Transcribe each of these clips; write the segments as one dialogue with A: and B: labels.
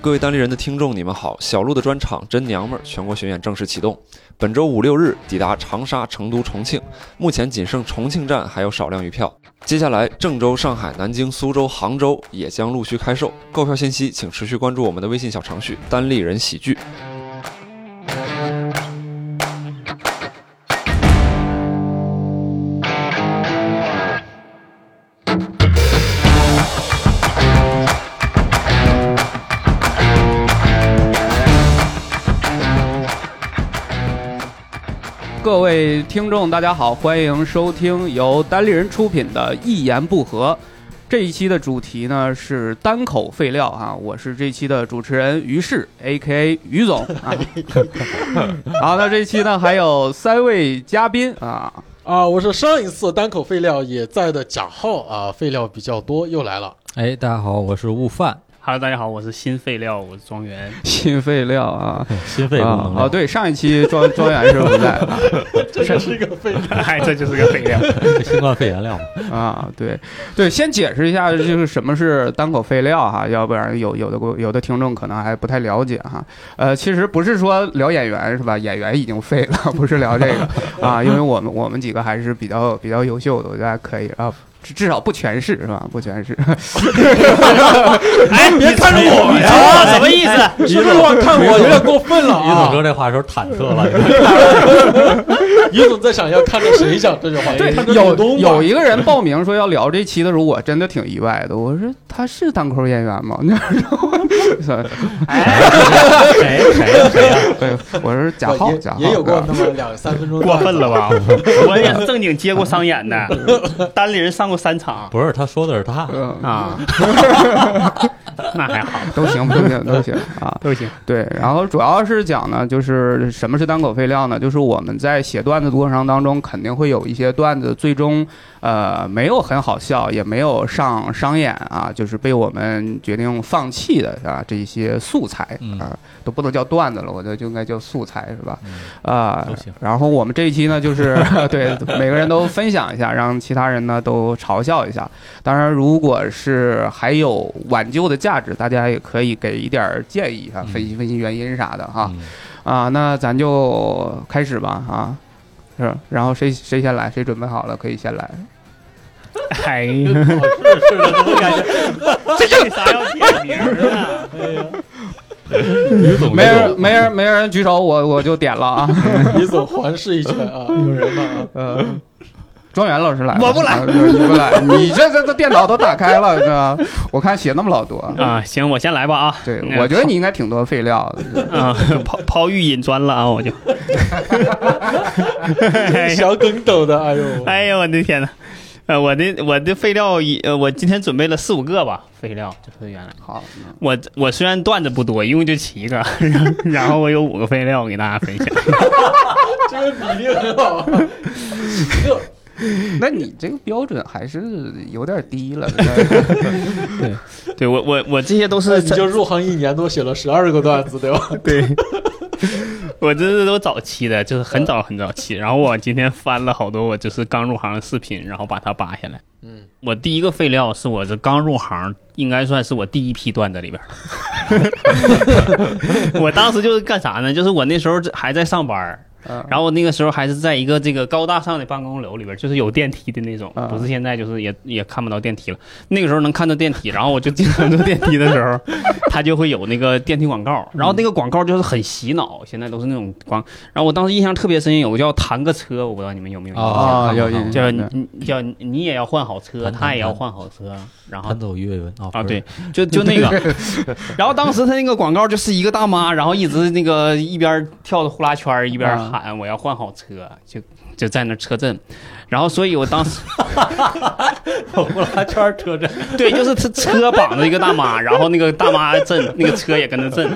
A: 各位当地人的听众，你们好！小鹿的专场《真娘们儿》全国巡演正式启动，本周五六日抵达长沙、成都、重庆，目前仅剩重庆站还有少量余票。接下来，郑州、上海、南京、苏州、杭州也将陆续开售。购票信息请持续关注我们的微信小程序“单立人喜剧”。
B: 各位听众，大家好，欢迎收听由单立人出品的《一言不合》。这一期的主题呢是单口废料啊，我是这期的主持人于适 a K A 于总啊。好，那这一期呢还有三位嘉宾啊，
C: 啊，我是上一次单口废料也在的贾浩啊，废料比较多，又来了。
D: 哎，大家好，我是悟饭，
E: Hello，大家好，我是新废料，我是庄园。
B: 新废料啊
D: 哎心肺功
B: 啊
D: 能
B: 哦，对，上一期庄庄园是不在啊。
C: 这个是一个废料，
E: 哎，这就是个废料。
D: 这新冠肺炎料嘛，
B: 啊，对对，先解释一下，就是什么是单口废料哈，要不然有有的有的听众可能还不太了解哈。呃，其实不是说聊演员是吧？演员已经废了，不是聊这 个啊，因为我们我们几个还是比较比较优秀的，我觉得还可以啊。至至少不全是是吧？不全是，
E: 哎，别看着我呀，啊什么意思？
C: 说实话，看我有点过分了
D: 于总
C: 啊！
D: 说这话的时候忐忑了，
C: 于总在想要看着谁讲这句话？
B: 对
C: 看着，
B: 哎有
C: 李东吧
B: 有一个人 报名说要聊这期的时候，我真的挺意外的。我说他是单口演员 吗？
E: 哎
D: 谁谁谁呀？
B: 对，我说贾
C: 对
B: 浩，
C: 也
B: 贾浩
C: 也有过
B: 啊
C: 那么两三分钟的
E: 过分 了吧？我也是正经接过商演的，单立人上过三 场
D: 不是，他说的是他，
B: 嗯，
E: 啊。 那还好，
B: 都行，都行，都 行啊。
E: 都行。
B: 对，然后主要是讲呢，就是什么是单口废料呢？就是我们在写段子的过程当中，肯定会有一些段子最终呃没有很好笑，也没有上商演啊，就是被我们决定放弃的啊这一些素材
D: 嗯
B: 啊，都不能叫段子了，我觉得就应该叫素材是吧？
D: 嗯
B: 啊、
D: 都行
B: 然后我们这一期呢，就是 对每个人都分享一下，让其他人呢都嘲笑一下。当然，如果是还有挽救的价值，大家也可以给一点儿建议啊，
D: 嗯
B: 分析分析原因啥的哈。，
E: 嗯
B: 啊，那咱就开始吧啊。是，然后谁谁先来，谁准备好了可以先来。
E: 哎，是是的， 我感觉这为啥要点名啊？
D: 于总
B: 没人，没人，没人举手，我我就点了 啊。
C: 于总环视一圈啊，有人吗？
B: 呃，庄园老师来了，
E: 我不来
B: 啊你不来，你这这这电脑都打开了，是吧？我看写那么老多啊
E: 啊，行，我先来吧啊。
B: 对，
E: 嗯
B: 我觉得你应该挺多废料的。
E: 啊，抛抛玉引砖了啊，我就。 哎呀
C: 小梗抖的，哎呦，
E: 哎呦我的天呐！呃，我的我的废料一呃，我今天准备了四五个吧，废料就是原来
B: 好，
E: 我我虽然段子不多，一共就七个，然后我有五个废料给大家分享。
C: 这个比例很好啊。几个
B: 那你这个标准还是有点低了。
E: 对我我我这些都
C: 那
E: 是
C: 你就入行一年多，写了十二个段子，对吧？
E: 对， 我这是都早期的，就是很早很早期。然后我今天翻了好多我就是刚入行的视频，然后把它扒下来。
C: 嗯，
E: 我第一个废料是我这刚入行，应该算是我第一批段子里边儿。 我当时就是干啥呢？就是我那时候还在上班儿，
B: 嗯
E: 然后那个时候还是在一个这个高大上的办公楼里边，就是有电梯的那种
B: 啊，
E: 不是现在就是也也看不到电梯了。那个时候能看到电梯，然后我就经常坐电梯的时候， 它就会有那个电梯广告，然后那个广告就是很洗脑，现在都是那种广。然后我当时印象特别深，有个叫弹个车，我不知道你们有没有印象。
D: 啊，
B: 有有
E: 叫
B: 对
E: 你叫你你也要换好车，
D: 弹弹
E: 他也要
D: 弹
E: 换好车，然后
D: 弹奏于伟文
E: 啊，对，，就就 那个， 然后当时他那个广告就是一个大妈，然后一直那个一边跳着呼啦圈儿一边
B: 啊
E: 喊我要换好车，就就在那车震，然后所以我当时
D: 呼啦圈车站，
E: 对，就是他车绑着一个大妈，然后那个大妈震，那个车也跟着震，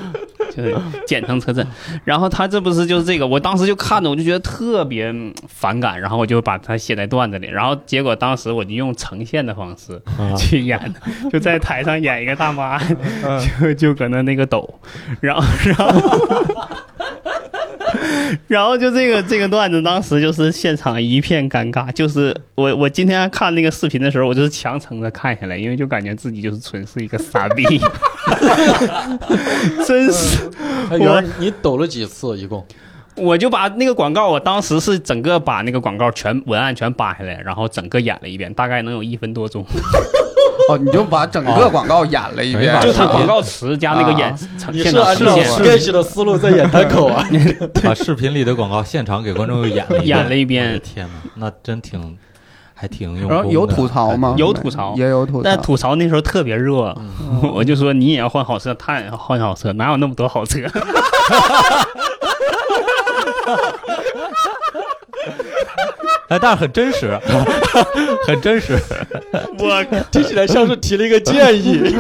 E: 就是简称车震。然后他这不是就是这个，我当时就看着我就觉得特别嗯反感，然后我就把它写在段子里，然后结果当时我就用呈现的方式
D: 啊
E: 去演的，就在台上演一个大妈， 就就搁那那个抖，然后然后。 然后就这个这个段子，当时就是现场一片尴尬。就是我我今天看那个视频的时候，我就是强撑着看下来，因为就感觉自己就是纯是一个傻逼， 真是。
C: 哎原来你抖了几次一共？
E: 我就把那个广告，我当时是整个把那个广告全文案全扒下来，然后整个演了一遍，大概能有一分多钟，
B: 哦，你就把整个广告演了一遍
D: 哦，
E: 就它广告词加那个演
C: 你
E: 现
C: 是
E: 场啊
C: 按
E: 事
C: 照
E: 件
C: sketch 的思路在演单口啊？
D: 把视频里的广告现场给观众又演了一
E: 演了
D: 一
E: 一遍，
D: 天哪，那真挺还挺用
B: 然
D: 功
B: 后
D: 的。
B: 有吐槽吗？
E: 有吐槽
B: 也有吐槽
E: 但。吐槽那时候特别热，
D: 嗯
E: 我就说你也要换好车，他也要换好车，哪有那么多好车？
D: 还？哎，但是很真实，很真实。
E: 我
C: 听起来像是提了一个建 议。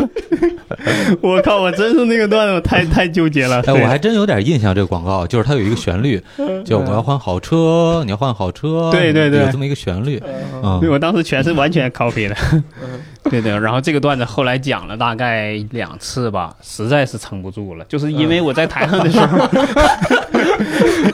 E: 我靠，我真是那个段子太太纠结了。
D: 哎，
E: 对
D: 我还真有点印象这个广告，就是它有一个旋律，就我要换好车，你要换好车，
E: 对对对
D: 有这么一个旋律，嗯
E: 对，我当时全是完全 copy 的， 对对。然后这个段子后来讲了大概两次吧，实在是撑不住了，就是因为我在台上的时
D: 嗯
E: 候，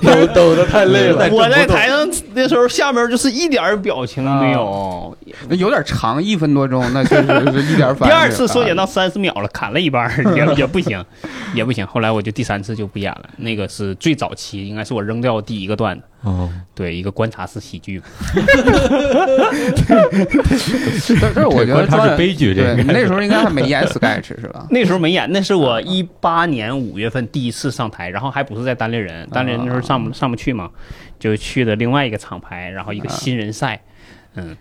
C: 抖抖的太累了。
E: 我在台上那时候下面就是一点儿表情都没
D: 啊
E: 有。
B: 啊有点长，一分多钟，那确实是一点反应没有。
E: 第二次缩减到三十秒了，砍了一半 儿也也不行，也不行。后来我就第三次就不演了，那个是最早期，应该是我扔掉第一个段子，
D: 嗯，
E: 对，一个观察式喜剧。
B: 但是我觉得
D: 观察
B: 专
D: 是悲剧，这
B: 对
D: 个
B: 那时候应该还没演 sketch 是 吧？
E: 那时候没演，那是我一八年五月份第一次上台，然后还不是在单立人，单立人那时候上不上不去嘛，就去的另外一个厂牌，然后一个新人赛，嗯，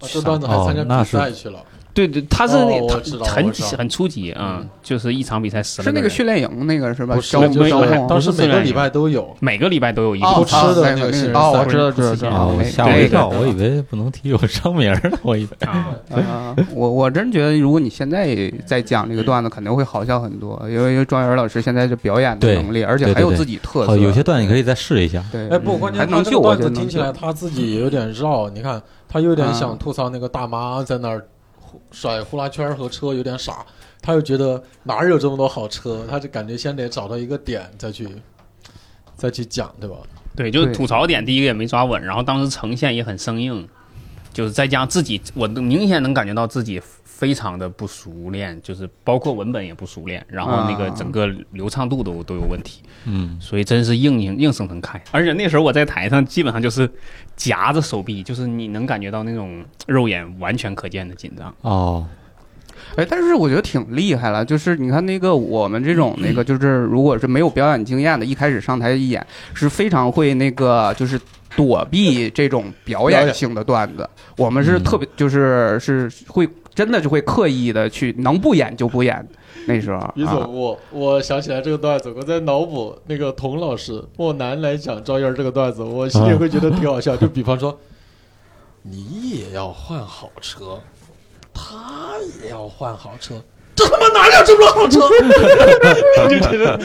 C: 这段子还参加
D: 哦那
C: 比
D: 是
C: 赛去了，
E: 对对，他是那
C: 哦
E: 他
C: 我知道
E: 很
C: 我知道
E: 很初级啊，嗯就是一场比赛十来
B: 是那
E: 人
B: 个训练营那个是吧？
C: 不是
B: 招
C: 就是
B: 招募
C: 当时
E: 不是
C: 每个
E: 训练
C: 礼拜都有。
E: 每个礼拜都有一个
B: 哦
C: 不吃的
B: 啊
C: 那个是
B: 哦，我
E: 不是
B: 知道知道知
E: 对
D: 啊，
B: 道
D: 我，
B: 那
D: 吓我一跳，
E: 对
D: 我以为不能提我商名儿，我以为
E: 啊，
B: 啊，我我真觉得，如果你现在在讲这个段子，肯定会好笑很多，因为因为庄园老师现在是表演的
D: 对
B: 能力，而且
D: 对
B: 还有
D: 对对
B: 自己特色。
D: 哦，有些段你可以再试一下。
B: 对，嗯
C: 哎，不，关
B: 还
C: 键他
B: 能
C: 这
B: 秀，
C: 个
B: 我
C: 段
B: 觉得
C: 子
B: 能
C: 听起来
B: 秀。
C: 他自己也有点绕，你看他有点
B: 嗯
C: 想吐槽那个大妈在那儿呼甩呼啦圈和车有点傻，他又觉得哪有这么多好车，他就感觉先得找到一个点再去再去讲，对吧？
E: 对，就是
B: 对
E: 吐槽点，第一个也没抓稳，然后当时呈现也很生硬，就是再加上自己，我能明显能感觉到自己非常的不熟练，就是包括文本也不熟练，然后那个
B: 啊
E: 整个流畅度都都有问题，
D: 嗯，
E: 所以真是硬硬硬生生开。而且那时候我在台上基本上就是夹着手臂，就是你能感觉到那种肉眼完全可见的紧张。
D: 哦，
B: 哎，但是我觉得挺厉害了，就是你看那个我们这种那个，就是如果是没有表演经验的，一开始上台一演是非常会那个就是。躲避这种表演性的段子，我们是
D: 嗯
B: 特别就是是会真的就会刻意的去能不演就不演，那时候啊
C: 于总，我我想起来这个段子，我在脑补那个童老师莫南来讲赵燕儿这个段子，我心里会觉得挺好笑。就比方说，你也要换好车，他也要换好车，这他妈哪有这么多好车？就觉得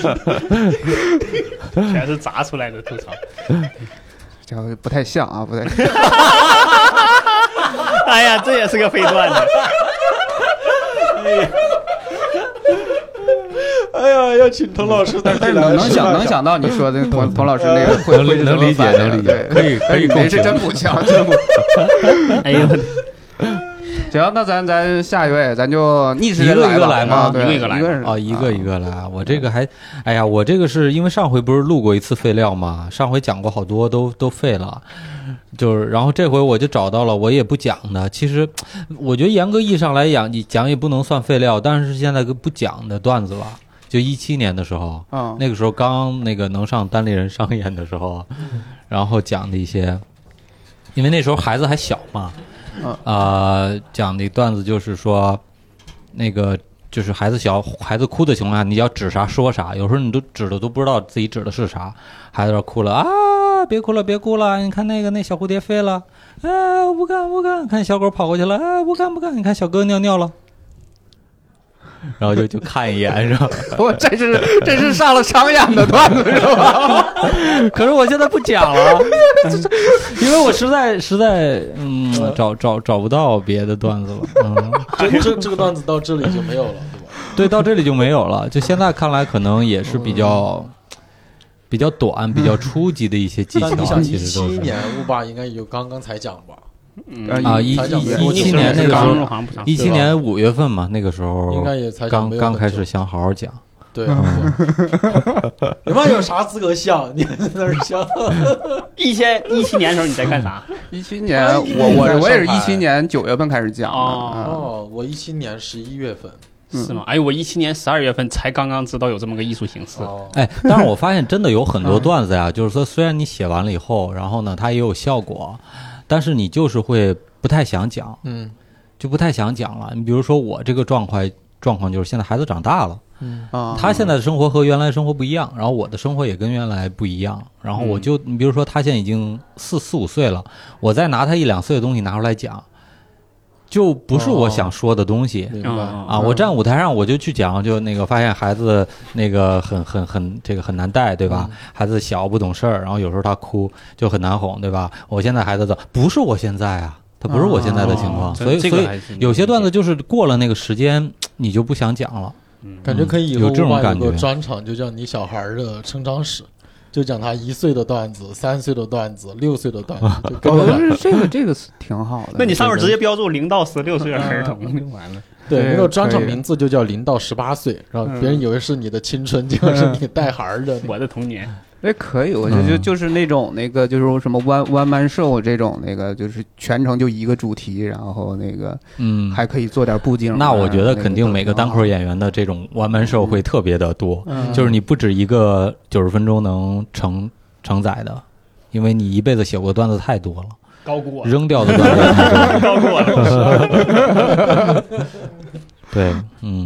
E: 全是砸出来的吐槽。
B: 这个不太像啊，不 太像。
E: 哎呀，这也是个废段 子。
C: 哎呀，要请童老师再
B: 但是呃
C: 来
B: 能能
C: 示
B: 想
C: 范
B: 能
C: 一下。
B: 想到你说 的童童老师那个会
D: 能
B: 会是
D: 能
B: 怎么
D: 理解
B: 反应
D: 能理
B: 对
D: 解可以可以
B: 哎你这
D: 共情
B: 真不像，真不
E: 哎呦，
B: 行，那咱咱下一位，咱就逆时
D: 一
B: 针
D: 个一个
B: 吧
D: 来吗
B: 啊对
E: 一个一
B: 一
E: 个来
B: 人
D: 哦，一个一个来。我这个还，哎呀，我这个是因为上回不是录过一次废料嘛，上回讲过好多都都废了，就是然后这回我就找到了我也不讲的。其实我觉得严格意义上来讲，你讲也不能算废料，但是现在个不讲的段子了。就一七年的时候，
B: 啊，
D: 那个时候刚那个能上单立人商演的时候，然后讲的一些，因为那时候孩子还小嘛
B: 嗯，
D: 呃，讲的段子就是说，那个就是孩子小，孩子哭的情况下，你要指啥说啥，有时候你都指的都不知道自己指的是啥，孩子要哭了啊，别哭了，别哭了，你看那个那小蝴蝶飞了，啊，我不干不干，看小狗跑过去了，啊，不干不干，你看小哥尿尿了。 然后就就看一眼，然后
B: 我这是这是上了商演的段子是吧？
D: 可是我现在不讲 了，因为我实在实在嗯找找找不到别的段子了。嗯，
C: 这这这个段子到这里就没有了，对吧？
D: 对，到这里就没有了。就现在看来，可能也是比较比较短、比较初级的一些技
C: 但你
D: 巧，
C: 想一
D: 其实
C: 七
D: 都是。
C: 年雾吧应该有刚刚才讲吧，
B: 呃
D: 啊一
C: 才讲
D: 一
C: 没有
D: 一七年那个时候
E: 刚入行不长
D: 一七年五月份嘛，那个时
C: 应
D: 候
C: 该也才讲
D: 哦刚
C: 没有
D: 刚
C: 很
D: 开
C: 久
D: 始想好好讲，
C: 对，对 你妈有啥资格像？你在那儿像？
E: 一些一七年的时候你在干啥？
B: 一七年
C: 哎，
B: 我我我也是
C: 在上海
B: 一七年九月份开始讲的，
E: 哦
B: 啊
C: 哦，我一七年十一月份。
B: 嗯
E: 是吗？哎，我一七年十二月份才刚刚知道有这么个艺术形式。
C: 哦，
D: 哎，但是我发现真的有很
C: 嗯
D: 多段子呀，就是说虽然你写完了以后，然后呢它也有效果，但是你就是会不太想讲，
C: 嗯
D: 就不太想讲了。你比如说我这个状况状况就是现在孩子长大了，
C: 嗯，
E: 哦
B: 啊，
D: 他现在的生活和原来生活不一样，然后我的生活也跟原来不一样，然后我就你比如说他现在已经四四五岁了，我再拿他一两岁的东西拿出来讲，就不是我想说的东西。
C: 明白。
E: 嗯
D: 啊，我站舞台上我就去讲，就那个发现孩子那个很很很这个很难带，对吧？孩子小不懂事儿，然后有时候他哭就很难哄，对吧？我现在孩子的不是我现在啊，他不是我现在的情况，
E: 哦
D: 所以
E: 这
D: 所
E: 个
D: 以
E: 还是
D: 有些段子就是过了那个时间，你就不想讲了。
C: 感觉可以以后
D: 嗯有这种
C: 我爸有
D: 感
C: 个
D: 觉
C: 专场，就叫你小孩儿的成长史，就讲他一岁的段子、三岁的段 子、六岁的段子，就跟
B: 我觉
C: 着来。
B: 得这个这个挺好的。
E: 那你上面直接标注零到十六岁儿 童就完了。
C: 对，
B: 对
C: 那个专场
B: 可以嗯
C: 名字就叫零到十八岁，然后别人以为是你的 青春，结果是你带孩儿的。
E: 我的童年，
B: 哎，可以，我觉得就
D: 嗯
B: 就是那种那个就是什么弯弯弯瘦这种那个，就是全程就一个主题，然后那个
D: 嗯，
B: 还可以做点布景啊。
D: 那我觉得肯定
B: 那
D: 每个
B: 都挺
D: 单
B: 好
D: 口演员的这种完满手会特别的多，
B: 嗯
D: 就是你不止一个九十分钟能承承载的，因为你一辈子写过段子太多了，
E: 高估我了，
D: 扔掉的段子也太多了。
E: 高估我了。
D: 对，嗯，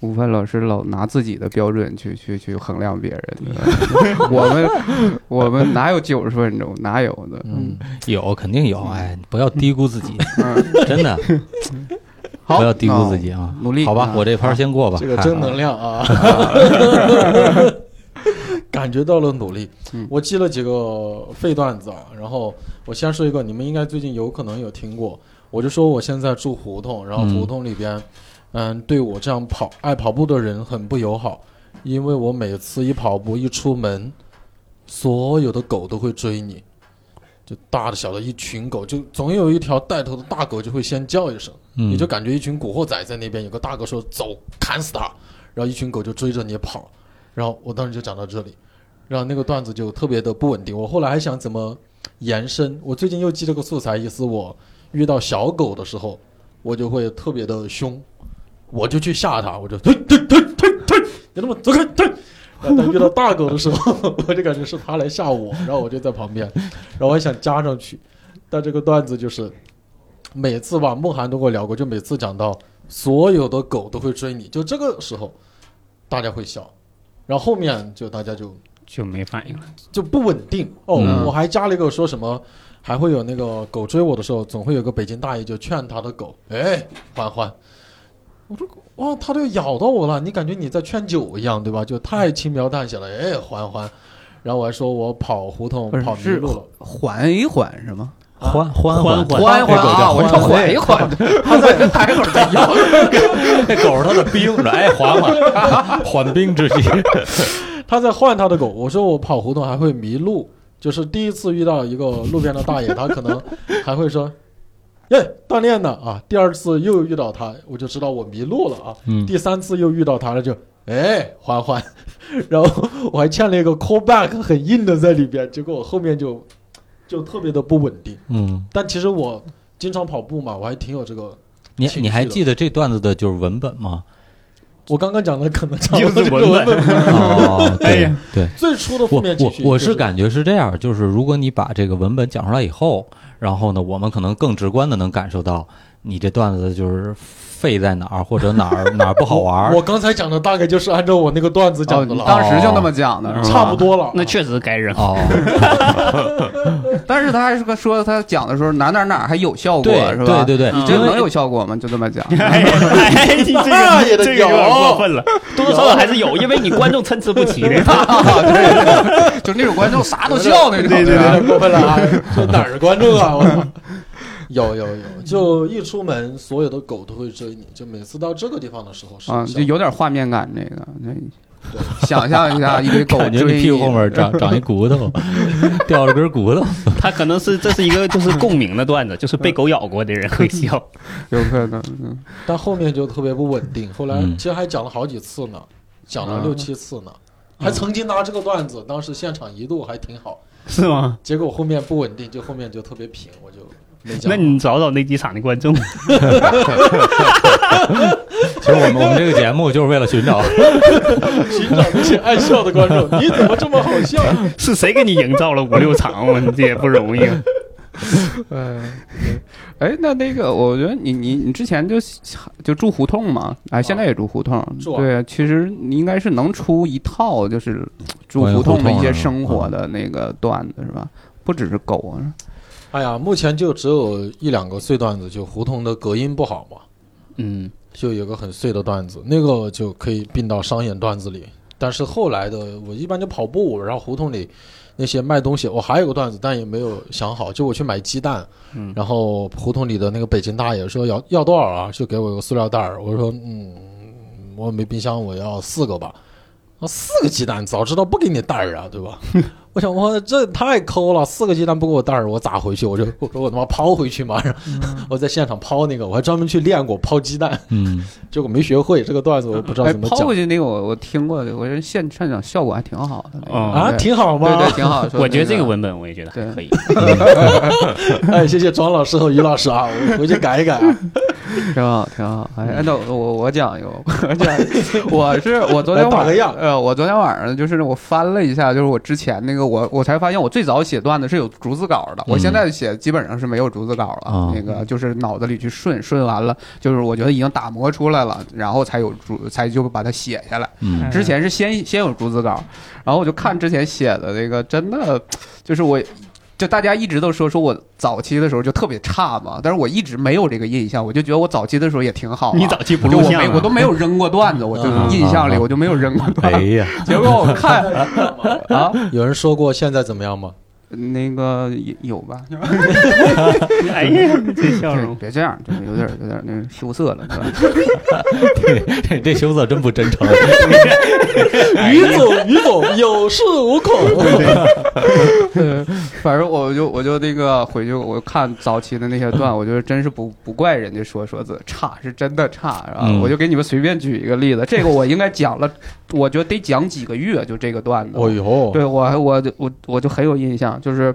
B: 午饭老师老拿自己的标准去去去衡量别人，对吧我们我们哪有九十分钟，哪有的？
C: 嗯，
D: 有肯定有，哎，不要低估自己，
B: 嗯，
D: 真的
B: 好，
D: 不要低估自己啊
B: 那！努力
D: 好吧
B: 啊，
D: 我这盘先过吧。
C: 这个
D: 哎
C: 正能量啊，感觉到了努力
B: 嗯。
C: 我记了几个废段子啊，然后我先说一个，你们应该最近有可能有听过。我就说我现在住胡同，然后
D: 嗯
C: 胡同里边，嗯，对我这样跑爱跑步的人很不友好，因为我每次一跑步一出门，所有的狗都会追你，就大的小的一群狗，就总有一条带头的大狗就会先叫一声。
D: 嗯
C: 你就感觉一群古惑仔在那边，有个大哥说走，砍死他，然后一群狗就追着你跑，然后我当时就讲到这里，然后那个段子就特别的不稳定。我后来还想怎么延伸，我最近又记了个素材，意思我遇到小狗的时候，我就会特别的凶，我就去吓它，我就退退退退退，你他妈走开退。然后但遇到大狗的时候，我就感觉是它来吓我，然后我就在旁边，然后我还想加上去，但这个段子就是每次吧，梦涵都跟我聊过，就每次讲到所有的狗都会追你，就这个时候大家会笑，然后后面就大家就
E: 就没反应了。
C: 就不稳定哦。
D: 嗯
C: 我还加了一个说什么，还会有那个狗追我的时候，总会有个北京大爷就劝他的狗，哎，欢欢，我说哇，他都咬到我了，你感觉你在劝酒一样，对吧？就太轻描淡写了，哎，欢欢。然后我还说我跑胡同
B: 不是
C: 跑迷
B: 是
C: 路了，
B: 缓一缓是吗？
D: 欢欢欢
E: 欢
B: 缓一缓
D: 这狗
B: 啊，
D: 叫
B: 我说缓
D: 哎
B: 一缓，他在跟待会儿一样。
D: 那狗是他的兵，哎，缓缓，缓兵之计。
C: 他在换他的狗。我说我跑胡同还会迷路，就是第一次遇到一个路边的大爷，他可能还会说：“耶，锻炼呢啊！”第二次又遇到他，我就知道我迷路了啊。
D: 嗯
C: 第三次又遇到他了，就哎欢欢， 然后我还欠了一个 callback 很硬的在里边，结果我后面就就特别的不稳定。
D: 嗯，
C: 但其实我经常跑步嘛，我还挺有这个。
D: 你
C: 情绪
D: 你还
C: 了
D: 记得这段子的就是文本吗？
C: 我刚刚讲的可能差
E: 又
C: 不
E: 是
C: 多这个文
E: 文本
C: 本，
D: 哦，
E: 哎
D: 对
E: 呀
D: 对，
C: 最初的负
D: 我
C: 面情
D: 我
C: 绪、
D: 我是感觉是这样，就是如果你把这个文本讲出来以后，然后呢，我们可能更直观的能感受到你这段子就是废在哪儿，或者哪儿哪儿不好玩
C: 我
D: 儿。
C: 刚才讲的大概就是按照我那个段子
B: 哦，
C: 讲的
B: 你
C: 了，
B: 当时就那么讲的是吧？
C: 差不多了。
E: 那确实该扔。
D: 哦，
B: 但是他还是说他讲的时候哪哪哪还有效果
D: 对
B: 是吧？
D: 对对对，
E: 嗯
B: 你这
D: 因
B: 个
D: 为
B: 能有效果吗？就这么讲，
E: 哎，哎你这
C: 那也
E: 个
C: 得
E: 这个有
D: 啊
E: 点
C: 有
E: 过分了，多多少少还是有，因为你观众参差不齐的。
D: 啊
B: 就是那种观众啥都笑那种。
C: 对
B: 对
C: 对，对，过分了啊！ 这哪儿的观众啊？我操！ 有有有，就一出门，所有的狗都会追你。就每次到这个地方的时候是
B: 啊，
C: 这
B: 就
C: 样
B: 有点画面感，这个，想象一下，一堆狗
D: 感觉
B: 追
D: 你屁股
B: 你
D: 后面长长一骨头，掉了根骨头。
E: 他可能是这是一个就是共鸣的段子，就是被狗咬过的人会 笑。
B: 有可能，嗯
C: 但后面就特别不稳定。后来
D: 嗯
C: 其实还讲了好几次呢，讲了
B: 啊
C: 六七次呢，还曾经拿这个段子，当时现场一度还挺好，
E: 是吗？
C: 结果后面不稳定，就后面就特别平，我就没讲。
E: 那你找找那几场的观众，
D: 其实我们我们这个节目就是为了寻找，
C: 寻找那些爱笑的观众，你怎么这么好笑？
E: 是谁给你营造了五六场？我这也不容易。 啊
B: 哎，哎，那那个，我觉得你你你之前就就住胡同嘛，哎，现在也住胡同，
C: 住啊
B: 对，其实你应该是能出一套就是住胡同的一些生活的那个段子是吧？不只是狗啊，
C: 哎呀，目前就只有一两个碎段子，就胡同的隔音不好嘛，
E: 嗯，
C: 就有个很碎的段子，那个就可以并到商演段子里。但是后来的我一般就跑步，然后胡同里那些卖东西，我还有个段子，但也没有想好，就我去买鸡蛋，
E: 嗯
C: 然后胡同里的那个北京大爷说要要多少啊，就给我一个塑料袋儿，我说嗯，我没冰箱，我要四个吧。啊，四个鸡蛋，早知道不给你袋儿啊，对吧？我想，我这太抠了，四个鸡蛋不给我袋儿，我咋回去？我就我说我他妈抛回去嘛，然后我在现场抛那个，我还专门去练过抛鸡蛋，
D: 嗯，
C: 结果没学会这个段子，我不知道
B: 哎，
C: 怎么
B: 抛
C: 讲
B: 过去那个我我听过，我觉得现现场效果还挺好的那个
E: 哦
C: 啊，
B: 对
C: 挺好
B: 对
C: 吗
B: 对？挺好。说
E: 我觉得
B: 那
E: 这个文本我也觉得还
B: 对
E: 可以。
C: 哎，谢谢庄老师和于老师啊，我回去改一改啊。
B: 挺好，挺好。哎，
C: 嗯
B: 那我我我讲一个，我讲一个，我是我昨天
C: 打
B: 晚
C: 个样
B: 上，呃，我昨天晚上就是我翻了一下，就是我之前那个我我才发现我最早写段子是有逐字稿的，我
C: 嗯
B: 现在写基本上是没有逐字稿了，
D: 哦
B: 那个就是脑子里去顺顺完了，就是我觉得已经打磨出来了，然后才有逐才就把它写下来。
D: 嗯
B: 之前是先先有逐字稿，然后我就看之前写的那个，真的就是我。就大家一直都说说我早期的时候就特别差嘛，但是我一直没有这个印象，我就觉得我早期的时候也挺好啊、
E: 你早期不
B: 就
E: 录
B: 我
E: 像
B: 没
E: 啊，
B: 我都没有扔过段子，我就
C: 嗯
B: 印象里我就没有扔过段
D: 哎
B: 子。
D: 呀，
B: 结果我看啊，
C: 有人说过现在怎么样吗？
B: 那个有有吧，
E: 哎呀，这笑
B: 对
E: 容，
B: 别这样，这有点有点那个羞涩了，是吧？
D: 这这这羞涩真不真诚。
B: 哎
C: 于总，于总有恃无恐。
B: 反正我就我就那个回去，我看早期的那些段，我觉得真是不不怪人家说说字差，是真的差。然后
D: 嗯
B: 我就给你们随便举一个例子，这个我应该讲了， 我觉得得讲几个月，就这个段子。
C: 哦呦，
B: 对我我我我就很有印象，就是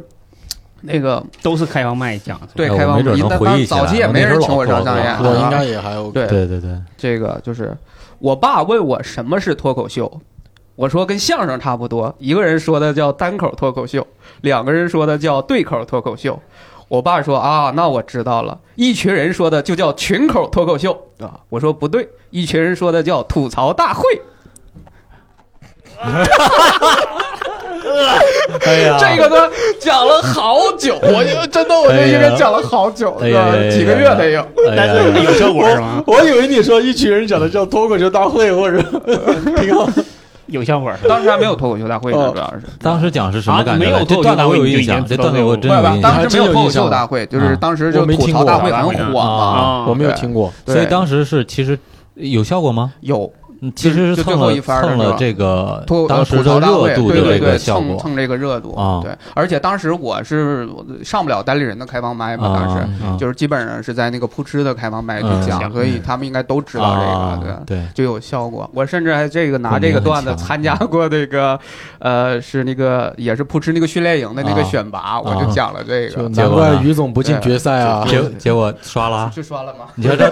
B: 那个
E: 都是开放麦讲。
B: 对
D: 哎我
B: 开放
D: 没准
B: 一
D: 能
B: 但
D: 回
B: 但
D: 忆起来
B: 早期也
D: 我
B: 没
D: 那时
B: 人
D: 候
B: 请
D: 老
B: 我上
D: 抠
B: 上
D: 了
B: 演，
C: 我应该也还 OK。
B: 啊对
D: 对对对，
B: 这个就是我爸问我什么是脱口秀，我说跟相声差不多，一个人说的叫单口脱口秀，两个人说的叫对口脱口秀。我爸说啊，那我知道了，一群人说的就叫群口脱口秀啊。我说不对，一群人说的叫吐槽大会。
D: 哎呀，
B: 这个呢讲了好久，我就真的
C: 哎
B: 我就应该讲了好久，
D: 哎
B: 对
D: 呀
B: 吧
D: 哎呀
B: 几个月得有。
D: 哎
E: 但
D: 呀，
E: 是有效果是吗？
C: 我以为你说一群人讲的叫脱口秀大会，或者
E: 哎
C: 挺好。
E: 有效果是吧
B: 当时还没有脱口秀大会呢，主要是。
D: 当时讲是什么感觉来着？
E: 啊没有
D: 这
E: 脱口秀
D: 段子
E: 大
D: 我
E: 会
D: 有
E: 你就
D: 印
E: 已经
D: 象，这
E: 知道
D: 段子
E: 这
D: 我
E: 个
D: 真
B: 不
D: 有
B: 是吧
D: 印象。
B: 当时没有脱口秀大会，就是当时就
C: 我没
B: 吐
C: 听
B: 槽
C: 过
B: 大会很
E: 啊
B: 火嘛。
E: 啊
C: 我没有听过，
B: 对
D: 所以当时是其实有效果吗？
B: 有
D: 嗯其实
B: 就
D: 是
B: 最
D: 蹭
B: 后
D: 了
B: 一番儿
D: 蹭
B: 是
D: 了
B: 吧
D: 这个
B: 脱
D: 当时
B: 呃吐槽
D: 的
B: 大会
D: 热，度
B: 对
D: 的
B: 对
D: 这
B: 对，
D: 个效
B: 蹭
D: 果
B: 蹭这个热度
D: 啊
B: 对，而且当时我是上不了单立人的开放麦嘛，当时
D: 啊，
B: 就是基本上是在那个扑哧的开放麦去
D: 嗯
B: 讲，
E: 嗯
B: 所以他们应该都知道
D: 啊
B: 这个，对。
D: 对，
B: 就有效果。我甚至还这个拿
D: 共
B: 这
D: 鸣
B: 个
D: 很
B: 段子
D: 强嗯
B: 参加过那个，呃，是那个也是扑哧那个训练营的那个
D: 啊
B: 选拔，我就
D: 啊
B: 讲了这
C: 就
B: 个。
D: 结
C: 难
D: 果呢
C: 怪于总不进决赛啊！
D: 结结果刷了啊，
B: 去刷了吗？
D: 你 说这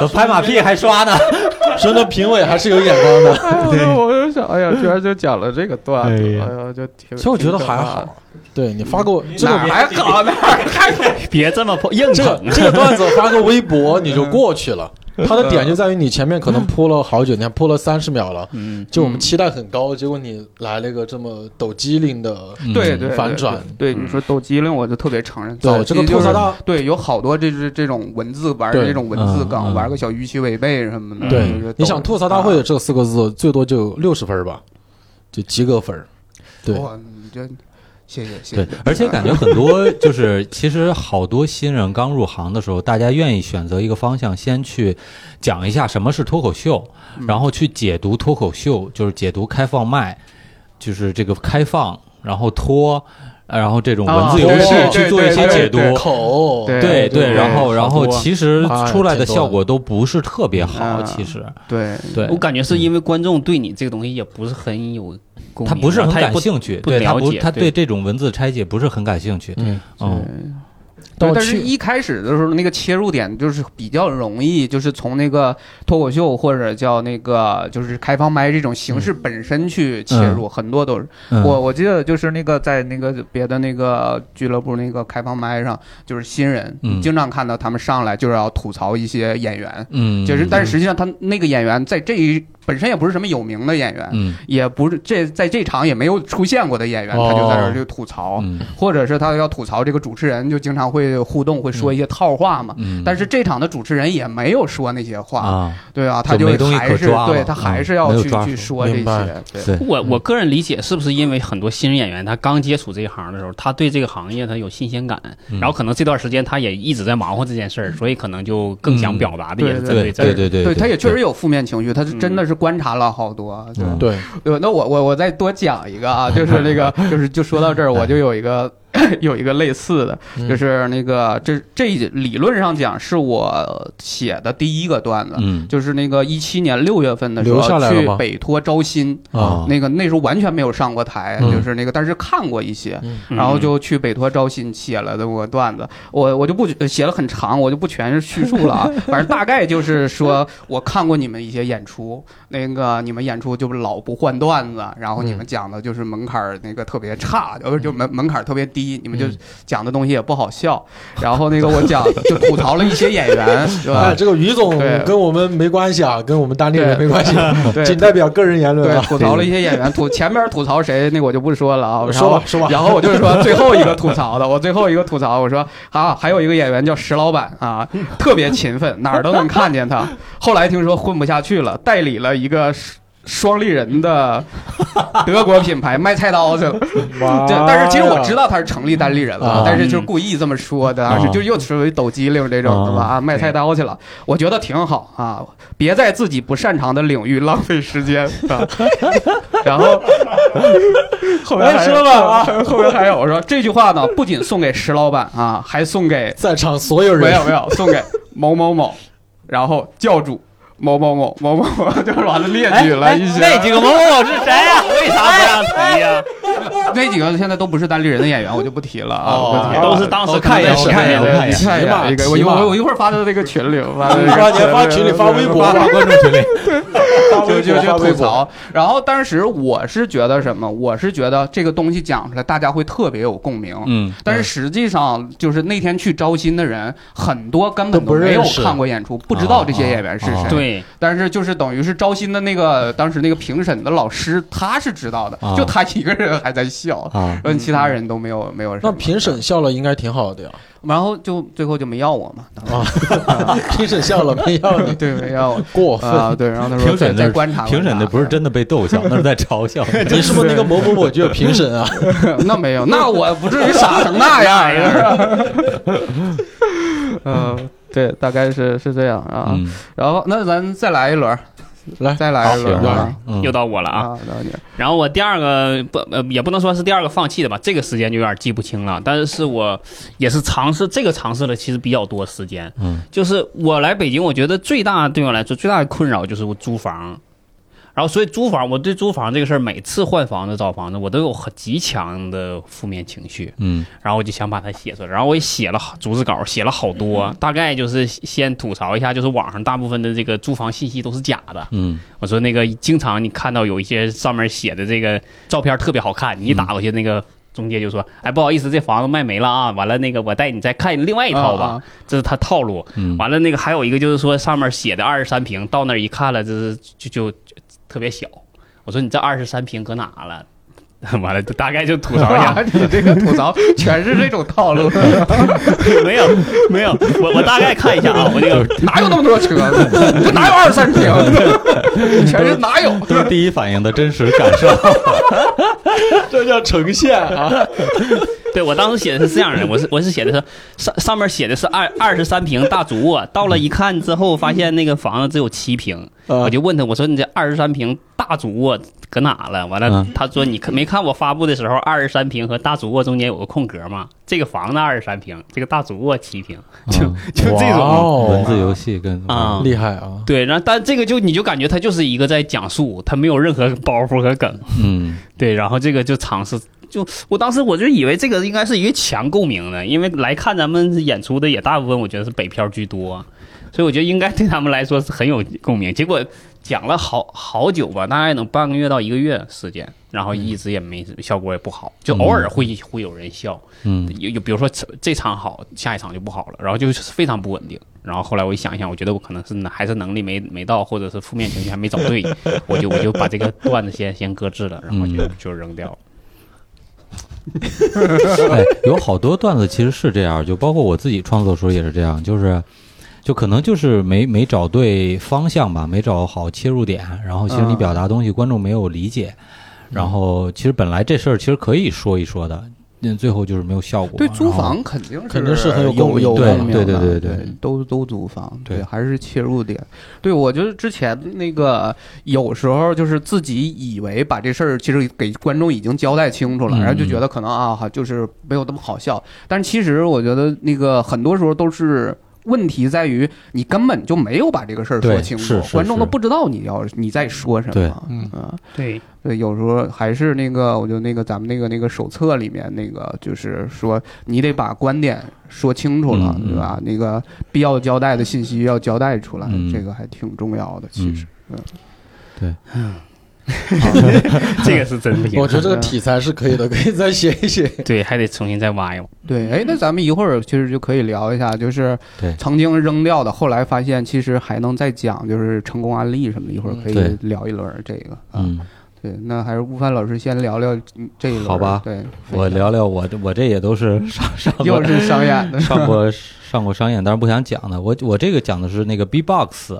D: 都拍马屁还刷呢？
C: 说这评委还是有眼光的。
B: 哎，我就我就想，哎呀，居然就讲了这个段子，
D: 哎
B: 哎
D: 呀
B: 呀，就挺。
C: 其实我觉得
B: 挺
C: 还
B: 可怕的
C: 好，，对你发过 这
B: 哪
C: 个
B: 儿还 搞哪儿还搞
E: 别这么硬
C: 这个
E: 捧。
C: 这个段子发个微博你就过去了，它的点就在于你前面可能铺了好久，你看铺了三十秒了，
E: 嗯，
C: 就我们期待很高，结果你来了一个这么抖机灵的，
D: 嗯
B: 对对
C: 反转嗯
B: 对，对你说抖机灵，我就特别承认。
C: 对
B: 早
C: 哦这个
B: 期就
C: 吐槽
B: 是
C: 大，
B: 对，有好多这这这种文字玩的
C: 对
B: 这种文字
D: 嗯
B: 梗，
D: 嗯
B: 玩个小鱼鳍违背什么的。
C: 对
B: 嗯就是抖
C: 你想吐槽大会
B: 啊
C: 这四
B: 哦
C: 个字最多就六十分吧，就及格分儿，对，
B: 啊哇，你这谢谢谢
D: 对
B: 谢。，
D: 而且感觉很多就是，其实好多新人刚入行的时候，大家愿意选择一个方向，先去讲一下什么是脱口秀，
B: 嗯
D: 然后去解读脱口秀，就是解读开放麦，就是这个开放，然后脱，呃然后这种文字游戏
B: 哦对
D: 去做一
B: 对
D: 些
B: 对
D: 解
B: 对
D: 读。
B: 对
C: 口
B: 对
D: 对
B: 对
D: 然后
C: 好
D: 然后
C: 多
D: 其实
B: 啊
D: 出来的
C: 这多
D: 效果都不是特别好，
B: 嗯
D: 其实
B: 对
D: 对
E: 我。感觉是因为观众对你这个东西也不是很有共鸣，啊
D: 他不是很
E: 他也
D: 感
E: 不
D: 兴
B: 嗯
D: 趣，
E: 不
D: 对他
E: 了
D: 不，
E: 解
D: 他
E: 对
D: 对这种文字拆解不是很感兴趣。
C: 嗯，
D: 嗯，
B: 对
C: 但，我
B: 但是
C: 去
B: 一开始的时候，那个切入点就是比较容易，就是从那个脱口秀或者叫那个就是开放麦这种形
C: 嗯
B: 式本身去切入，很多都是。
D: 嗯
B: 我我记得就是那个在那个别的那个俱乐部那个开放麦上，就是新人，
D: 嗯
B: 你经常看到他们上来就是要吐槽一些演员，
D: 嗯，
B: 就是但是实际上他那个演员在这一本身也不是什么有名的演员，
D: 嗯
B: 也不是这在这场也没有出现过的演员，
C: 哦
B: 他就在这儿就吐槽，
D: 嗯
B: 或者是他要吐槽这个主持人，就经常会互动，会说一些套话嘛。
D: 嗯，
B: 但是这场的主持人也没有说那些话，
D: 啊，
B: 对啊，他就
D: 没东西
B: 还
D: 可
B: 是
D: 抓了
B: 对他还是
D: 嗯
B: 要
D: 没有
B: 去、
D: 抓
B: 去
D: 住
B: 说这
C: 明白
B: 些，对。
D: 对，
E: 我我个人理解，是不是因为很多新人演员他刚接触这一行的时候，他对这个行业他有新鲜感，
D: 嗯
E: 然后可能这段时间他也一直在忙活这件事儿，所以可能就更想表达的
B: 啊
E: 也是针
D: 对
E: 这儿。
D: 对对
B: 对他也确实有负面情绪，他是真的是观察了好多。对
D: 嗯
C: 对，
B: 对，那我我我再多讲一个啊，就是那个，就是就说到这儿，我就有一个有一个类似的，
D: 嗯
B: 就是那个这这理论上讲是我写的第一个段子，
D: 嗯
B: 就是那个一七年六月份的时
C: 留下
B: 候
C: 来了
B: 去
C: 吗
B: 北托招新，
D: 啊
B: 那个那时候完全没有上过台，
C: 嗯
B: 就是那个但是看过一些，
E: 嗯
B: 然后就去北托招新写了这么个段子，我我就不呃写了很长，我就不全是叙述了啊，反正大概就是说我看过你们一些演出，那个你们演出就老不换段子，然后你们讲的就是门槛儿那个特别差，呃就门门槛儿特别低，你们就讲的东西也不好笑，然后那个我讲就吐槽了一些演员，对
C: 哎，
B: 吧？
C: 这个于总
B: 对
C: 跟我们没关系啊，跟我们当地人没关系，
B: 对
C: 仅代表个人言论
B: 对
C: 啊，。
B: 吐槽了一些 演员，吐前边吐槽谁，那我就不说了啊。然
C: 说
B: 后
C: 吧说吧
B: 然后我就是说最后一个吐槽的，我最后一个吐槽，我说啊，还有一个演员叫石老板啊，特别勤奋，哪儿都能看见他。后来听说混不下去了，代理了一个双。双立人的德国品牌卖菜刀去了，
C: 哇
B: 对，但是其实我知道他是成立单立人
C: 啊
B: 了，但是就是故意这么说的，当时就又属于抖机灵这种，
D: 啊
B: 是吧？啊，卖菜刀去了，我觉得挺好啊，别在自己不擅长的领域浪费时间啊。 然后 后面还
C: 哎说吧啊
B: 有，后面还有我说这句话呢，不仅送给石老板啊，还送 给
C: 在场所有
B: 没有
C: 人，
B: 没有，送给某某某，然后教主某某某某某某，就是把它列举了哎一些。
E: 哎那几个某某某是谁呀、为啥不让提呀、
B: 那几个现在都不是单立人的演员，我就不提了啊，我不提了
E: 哦都是当时
C: 我看一眼
E: 看的
C: 我看一眼
E: 视频
C: 我看一
B: 你看一
C: 眼骑马
B: 下一个，我
C: 骑
B: 一会
C: 马
B: 儿我一会儿发到那个群里，发 到那个
C: 发你还发群里
B: 对
C: 发微博吧
B: 发关注群里，
C: 发
B: 就
C: 微
B: 就
C: 博发
B: 就
C: 微
B: 吐
C: 博，
B: 槽。然后当时我是觉得什么？我是觉得这个东西讲出来，大家会特别有共鸣。
D: 嗯
B: 但是实际上，就是那天去招新的人，很多根本
C: 都
B: 都
C: 不
B: 没有
C: 认识
B: 看过演出，不知道这些演员是
D: 啊啊啊
B: 谁。
E: 对，
B: 但是就是等于是招新的那个当时那个评审的老师，他是知道的
D: 啊，
B: 就他一个人还在笑，
D: 啊
B: 问其他人都没有没有什
C: 那
B: 么。
C: 评审笑了应该挺好的 呀。
B: 然后就最后就没要我嘛，
C: 评审笑了没要你，
B: 对，没要我
C: 过分。
B: 啊，对，然后他说
D: 评
B: 再
D: 审
B: 再
D: 的
B: 观察观察，啊
D: 评审的不是真的被逗笑，那是在嘲笑。
C: 你是不是那个某某某就有评审啊？
B: 那没有，那我不至于傻成那样 呀。 嗯，对，大概是是这样 啊。
D: 嗯，
B: 然后那咱再来一轮儿，
C: 来
B: 再来一轮儿啊
D: 嗯
E: 又到我了啊。
B: 啊，到你
E: 然后我第二个不呃也不能说是第二个放弃的吧，这个时间就有点记不清了。但是是我也是尝试这个尝试了，其实比较多时间。
D: 嗯，
E: 就是我来北京，我觉得最大对我来说最大的困扰就是我租房。然后，所以租房，我对租房这个事儿，每次换房子、找房子，我都有很极强的负面情绪。
D: 嗯
E: 然后我就想把它写出来，然后我也写了好逐字稿，写了好多，
D: 嗯
E: 大概就是先吐槽一下，就是网上大部分的这个租房信息都是假的。
D: 嗯
E: 我说那个经常你看到有一些上面写的这个照片特别好看，你一打过去那个。中介就说：“哎，不好意思，这房子卖没了啊！完了，那个我带你再看另外一套吧，
B: 啊啊
E: 这是他套路。
D: 嗯，
E: 完了，那个还有一个就是说上面写的二十三平，到那儿一看了，这是就就就特别小。我说你这二十三平搁哪了？完了，就 大概就吐槽一下。
B: 哇你这个吐槽全是这种套 路，
E: 没有没有，我我大概看一下啊，我那个
B: 哪有那么多车？ 这哪有二三平？ 全是哪有？
D: 都是第一反应的真实感受。
C: 这叫呈现啊！
E: 对我当时写的是这样的，我是我是写的是上上面写的是二二十三平大主卧，到了一看之后发现那个房子只有七平，我
C: 啊，
E: 就问他，我说你这二十三平大主卧搁哪了？完了
D: 嗯，
E: 他说你看没看我发布的时候，二十三平和大主卧中间有个空格吗？这个房子二十三平，这个大主卧七平。就
D: 嗯
E: 就这种
C: 哇哦
D: 文字游戏跟
E: 啊
C: 厉害啊！
E: 对，然后但这个就你就感觉他就是一个在讲述，他没有任何包袱和梗。
D: 嗯
E: 对，然后这个就尝试，就我当时我就以为这个应该是一个强共鸣的，因为来看咱们演出的也大部分我觉得是北漂居多，所以我觉得应该对他们来说是很有共鸣。结果讲了好好久吧，大概能半个月到一个月时间，然后一直也没效果也不好，就偶尔会会有人笑，
D: 嗯
E: 有有比如说这这场好，下一场就不好了，然后就是非常不稳定。然后后来我一想一想，我觉得我可能是能还是能力没没到，或者是负面情绪还没找对， 我就我就把这个段子先先搁置了，然后就
D: 嗯
E: 就扔掉了。
D: 哎，有好多段子其实是这样，就包括我自己创作的时候也是这样，就是就可能就是没没找对方向吧，没找好切入点，然后其实你
B: 嗯
D: 表达的东西观众没有理解，然后其实本来这事儿其实可以说一说的，但最后就是没有效果。
B: 对租
D: 然后嗯
B: 房肯定是
C: 肯定是
B: 是
C: 很有
B: 有
C: 共鸣
B: 有共
D: 对
B: 鸣
D: 对
B: 的
D: 对对对
B: 对都都租房，
D: 嗯对
B: 还是切入点。对我就是之前那个有时候就是自己以为把这事儿其实给观众已经交代清楚了，
D: 嗯
B: 然后就觉得可能啊哈就是没有那么好笑，但是其实我觉得那个很多时候都是。问题在于你根本就没有把这个事儿说
D: 对
B: 清楚
D: 是，是
B: 观众都
D: 是
B: 不知道你要你在说什么。
D: 对
C: 嗯
B: 嗯
E: 对，
B: 对，有时候还是那个，我就那个咱们那个那个手册里面那个，就是说你得把观点说清楚了，
D: 嗯
B: 对吧？那个必要交代的信息要交代出来，
D: 嗯
B: 这个还挺重要的。其实，
E: 这个是真不行
C: 我。觉得这个题材是可以的，可以再写一写。
E: 对，还得重新再挖一挖。
B: 对，哎，那咱们一会儿其实就可以聊一下，就是
D: 对
B: 曾经扔掉的，后来发现其实还能再讲，就是成功案例什么的，一会儿可以
D: 对
B: 聊一轮这个。啊，
D: 嗯，
B: 对，那还是悟饭老师先聊聊嗯这一轮。
D: 好吧
B: 对，
D: 我聊聊我这我这也都是上上过
B: 又是商演 的，
D: 上过上过商演，但是不想讲的。我我这个讲的是那个 B-box，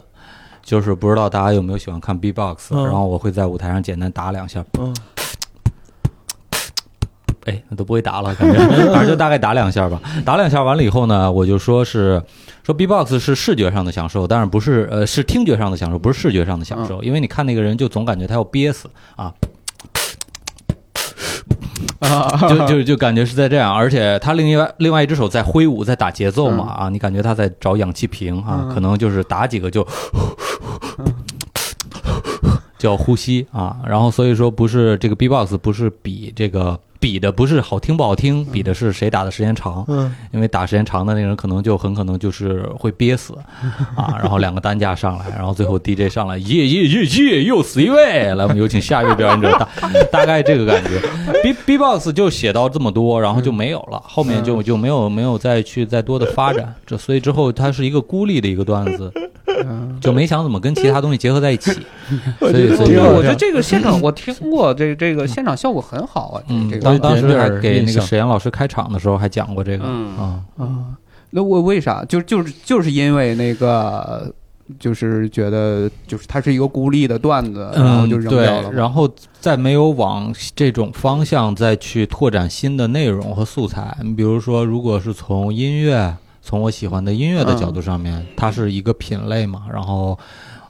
D: 就是不知道大家有没有喜欢看 B-box，、
C: 嗯
D: 然后我会在舞台上简单打两下，
C: 嗯
D: 哎，那都不会打了， 感觉，反正就大概打两下吧。打两下完了以后呢，我就说是说 B-box 是视觉上的享受，但是不是呃是听觉上的享受，不是视觉上的享
C: 嗯
D: 受，因为你看那个人就总感觉他要憋死啊，就就就感觉是在这样，而且他另外另外一只手在挥舞，在打节奏嘛啊，你感觉他在找氧气瓶啊，
B: 嗯
D: 可能就是打几个就。就要呼吸啊，然后所以说不是这个 B-box 不是比这个比的不是好听不好听，比的是谁打的时间长，
C: 嗯，
D: 因为打时间长的那个人可能就很可能就是会憋死啊，然后两个担架上来，然后最后 DJ 上来，耶耶耶耶，又死一位，来，我们有请下一位表演者，大 大概这个感觉。B B box 就写到这么多，然后就没有了，后面就就没有没有再去再多的发展，这所以之后它是一个孤立的一个段子，
B: 嗯
D: 就没想怎么跟其他东西结合在一起，所
C: 觉
D: 以
C: 得
D: 所
C: 挺
D: 以
C: 好
B: 我觉得这个现场我听过，这这个现场效果很好啊，
D: 嗯
B: 这，
D: 当
B: 个
D: 当时还
C: 有
D: 给
C: 一点点
D: 那
C: 印
D: 个
C: 象
D: 沈阳老师开场的时候还讲过这个，
E: 嗯
D: 啊，
B: 啊，那我为啥就就是就是因为那个。就是觉得，就是它是一个孤立的段子，然后就扔掉了嘛。
D: 嗯对，然后再没有往这种方向再去拓展新的内容和素材。你比如说，如果是从音乐，从我喜欢的音乐的
B: 嗯
D: 角度上面，它是一个品类嘛，然后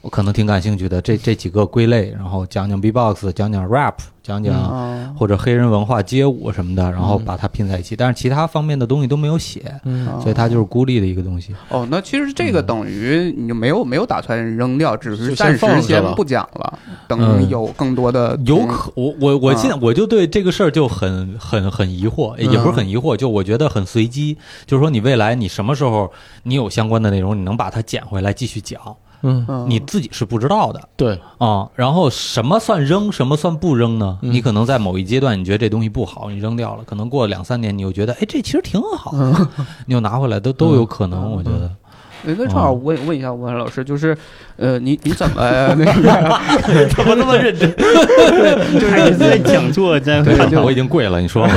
D: 我可能挺感兴趣的这这几个归类，然后讲讲 B-box，讲讲 rap，讲讲、
B: 啊，
D: 或者黑人文化、街舞什么的，然后
C: 嗯
D: 把它拼在一起，但是其他方面的东西都没有写，
C: 嗯，
D: 所以它就是嗯孤立的一个东西。
B: 啊哦，那其实这个等于你就没有没有打算扔掉，只是
C: 就
B: 暂
C: 先放
B: 时
C: 着
B: 先
C: 吧
B: 不讲了，等
D: 嗯
B: 有更多的
D: 有可我我我
B: 啊
D: 现在我就对这个事儿就很很很疑惑，也不是
B: 嗯
D: 很疑惑，就我觉得很随机，就是说你未来你什么时候你有相关的内容，你能把它捡回来继续讲，
C: 嗯，
B: 嗯
D: 你自己是不知道的
C: 对，
D: 啊、然后什么算扔，什么算不扔呢？
C: 嗯
D: 你可能在某一阶段你觉得这东西不好，你扔掉了，可能过两三年你又觉得哎这其实挺好，
B: 嗯
D: 你又拿回来都都有可能，我觉得。
B: 哎那正好
D: 嗯
B: 问问一下吴涵老师，就是呃，你你怎么 那个
E: 怎么那么认真？ 还是在讲座，在
B: 对
D: 看
B: 就
D: 啊我已经跪了，你说吧。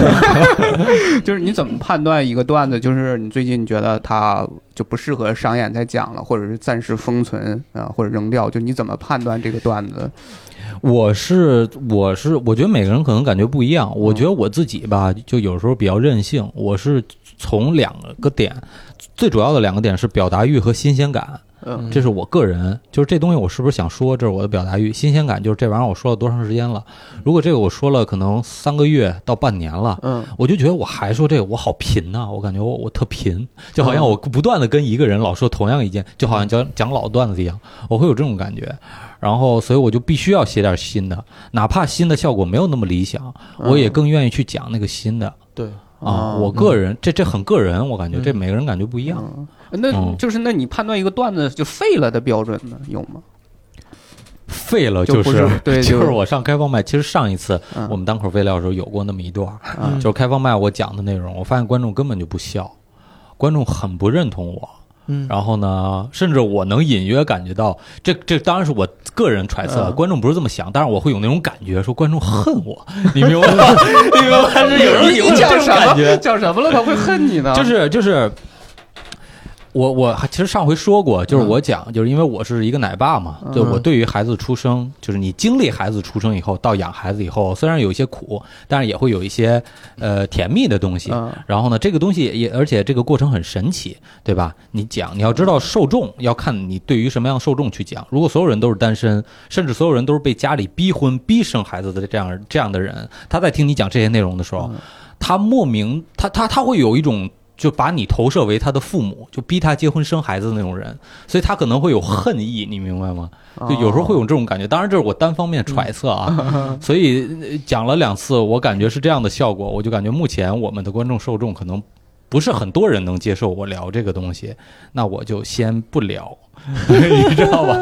B: 就是你怎么判断一个段子，就是你最近觉得它就不适合商演再讲了，或者是暂时封存啊、或者扔掉，就你怎么判断这个段子
D: 我是我是，我觉得每个人可能感觉不一样。我觉得我自己吧，就有时候比较任性。我是从两个点，最主要的两个点是表达欲和新鲜感。
B: 嗯
D: 这是我个人，就是这东西我是不是想说，这是我的表达欲。新鲜感就是这玩意儿我说了多长时间了？如果这个我说了可能三个月到半年了，
B: 嗯
D: 我就觉得我还说这个我好贫呐、我感觉我我特贫，就好像
B: 嗯
D: 我不断的跟一个人老说同样一件，就好像讲讲老段子一样，我会有这种感觉。然后，所以我就必须要写点新的，哪怕新的效果没有那么理想，我也更愿意去讲那个新的
C: 对，
D: 啊。
B: 嗯
D: 我个人这这很个人，我感觉
C: 嗯
D: 这每个人感觉不一样。
B: 嗯那
D: 嗯
B: 就是那你判断一个段子就废了的标准呢，有吗？
D: 废了
B: 就不
D: 是
B: 是对
D: 就
B: 就是
D: 是我上开放麦，其实上一次
B: 嗯
D: 我们单口废料的时候有过那么一段儿，
B: 嗯
D: 就是开放麦我讲的内容，我发现观众根本就不笑，观众很不认同我。
C: 嗯
D: 然后呢，甚至我能隐约感觉到，这这当然是我个人揣测，
B: 嗯
D: 观众不是这么想，但是我会有那种感觉，说观众恨我， 你明白吗？
B: 嗯
D: 你明白吗？是有时候有
B: 你
D: 这
B: 讲
D: 种
B: 什
D: 感
B: 么？
D: 觉，
B: 讲什么了？他会恨你呢？
D: 就是就是。我我还其实上回说过，就是我讲，就是因为我是一个奶爸嘛，
B: 嗯
D: 就我对于孩子出生，就是你经历孩子出生以后到养孩子以后，虽然有一些苦，但是也会有一些呃甜蜜的东西。
B: 嗯
D: 然后呢，这个东西也，而且这个过程很神奇，对吧？你讲，你要知道受众要看你对于什么样的受众去讲。如果所有人都是单身，甚至所有人都是被家里逼婚、逼生孩子的这样这样的人，他在听你讲这些内容的时候，他莫名，他他他会有一种。就把你投射为他的父母，就逼他结婚生孩子的那种人，所以他可能会有恨意，你明白吗？
B: 哦
D: 就有时候会有这种感觉，当然这是我单方面揣测 啊，所以呃讲了两次，我感觉是这样的效果，我就感觉目前我们的观众受众可能不是很多人能接受我聊这个东西， 那我就先不聊， 你知道吧？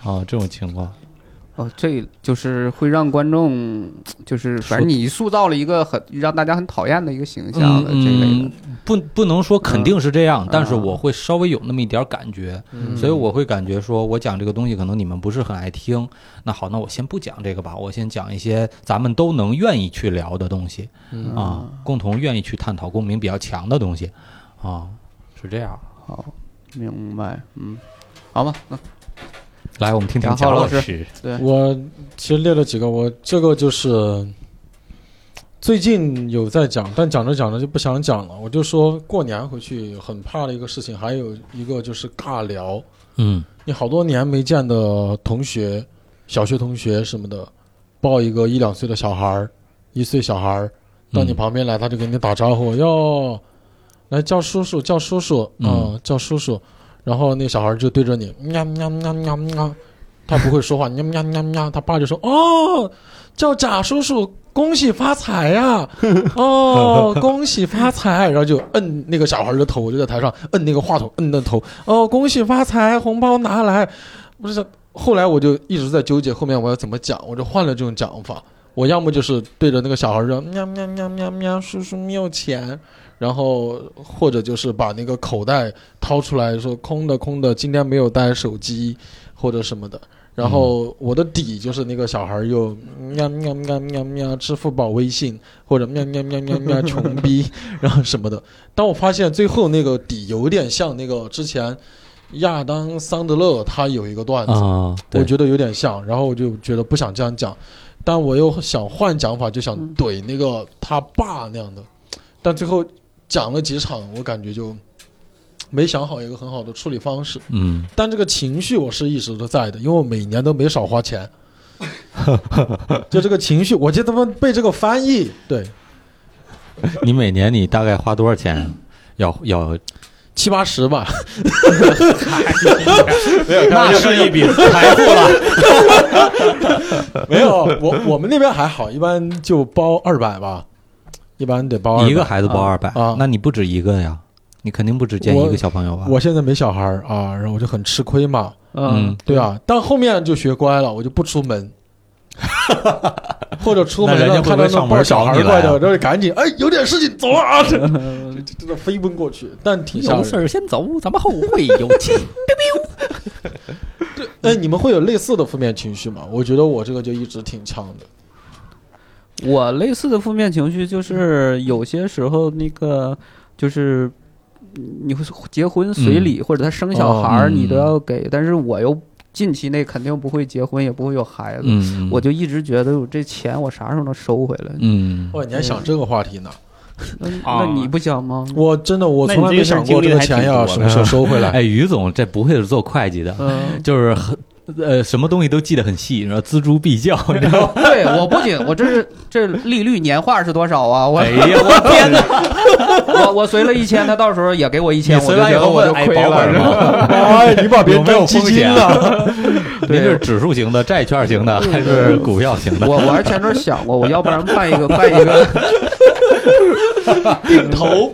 D: 啊，这种情况，
B: 哦，这就是会让观众，就是反正你塑造了一个很让大家很讨厌的一个形象的这类的
D: 嗯，，不不能说肯定是这样，
B: 嗯
D: 但是我会稍微有那么一点感觉，嗯所以我会感觉说我讲这个东西可能你们不是很爱听，那好，那我先不讲这个吧，我先讲一些咱们都能愿意去聊的东西。
C: 嗯
D: 啊，共同愿意去探讨共鸣比较强的东西，啊，是这样。
B: 好，明白，嗯，好吧，那
D: 来，我们听听
B: 然后
D: 贾
B: 老
D: 老
B: 师
D: 师，
C: 我其实列了几个，我这个就是最近有在讲，但讲着讲着就不想讲了。我就说过年回去很怕的一个事情，还有一个就是尬聊，
D: 嗯
C: 你好多年没见的同学，小学同学什么的，抱一个一两岁的小孩儿，一岁小孩儿到你
D: 嗯
C: 旁边来，他就给你打招呼，哟、来叫叔叔，叫叔叔，啊、
D: 嗯
C: 叫叔叔，然后那小孩就对着你，喵喵喵喵喵，他不会说话，喵喵喵喵，他爸就说，哦，叫贾叔叔。恭喜发财呀、哦，恭喜发财！然后就摁那个小孩的头，我就在台上摁那个话筒，摁那头。哦，恭喜发财，红包拿来！不是，后来我就一直在纠结，后面我要怎么讲，我就换了这种讲法。我要么就是对着那个小孩说喵喵喵喵喵，叔叔没有钱，然后或者就是把那个口袋掏出来说空的空的，今天没有带手机或者什么的。然后我的底就是那个小孩又喵喵喵喵喵，支付宝、微信或者喵喵喵喵喵穷逼，然后什么的。当我发现最后那个底有点像那个之前亚当桑德勒他有一个段子，
D: 啊，
C: 我
D: 对，
C: 觉得有点像，然后我就觉得不想这样讲，但我又想换讲法，就想怼那个他爸那样的，但最后讲了几场，我感觉就没想好一个很好的处理方式。
D: 嗯，
C: 但这个情绪我是一直都在的，因为我每年都没少花钱。 就这个情绪，我就他妈被这个翻译对
D: 你每年你大概花多少钱？要要，
C: 七八十吧，
D: 那是一笔财富了。
C: 没有 我我们那边还好，一般就包二百吧，一般得包200
D: 一个孩子包二百
C: 啊，
D: 那你不止一个呀？你肯定不止见一
C: 我
D: 个小朋友吧？
C: 我现在没小孩儿啊，然后我就很吃亏嘛，
D: 嗯，
C: 对啊。但后面就学乖了，我就不出 门，或者出门
D: 那人
C: 了
D: 家会
C: 看
D: 不
C: 到
D: 会
C: 那
D: 上门
C: 抱小孩儿
D: 找你来
C: 怪
D: 啊
C: 的，然后就赶紧哎，有点事情走了 啊，这这这真的飞奔过去，但挺吓
E: 有事
C: 人。
E: 儿先走，咱们后会有期。
C: 哎，你们会有类似的负面情绪吗？我觉得我这个就一直挺强的。
E: 我类似的负面情绪就是有些时候那个就是。你会结婚随礼、或者他生小孩儿，
D: 嗯
E: 你都要给，但是我又
B: 近期内肯定不会结婚，也不会有孩子。
D: 嗯，
B: 我就一直觉得，我这钱我啥时候能收回来？
D: 嗯，
C: 哇，你还想这个话题呢？
B: 那
E: 啊
B: 那你不想吗？
C: 我真的我从来没想过这个钱要什么时候收回来。
D: 哎，于总这不愧是做会计的，
B: 嗯，
D: 就是很呃什么东西都记得很细，然后锱铢必 较，你知道吗？
B: 对我不仅我这是这利率年化是多少啊？我
D: 哎呀，我天哪！
B: 我我随了一千，他到时候也给我一千，
D: 你
B: 我
D: 随
B: 就
D: 完以
B: 觉得
D: 后
B: 我
D: 问
B: 就
D: 哎
B: 亏
D: 保
B: 了
D: 本
B: 是吧。
D: 吗？
C: 哎，你把别人
D: 有没有
C: 当基
D: 风
C: 金
D: 险
C: 了？
D: 您是指数型的、债券型的还是股票型 的？
B: 我我还前阵想过，我要不然办一个办一个，
C: 定投，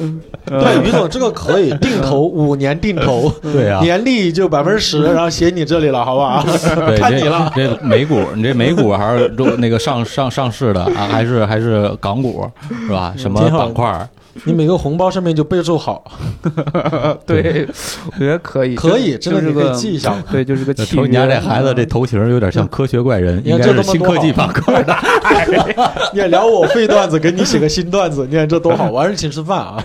D: 嗯
C: 对，于总这个可 以定投，五年定投，
D: 对啊，
C: 年利就百分之十，然后写你这里了，好不 好？
D: 对，
C: 看
D: 这
C: 你了
D: 这美股，你这美股还是中那个上上上市的啊，还是还是港股是吧？什么
C: 挺好
D: 板块儿？
C: 你每个红包上面就备注好，
B: 对，我觉得可以，
C: 可以，
B: 就
C: 真
B: 就
C: 的
B: 是
C: 你可以
B: 个
C: 记一下。
B: 对，就是 个契
D: 瞅你家
B: 约嗯
D: 这孩子这头型儿有点像科学怪人，
C: 你
D: 应
C: 看
D: 该
C: 这
D: 是
C: 他妈
D: 新
C: 多
D: 科技
C: 好
D: 板块的。
C: 你看聊我废段子，给你写个新段子，你看这多好，晚上请吃饭 啊！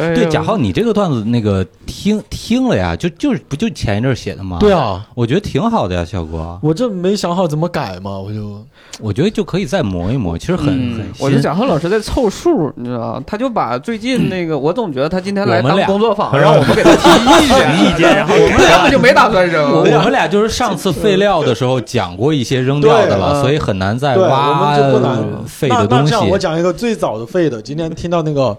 B: 哎呦
D: 对，贾浩，你这个段子那个听听了呀，就就是不就前一阵儿写的吗？
C: 对，啊，
D: 我觉得挺好的呀，效果，
C: 我这没想好怎么改嘛，我就
D: 我觉得就可以再磨一磨，其实很
B: 嗯
D: 很
B: 我觉
D: 新
B: 得。贾浩老师在凑数，你知道，他就把最近那个，我总觉得他今天来
D: 我们
B: 当
D: 俩
B: 工作坊，让我们给他提意见，
E: 意见，然 后
B: 我们根本就没打算
D: 我
B: 扔。
D: 我们俩就是上次废料的时候讲过一些扔掉的
B: 对
D: 了，
B: 嗯
D: 所以很难再
C: 对，我
D: 挖
C: 们就不难
D: 废的
C: 那
D: 东
C: 那
D: 西
C: 这。样，我讲一个最早的废的，今天听到那个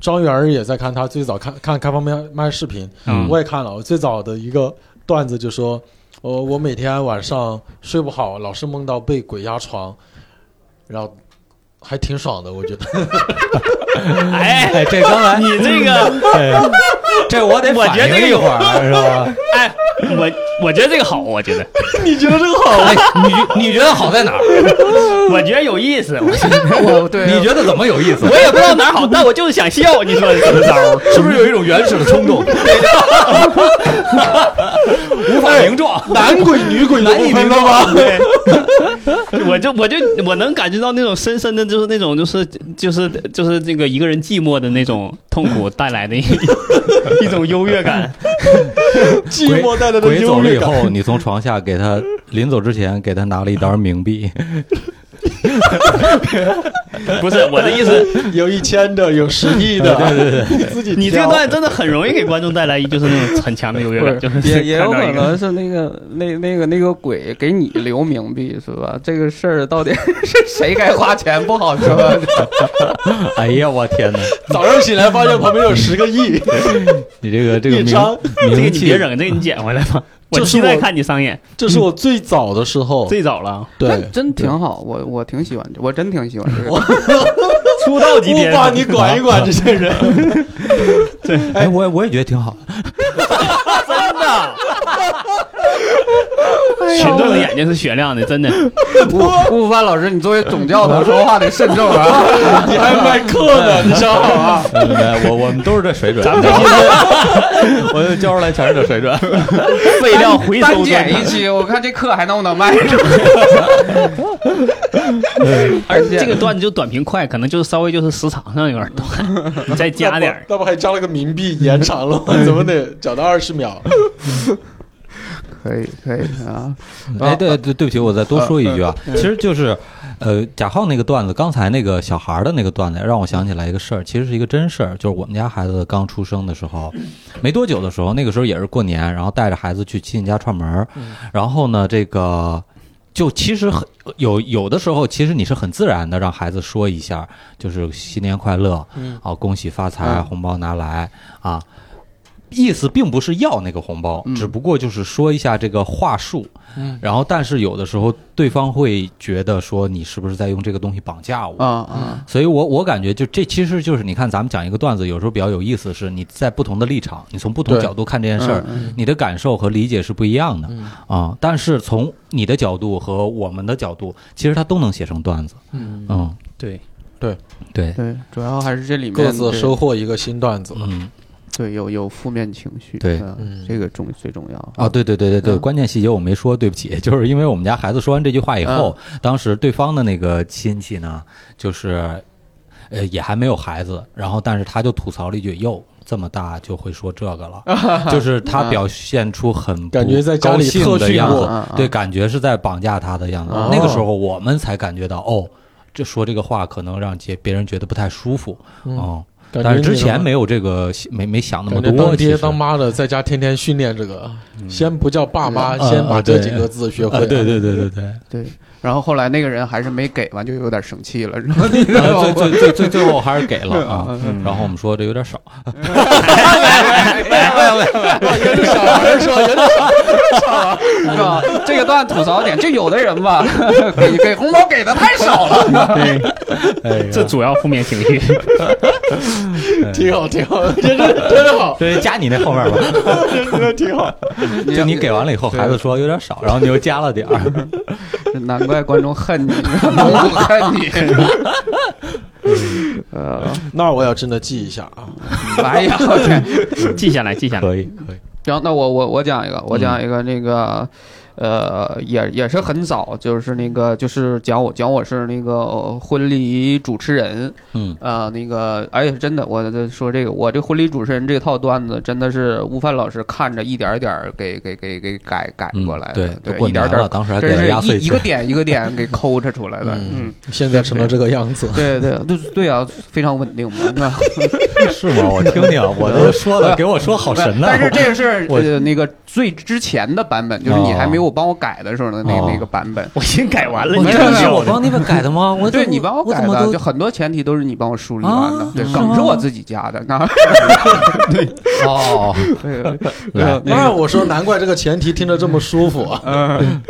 C: 张元儿也在看他最早看看开放麦麦视频，
D: 嗯
C: 我也看了，我最早的一个段子就说，我、我每天晚上睡不好，老是梦到被鬼压床，然后还挺爽的，我觉得。
E: 哎，
D: 哎，这刚才
E: 你这个，
D: 哎 这我得
E: 我觉
D: 反
E: 得
D: 应一会儿，是吧？
E: 哎，我我觉得这个好，我觉得，
C: 你觉得这个好？
D: 哎，你你觉得好在哪儿？
E: 我觉得有意思，我
B: 我对，啊
D: 你觉得怎么有意思
E: 我？也不知道哪儿好，但我就是想笑，你说怎么着？
D: 是不是有一种原始的冲 动，无法名状？
C: 男鬼女鬼都
D: 难
C: 不
D: 以
C: 分
D: 名
C: 的吗？
E: 对， 我就我就我能感觉到那种深深的，就是那种就是就是就是这个一个人寂寞的那种痛苦带来的一 一种优越感。
C: 寂寞带来的
D: 鬼走
C: 优
D: 了以
C: 越感。
D: 后，你从床下给他临走之前给他拿了一沓冥币，
E: 不是我的意 思，
C: 有一千的，有十亿的，对对对，你 自己
E: 你这
C: 挑
E: 个段真的很容易给观众带来就是那种很强的优越感，就
B: 不
E: 是
B: 是也也有
E: 看到
B: 可
E: 一个
B: 能是那个那那个那个鬼给你留冥币是吧？这个事儿到底 是谁该花钱不好说。
D: 哎呀，我天哪！
C: 早上醒来发现旁边有十个亿，
D: 你这个这个
C: 一张
D: 名
E: 这个
D: 名
E: 你
D: 气
E: 别，扔，这个你捡回来 吧。
C: 这
E: 我
C: 是
E: 期
C: 我
E: 待看你上演，
C: 这是我最早的时候。
E: 最早了，
B: 但
C: 对，
B: 真挺好，我我挺喜欢这，我真挺喜欢这个。
E: 出道几
C: 我
E: 天，
C: 把你管一 管这些人。
D: 哎，我也我也觉得挺好的。
E: 真的。群
C: 哎
E: 众的眼睛是雪亮的，真的。
B: 顾顾帆老师，你作为总教头说话得慎重啊！
C: 你还卖课呢，你想好啊？
D: 哎我我们都是这水准， 我就教出来全是这水准。
E: 废料回
B: 单
E: 收
B: 剪
E: 专
B: 一
E: 场。
B: 期，我看这课还能不能卖出去？而且
E: 这个段子就短平快，可能就是稍微就是时长上有点短， 你再加点儿。
C: 那不还加了个冥币延长 了吗？怎么得讲到二十秒？
B: 可以可以啊，
D: 哎，对对，对不起，我再多说一句啊，其实就是，呃，贾浩那个段子，刚才那个小孩儿的那个段子，让我想起来一个事儿，其实是一个真事儿，就是我们家孩子刚出生的时候，没多久的时候，那个时候也是过年，然后带着孩子去亲戚家串门儿，然后呢，这个。就其实很有有的时候，其实你是很自然的让孩子说一下，就是新年快乐，
C: 嗯
D: 啊，恭喜发财，
B: 嗯
D: 红包拿来啊。意思并不是要那个红包，
B: 嗯
D: 只不过就是说一下这个话术，
C: 嗯，
D: 然后但是有的时候对方会觉得说你是不是在用这个东西绑架我，
B: 啊啊，
D: 所以我我感觉就这其实就是你看咱们讲一个段子，有时候比较有意思的是你在不同的立场，你从不同
C: 对
D: 角度看这件事儿，
B: 嗯
D: 你的感受和理解是不一样的啊、但是从你的角度和我们的角度，其实它都能写成段子，
C: 嗯
D: 嗯，
E: 对，
D: 对，
B: 对，主要还是这里面
C: 各自
B: 对
C: 收获一个新段子。
D: 嗯。
B: 对有有负面情绪，
D: 对
B: 啊
C: 嗯
B: 这个重最重要
D: 啊，对对对对对，
B: 嗯
D: 关键细节我没说，对不起， 就是因为我们家孩子说完这句话以后，
C: 嗯
D: 当时对方的那个亲戚呢，就是，呃，也还没有孩子，然后但是他就吐槽了一句：“哟，这么大就会说这个
C: 啊
D: 了，就是他表现出很不
C: 嗯感觉在家里
D: 高兴
C: 特
D: 的
C: 训
D: 样
C: 过嗯
D: 子，
B: 啊，
D: 对，感觉是在绑架他的样子。
C: 哦
D: 那个时候我们才感觉到，哦，这说这个话可能让别别人觉得不太舒服
C: 嗯，
D: 哦。
C: 感觉
D: 但是之
C: 那个
D: 前没有这个没没想那么
C: 感觉当
D: 多，其
C: 爹
D: 实
C: 当妈的在家天天训练这个，先不叫爸妈，
D: 嗯
C: 先把
D: 啊
C: 这
D: 对
C: 几个字学会嗯
D: 呃，。对对对对对。
B: 对。然后后来那个人还是没给完，就有点生气了，然后你知道
D: 呃
B: 吗？
D: 最最最最最后还是给了啊
B: 嗯嗯。
D: 然后我们说这有点少，
B: 哎
C: 小孩儿说，
B: 是吧？这个段吐槽点，就有的人吧，给给红包给的太少了。
E: 对，
D: 哎呀
E: 这主要负面情绪。
C: 挺好，挺好， 真是真好，
D: 对加你那后面吧，
C: 真的挺好。
D: 就你给完了以后，孩子说有点少，然后你又加了点儿。
B: 嗯 难怪观众恨你，农夫恨你。呃，
C: 那儿我要真的记一下啊，
B: 哎呀，我 天！
E: 记下来，记下来。
D: 可以可以，
B: 行，那我我我讲一个，我讲一个那个。呃，也也是很早，就是那个，就是讲我讲我是那个呃婚礼主持人，
D: 嗯
B: 啊，那个，哎，真的，我在说这个，我这婚礼主持人这套段子真的是悟饭老师看着一点儿一点儿给给给给改改
D: 嗯
B: 过来的，
D: 对，都
B: 对，
D: 过
B: 一点儿
D: 年
B: 点
D: 了，
B: 儿，
D: 当时还给
B: 真
D: 了压
B: 是
D: 岁
B: 一一个
D: 钱。
B: 点一个点给抠着出来的，
C: 嗯
B: 嗯，
C: 现在成了这个样子，
B: 对对对对啊，非常稳定嘛，是吧？
D: 是吗？我听
B: 啊
D: 听，我都说了，给我说好哦神呐。
B: 但是这个是
D: 我
B: 呃那个最之前的版本，就是你还没有帮我改的时候的那
D: 哦
B: 那个版本。
E: 我已经改完了，
D: 我
E: 你
B: 没
E: 知
B: 有
E: 道
D: 真
B: 没
D: 是
B: 有
E: 吗
D: 我帮你们改的吗？我
B: 对
D: 怎么
B: 你帮
D: 我
B: 改
D: 怎么
B: 的，
D: 都
B: 就很多前提都是你帮我梳理完的
D: 啊，
B: 对，
D: 是
B: 梗是
D: 吗
B: 我自己加的。那
D: 哦，
B: 对
D: 来
B: 那
C: 那我说难怪这个前提听着这么舒服啊。
B: 嗯，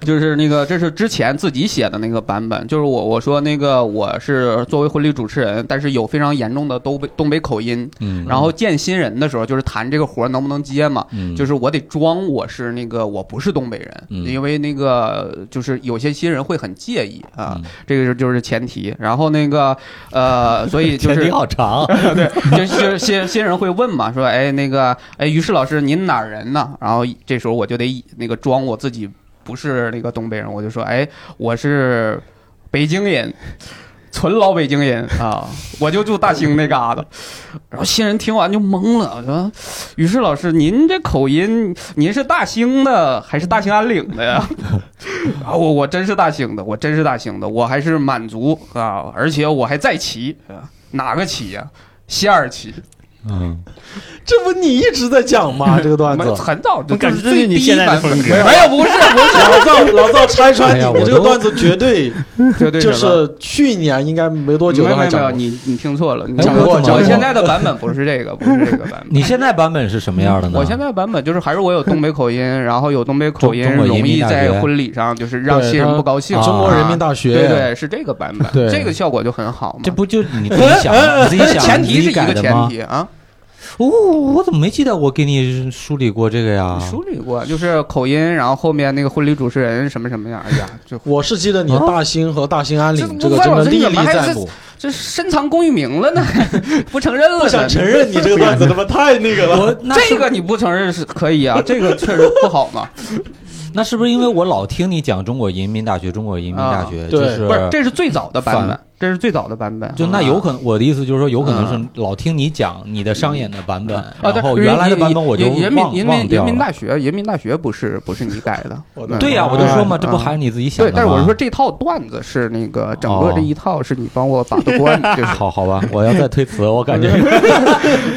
B: 就是那个，这是之前自己写的那个版本，就是我我说那个我是作为婚礼主持人，但是有非常严重的东北东北口音，
D: 嗯，
B: 然后见新人的时候，就是谈这个活儿能不能接嘛，
D: 嗯
B: 就是我得装我是那个我不是东北人，
D: 嗯
B: 因为那个就是有些新人会很介意啊，
D: 嗯
B: 这个是就是前提。然后那个呃，所以就
D: 前
B: 是
D: 提 好长，
B: 就是就是新新人会问嘛，说哎那个哎于适老师您哪儿人呢？然后这时候我就得以那个装我自己不是那个东北人，我就说哎我是北京人。纯老北京人啊，我就住大兴那嘎达，然后新人听完就懵了，说：“于适老师，您这口音，您是大兴的还是大兴安岭的呀？” 啊，我我真是大兴的，我真是大兴的，我还是满族啊，而且我还在骑啊，哪个骑呀、西二旗，
D: 嗯，
C: 这不你一直在讲吗？这 个段子。
B: 很早就
E: 我感觉
B: 就
E: 这是你
B: 最低
E: 现在的
B: 版本
E: 风格
B: 没有，不是不是，
C: 老赵，老赵拆穿
D: 哎呀
C: 你，
D: 我
C: 你这
D: 都
C: 个段子绝对
B: 对对，
C: 就
B: 什么
C: 是去年应该没多久
B: 没
C: 都
B: 有没有没
C: 还讲
B: 有，
C: 过。
B: 你你听错了，你
C: 讲过讲过
B: 我现在的版本不是这个，不是这个版本。
D: 你现在版本是什么样的呢？
B: 我现在版本就是还是我有东北口音，然后有东北口音
D: 中中国
B: 容
D: 移民
B: 易
D: 大学
B: 在婚礼上就是让
C: 对
B: 新人
C: 他
B: 不高兴。
D: 啊
C: 中国人民大学，
B: 对对，是这个版本，
C: 对
B: 这个效果就很好嘛。
D: 这不就你自己想的，你自己
B: 但是
D: 想
B: 呃前提
D: 你
B: 是
D: 自己
B: 一
D: 改
B: 个
D: 的
B: 前
D: 吗？
B: 提啊，
D: 哦，我怎么没记得我给你梳理过这个呀
B: 你？梳理过，就是口音，然后后面那个婚礼主持人什么什么样，哎呀，就
C: 我是记得你大兴和大兴安岭
B: 这
C: 啊这个真
B: 我
C: 的
B: 这
C: 历
B: 怎
C: 历
B: 么还
C: 在
B: 是
C: 目，
B: 这深藏功与名了呢， 不承认了呢，
C: 不想承认你这个段子他妈太那个了。
D: 我那
B: 这
D: 是
B: 个你不承认是可以啊，这个确实不好嘛。
D: 那是不是因为我老听你讲中国移民大学，中国移民大学
C: 啊
D: 就
B: 不是，这是最早的版本
D: 反，
B: 这是最早的版本。
D: 就那有可能，我的意思就是说，有可能是老听你讲你的商演的版本，
B: 啊，
D: 然后原来的版本我就
B: 人民
D: 忘
B: 人
D: 忘
B: 民人
D: 掉
B: 民
D: 了。
B: 大学，人民大学不是不是你改的
C: 我的，
D: 对呀，
C: 嗯
D: 我就说嘛，
B: 嗯
D: 这不还是你自己想
B: 对，
D: 的吗？
B: 但是我是说这套段子是那个整个这一套是你帮我把的关，就是
D: 好好吧，我要再推辞，我感觉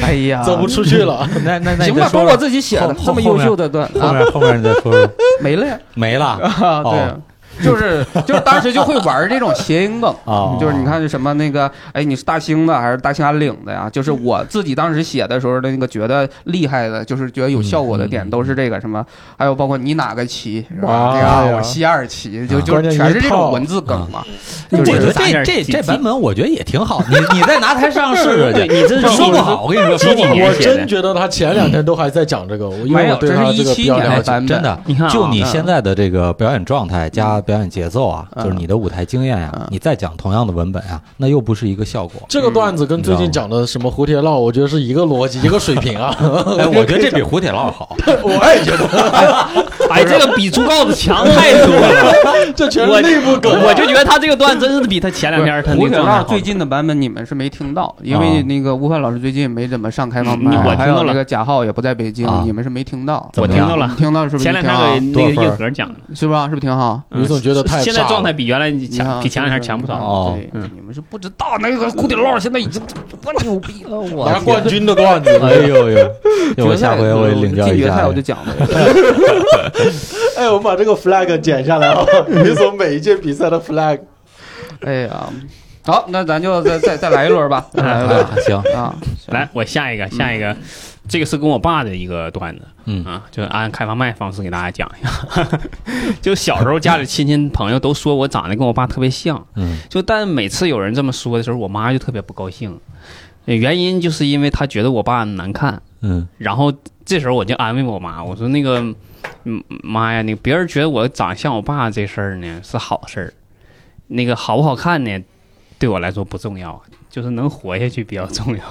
B: 哎呀，
C: 走不出去了，
D: 那那那你
B: 行
D: 再
B: 吧，
D: 说
B: 帮我
D: 说，
B: 自己写的
D: 后
B: 这么优秀的段
D: 后
B: 啊，
D: 面后面你再说说，
B: 没了呀，
D: 没了
B: 啊，对
D: 哦，
B: 就是就是当时就会玩这种谐音梗。
D: 啊，
B: 就是你看什么那个，哎，你是大兴的还是大兴安岭的呀？就是我自己当时写的时候的那个觉得厉害的，就是觉得有效果的点
D: 嗯嗯
B: 都是这个什么，还有包括你哪个旗是吧？
C: 哇
B: 对啊，
C: 呀
B: 我西二旗，就
D: 哎啊
B: 就
C: 关键
B: 全
C: 一
B: 是这
C: 套
B: 种文字梗嘛。
D: 我
B: 就是
D: 觉得
E: 撒
D: 这
E: 点
D: 这
E: 几
D: 这
E: 几
D: 版本我觉得也挺好，你你再拿台上试试
E: 对
D: 去，
E: 你这是
D: 说不好，我跟你说，
E: 几几年
C: 我
E: 写的
C: 真觉得他前两天都还在讲这个，我因
B: 没
C: 为
B: 有
C: 我对
B: 这是
C: 他这个
B: 17
C: 比较
B: 年
C: 了
D: 哎
C: 解。
B: 版本
D: 真的
E: 你看啊，
D: 就你现在的这个表演状态加表演节奏啊，
B: 嗯
D: 就是你的舞台经验呀、
B: 嗯
D: 你再讲同样的文本啊，那又不是一个效 果。
C: 这个段子跟最
E: 嗯
C: 近讲的什么蝴蝶烙，我觉得是一个逻辑，一个水平啊。
D: 哎，我觉得这比胡铁烙好。
C: 我也觉
E: 哎，这个比猪羔 子强太多了。
C: 得 这全
E: 我
C: 是内部梗啊。
E: 啊我就觉得他这个段真是比他前两天他那
B: 胡
E: 个
B: 铁
E: 状态
B: 烙
E: 好
B: 最。近的版本你们是没听到，因
D: 啊
B: 为那个吴凡老师最近没怎么上开放
E: 嗯我
B: 麦，
E: 听
B: 还
E: 到
B: 有
E: 了
B: 那个贾浩也不在北京
D: 啊，
B: 你们是没听到。
E: 我
D: 怎么
E: 听
D: 样
E: 到
B: 你
E: 了，
B: 听到是不是？
E: 前两天
B: 听
E: 给
D: 多
E: 那个
D: 少
E: 月
D: 分
E: 和讲的，
B: 到是吧？是不是挺好？
C: 于总觉得太
E: 现在
C: 差
E: 状态
C: 了啊
E: 比原来
B: 你看啊
E: 强，比前两天强不少。
D: 哦
B: 对
E: 嗯
B: 你们是不知道。
E: 到那个蝴蝶烙现在已经多牛逼了，我
C: 拿冠军的段子。
D: 哎呦 呦！我
B: 决赛
D: 下回我领教
B: 进
D: 一
B: 决赛
D: 下
B: 我。就讲了，
C: 哎，我们把这个 flag 剪下来啊， 于总每一届比赛的 flag。
B: 哎呀，好，那咱就再再再来一 轮吧，再来一轮
D: 啊，行，
B: 啊，
E: 来，我下一个，下一个，这个是跟我爸的一个段子，
D: 嗯
E: 啊，就是按开放麦方式给大家讲 一下。就小时候家里亲戚朋友都说我长得跟我爸特别像，
D: 嗯，
E: 就但每次有人这么说的时候，我妈就特别不高兴，呃原因就是因为她觉得我爸难看。
D: 嗯
E: 然后这时候我就安慰我妈，我说那个，嗯，妈呀，那个别人觉得我长得像我爸这事儿呢是好事儿，那个好不好看呢，对我来说不重要，就是能活下去比较重 要。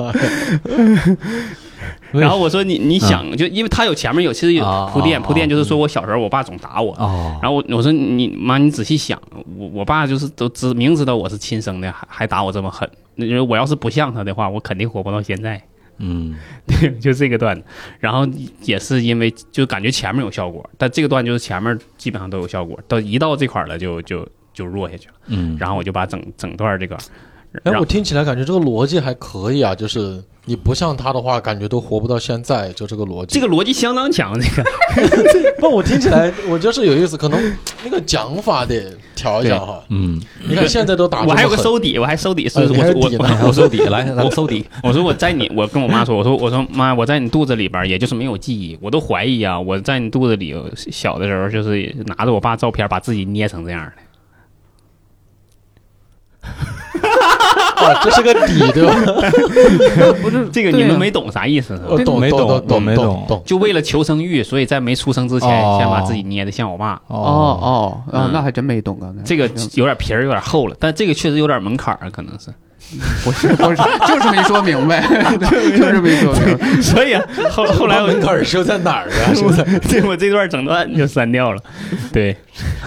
E: 然后我说你你想就因为他有前面有其实有
D: 啊
E: 铺垫
D: 嗯啊
E: 铺垫，就是说我小时候我爸总打我，
D: 哦，
E: 然后我我说你妈你仔细想，我我爸就是都知明知道我是亲生的还还打我这么狠，那就是我要是不像他的话，我肯定活不到现在。
D: 嗯
E: 对，就这个段子，然后也是因为就感觉前面有效果，但这个段就是前面基本上都有效果，到一到这块儿了就就就弱下去了。
D: 嗯，
E: 然后我就把整整段这个，
C: 哎，
E: 然
C: 我
E: 后
C: 听起来感觉这个逻辑还可以啊，就是你不像他的话，感觉都活不到现在，就这个逻辑。
E: 这个逻辑相当强，这个
C: 不，我听起来 我觉得是有意思，可能那个讲法得调一下哈。
D: 嗯，
C: 你看现在都打这
E: 我
C: 么
E: 还
C: 狠，
E: 有个收底，我还收底，是
C: 呃
E: 我
C: 你还有
E: 我
C: 底呢
E: 我
D: 我收底，来，咱们收 底。
E: 我说我在你，我跟我妈说，我说我说妈，我在你肚子里边儿，也就是没有记忆，我都怀疑啊，我在你肚子里小的时候，就是拿着我爸照片把自己捏成这样的。
C: 啊，这是个底，对吧？
B: 不是
E: 这个你们没懂啥意思是吧
C: 我懂
D: 没懂
C: 懂
D: 我没
C: 懂
D: 懂
C: 懂。
E: 啊就为了求生欲，所以在没出生之前，
D: 哦
E: 先把自己捏的像我爸。
D: 哦，
B: 哦哦，啊
E: 嗯，
B: 那还真没懂刚才
E: 这个有点皮儿，有点厚了，但这个确实有点门槛儿，啊可能是。
B: 不是不是，就是没说明白，就是没说明白。
E: 所以啊后后 来我
C: 门槛儿修在哪儿啊？修在
E: 对我这段整段就删掉了。对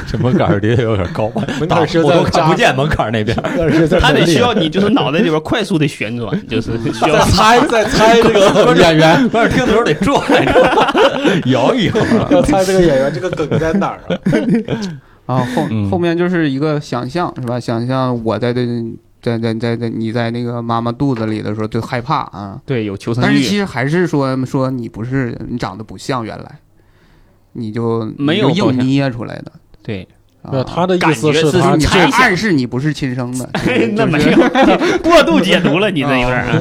D: 这门槛儿的确有点高，门
C: 槛儿是在
D: 我都看不
C: 家
D: 见门槛儿那边。
C: 门槛儿修在
E: 他
C: 哪
E: 得
C: 里
E: 需要你就是脑袋里边快速的旋转，就是需
C: 再
E: 要。
C: 猜再猜这 个演员，
D: 不是听的时候得转， 摇一摇。
C: 要猜这个演员这个梗在哪儿啊？
B: 啊，后
D: 嗯
B: 后面就是一个想象是吧？想象我在这在在在在你在那个妈妈肚子里的时候就害怕啊，
E: 对，有求生
B: 但是其
E: 欲。
B: 实还是说说你不是你长得不像原来，你就
E: 没有
B: 你就
E: 好
B: 硬
E: 像
B: 捏出来的。
E: 对，
C: 没有，
B: 啊，
C: 他的意
E: 感
C: 思
E: 觉
C: 是
E: 是
C: 他
B: 你
E: 你
C: 这
B: 还
E: 这，
B: 暗示你不是亲生的
E: 哎那
B: 就是
E: 没有 过度解读了，你这有点儿啊。啊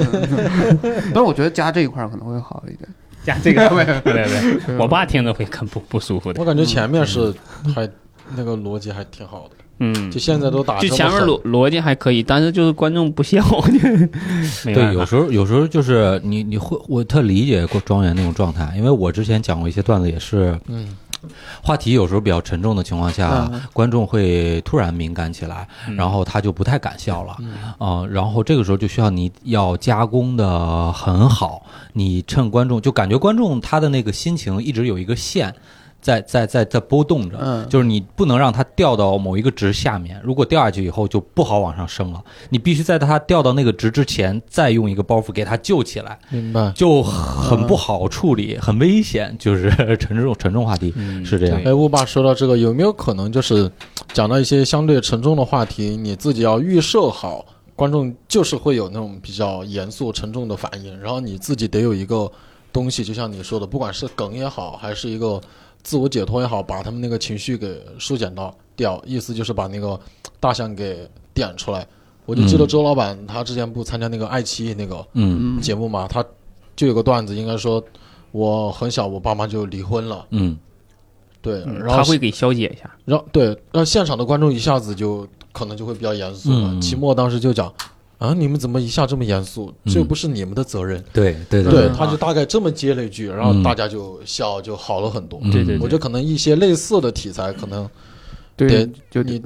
B: 但是我觉得加这一块儿可能会好一点。
D: 啊
E: 加这个， 对对对，我爸听着会很不不舒服的
C: 我。感觉前面是还那个逻辑还挺好的，
E: 嗯
C: 就，现在都打
E: 就前面
C: 这么
E: 逻逻辑还可以，但是就是观众不笑，
D: 对，
E: 没办法
D: 有时候有时候就是你你会我特理解过庄园那种状态，因为我之前讲过一些段子，也是
C: 狠嗯，
D: 话题有时候比较沉重的情况下，观众会突然敏感起来，
E: 嗯
D: 然后他就不太敢笑了，嗯、然后这个时候就需要你要加工的很好，你趁观众就感觉观众他的那个心情一直有一个线。在在在在波动着，
B: 嗯
D: 就是你不能让它掉到某一个值下面，如果掉下去以后就不好往上升了。你必须在它掉到那个值之前，再用一个包袱给它救起来，
C: 明白。
D: 就很不好处理，很危险，就是沉重沉重话题。
E: 嗯
D: 是这样
C: 哎，
E: 对
C: 雾爸说到这个，有没有可能就是讲到一些相对沉重的话题，你自己要预设好，观众就是会有那种比较严肃沉重的反应，然后你自己得有一个东西，就像你说的，不管是梗也好，还是一个自我解脱也好，把他们那个情绪给疏解到掉，意思就是把那个大象给点出来。我就记得
D: 嗯
C: 周老板他之前不参加那个爱奇艺那个
D: 嗯
B: 嗯，
C: 节目嘛，他就有个段子，应该说我很小，我爸妈就离婚了，
D: 嗯
C: 对，
E: 嗯
C: 然后
E: 他会给消解一下。
C: 呃然后对，让现场的观众一下子就可能就会比较严肃了。
D: 嗯
C: 期末当时就讲，啊，你们怎么一下这么严肃？
D: 嗯
C: 这不是你们的责任。
D: 对对
C: 对，
E: 嗯
C: 他就大概这么接了一句，然后
D: 嗯
C: 大家就笑就好了很多。
D: 嗯
E: 对对
C: 我觉得可能一些类似的题材，可能
B: 对
C: 对，
B: 就
C: 你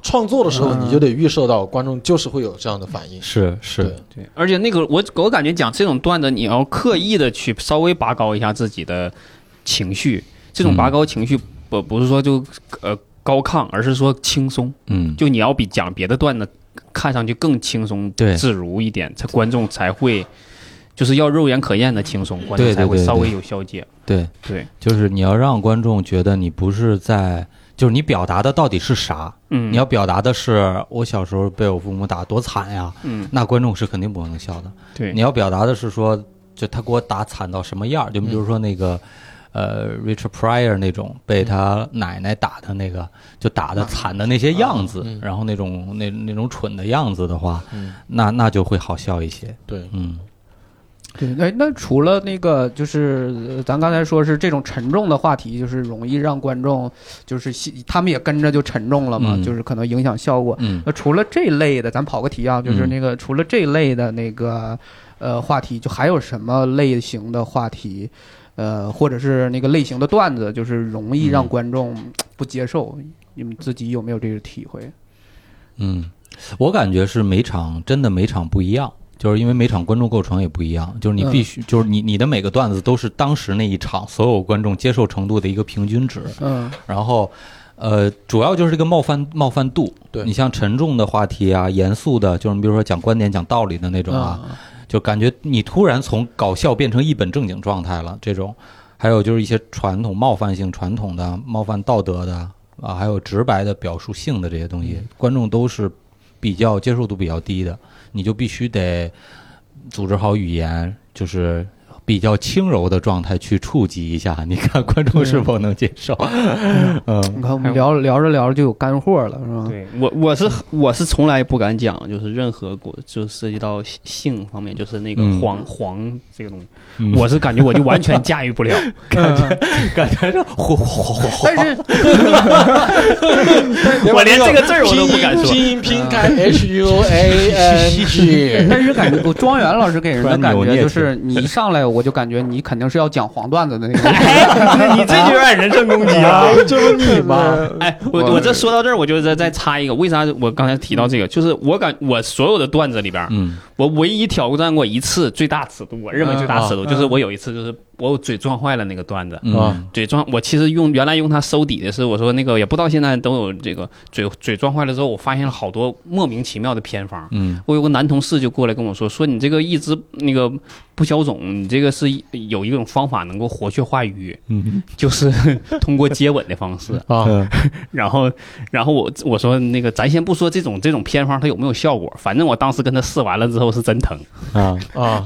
C: 创作的时候
B: 嗯
C: 你就得预设到观众就是会有这样的反应。
D: 是
C: 对
D: 是，
E: 而且那个我我感觉讲这种段子，你要刻意的去稍微拔高一下自己的情绪，这种拔高情绪不不是说就呃高亢，而是说轻松，
D: 嗯，
E: 就你要比讲别的段子看上去更轻松
D: 对
E: 自如一点，才观众才会就是要肉眼可见的轻松，观众
D: 对对
E: 才会
D: 对
E: 稍微
D: 对
E: 有消解。
D: 对，
E: 对，
D: 就是你要让观众觉得你不是在，就是你表达的到底是啥？
E: 嗯，
D: 你要表达的是我小时候被我父母打多惨呀，
E: 嗯
D: 那观众是肯定不能笑的。
E: 对
D: 你要表达的是说，就他给我打惨到什么样儿？就比
C: 嗯
D: 如说那个，呃，Richard Pryor 那种被他奶奶打的那个，就打的惨的那些样子，
C: 嗯
D: 然后那种那那种蠢的样子的话，
C: 嗯，
D: 那那就会好笑一些。
C: 对，
D: 嗯
B: 对，哎，那除了那个，就是呃咱刚才说是这种沉重的话题，就是容易让观众就是吸他们也跟着就沉重了嘛，
D: 嗯
B: 就是可能影响效果。
D: 嗯
B: 那呃除了这类的，咱跑个题啊，就是
D: 嗯
B: 那个、除了这类的那个呃话题，就还有什么类型的话题，呃，或者是那个类型的段子，就是容易让
D: 嗯
B: 观众不接受？你们自己有没有这个体会？
D: 嗯，我感觉是每场真的每场不一样。就是因为每场观众构成也不一样，就是
C: 嗯
D: 你必须，就是你你的每个段子都是当时那一场所有观众接受程度的一个平均值，
B: 嗯
D: 然后，呃，主要就是这个冒犯冒犯度。
C: 对
D: 你像沉重的话题啊，严肃的，就是你比如说讲观点、讲道理的那种啊，
B: 嗯
D: 就感觉你突然从搞笑变成一本正经状态了。这种，还有就是一些传统冒犯性、传统的冒犯道德的啊，还有直白的表述性的这些东西，观众都是比较接受度比较低的，你就必须得组织好语言，就是。比较轻柔的状态去触及一下，你看观众是否能接受？嗯，
B: 你看我们聊聊着聊着就有干货了，是吧？
E: 对我，我是我是从来不敢讲，就是任何国就涉及到性性方面，就是那个
D: 嗯
E: 黄、黄这个东西，
D: 嗯
E: 我是感觉我就完全驾驭 不了。
B: 嗯。
D: 感 觉是火火火火火，
B: 但是
E: 我连这个字儿我都不敢说
C: 拼音拼音拼开 H U A N G，
B: 但是感觉我庄园老师给人的感觉
D: 突然扭捏
B: 就是，你一上来我就感觉你肯定是要讲黄段子的那 种。
E: 哎，你这就有点人身攻击啊！
C: 这不你吗？
E: 哎，我
B: 我
E: 我这说到这儿，我就再再插一个，为啥我刚才提到这个？就是我感我所有的段子里边，
D: 嗯
E: 我唯一挑战过一次最大尺度，我认为最大尺度
B: 嗯
E: 就是我有一次就是我嘴撞坏了那个段子，
D: 嗯
C: 啊
E: 嘴撞，我其实用原来用它收底的是，我说那个也不知道现在都有这个嘴嘴撞坏了之后，我发现了好多莫名其妙的偏方。
D: 嗯
E: 我有个男同事就过来跟我说，说你这个一直那个不消肿，你这个是有一种方法能够活血化瘀，
D: 嗯
E: 就是 通过接吻的方式。
C: 啊，
E: 然后，然后我我说那个咱先不说这种这种偏方它有没有效果，反正我当时跟他试完了之后是真疼。
D: 啊，
C: 啊，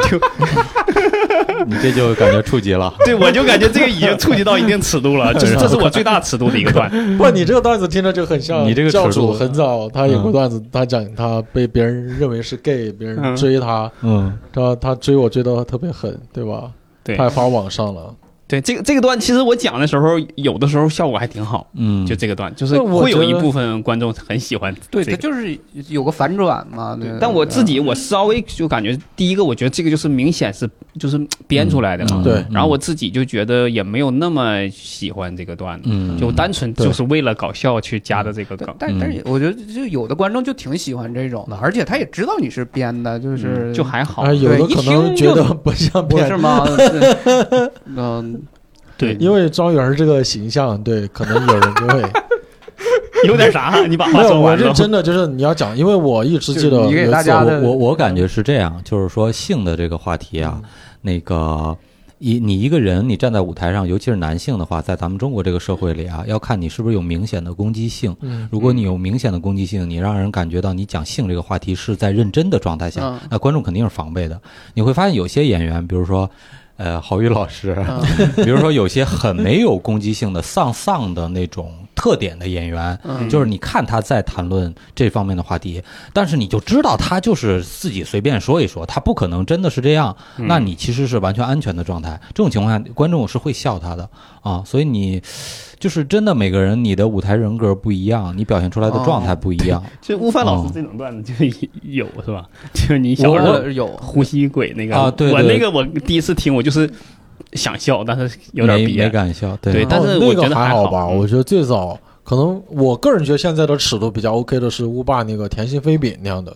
D: 你这就感觉触及 了，
E: 对，我就感觉这个已经触及到一定尺度了，就是这是我最大尺度的一个段。
C: 不，你这个段子听着就很像
D: 你这个尺度嗯
C: 教主很早他有个段子，他讲他被别人认为是 gay，别人追他，
D: 嗯
C: 然后他追我追到特别狠，对吧？
E: 对
C: 他还发网上了，
E: 对，这个这个段其实我讲的时候，有的时候效果还挺好。
D: 嗯，
E: 就这个段，就是
C: 那我
E: 会有
C: 觉
E: 一
C: 得
E: 部分观众很喜欢
B: 对，
E: 这
B: 它
E: 个。
B: 就是有个反转嘛。对
E: 但我自己，我稍微就感觉，第一个，我觉得这个就是明显是就是编出来的嘛
D: 嗯。
C: 对
E: 然后我自己就觉得也没有那么喜欢这个段子，
D: 嗯
E: 就单纯
C: 对
E: 就是为了搞笑去加的这个
B: 但
E: 梗，
B: 但但是我觉得就有的观众就挺喜欢这种的，而且他也知道你是编的，嗯就是
E: 嗯就还好
C: 哎，。有
B: 对
C: 的
B: 一
C: 可
B: 听就
C: 能觉得不像
B: 不
C: 骗
B: 是吗？是 嗯，
E: 对，
C: 因为庄园这个形象，对，可能有人就 会
E: 有点啥，你把
C: 没
E: 话
C: 有。
E: 说
C: 我
E: 完
C: 是
E: 了。
C: 真的就是你要讲，因为我一直记得
B: 就你给大家
C: 有一次
B: 的
D: 我我感觉是这样，就是说性的这个话题啊，
E: 嗯
D: 那个一你一个人你站在舞台上，尤其是男性的话，在咱们中国这个社会里啊，要看你是不是有明显的攻击性。
C: 嗯
D: 如果你有明显的攻击性，你让人感觉到你讲性这个话题是在认真的状态下，
B: 嗯
D: 那观众肯定是防备的。你会发现有些演员，比如说，呃，郝宇老师，
B: 嗯
D: 比如说有些很没有攻击性的丧丧的那种特点的演员，
B: 嗯
D: 就是你看他在谈论这方面的话题，但是你就知道他就是自己随便说一说，他不可能真的是这样。
E: 嗯
D: 那你其实是完全安全的状态，这种情况下观众是会笑他的啊，所以你就是真的每个人你的舞台人格不一样，你表现出来的状
E: 哦
D: 态不一样。
E: 就悟饭老师这种段子就有是吧？ 就是你小
B: 我
E: 时候
B: 我有
E: 呼吸鬼那个
D: 啊对
E: 我
D: 对
E: 那个我第一次听我就是想笑，但是有点
D: 没
E: 憋
D: 没。敢笑，
E: 对但是
C: 哦那
E: 我觉
C: 个
E: 得还
C: 还
E: 好
C: 吧，
E: 嗯
C: 我觉得最早可能我个人觉得现在的尺度比较 OK 的是乌霸那个甜心飞饼那样的，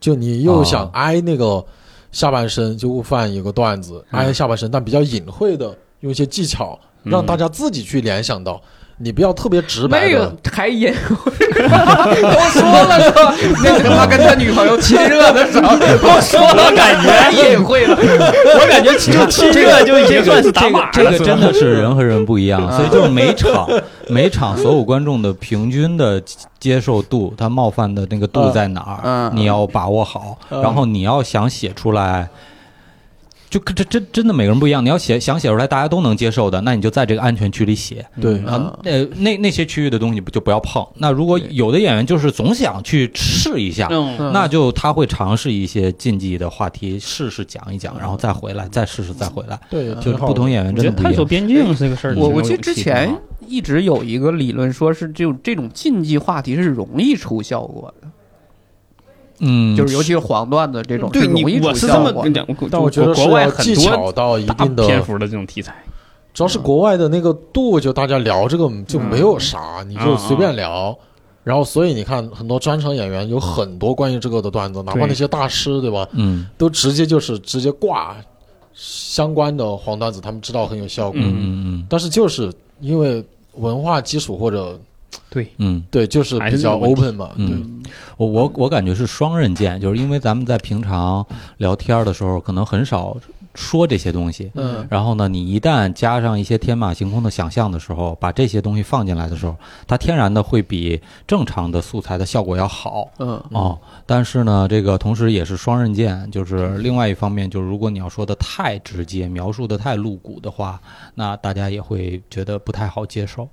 C: 就你又想
D: 啊
C: 挨那个下半身，就悟饭有个段子
E: 嗯
C: 挨下半身，但比较隐晦的用一些技巧
E: 嗯
C: 让大家自己去联想到，你不要特别直白
B: 那
C: 的
B: 个。还隐晦，都说了说，那是他跟他女朋友亲热的时候，都说了，感觉隐晦了。
E: 我感觉就亲热就已经算是打码了。
D: 这个真的是人和人不一 样，
B: 啊
D: 所以就是每场每场所有观众的平均的接受度，他冒犯的那个度在哪
B: 嗯
D: 儿
B: 嗯，
D: 你要把握好，
C: 嗯
D: 然后你要想写出来。就这这真的每个人不一样，你要写想写出来大家都能接受的，那你就在这个安全区里写。
C: 对
B: 嗯，
D: 啊，那那那些区域的东西不就不要碰。那如果有的演员就是总想去试一下，
E: 嗯，
D: 那就他会尝试一些禁忌的话题，试试讲一讲，然后再回来，再试试再回来。
C: 对，
E: 嗯
D: 就
C: 挺
D: 是
C: 好
D: 不同演员
E: 我觉
D: 真的
E: 得
D: 不
E: 探
D: 一
E: 索
D: 样。
E: 边境是一个事儿。
B: 我
E: 挺有
B: 我记得之
E: 趣的
B: 前
E: 啊
B: 一直有一个理论，说是这种这种禁忌话题是容易出效果的，
D: 嗯，
B: 就是尤其是黄段子这种，
E: 对
B: 是容易
E: 你，
B: 出
E: 我是这
B: 效
E: 么
B: 果
E: 跟你。讲，我
C: 但我觉得
E: 国
C: 是
E: 外
C: 要
E: 很
C: 技巧
E: 多
C: 到一
E: 大
C: 定的
E: 篇幅的这种题材，
C: 主要是国外的那个度，就大家聊这个
E: 嗯
C: 就没有啥，你就随便聊。然后，所以你看，很多专场演员有很多关于这个的段子，哪怕那些大师，对吧？
D: 嗯
C: 都直接就是直接挂相关的黄段子，他们知道很有效果。
D: 嗯嗯
C: 但是就是因为文化基础或者
E: 对，
D: 嗯嗯，
C: 对，就是
E: 还
C: 比
E: 是
C: 较
E: 有问题
C: open 嘛，对，
D: 嗯我我我感觉是双刃剑，就是因为咱们在平常聊天的时候，可能很少说这些东西。
C: 嗯，
D: 然后呢，你一旦加上一些天马行空的想象的时候，把这些东西放进来的时候，它天然的会比正常的素材的效果要好。
B: 嗯，
D: 哦，但是呢，这个同时也是双刃剑，就是另外一方面，就是如果你要说的太直接，描述的太露骨的话，那大家也会觉得不太好接受。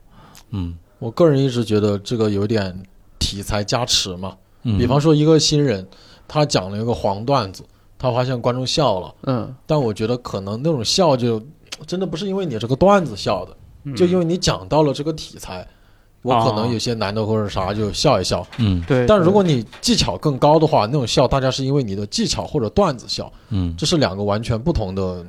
D: 嗯，
C: 我个人一直觉得这个有点题材加持嘛。
D: 嗯
C: 比方说，一个新人他讲了一个黄段子，他发现观众笑了。
B: 嗯，
C: 但我觉得可能那种笑就真的不是因为你这个段子笑的，
B: 嗯
C: 就因为你讲到了这个题材，我可能有些难度或者啥就笑一笑。
D: 嗯
B: 啊对。
C: 但如果你技巧更高的话，那种笑大家是因为你的技巧或者段子笑，
D: 嗯
C: 这是两个完全不同的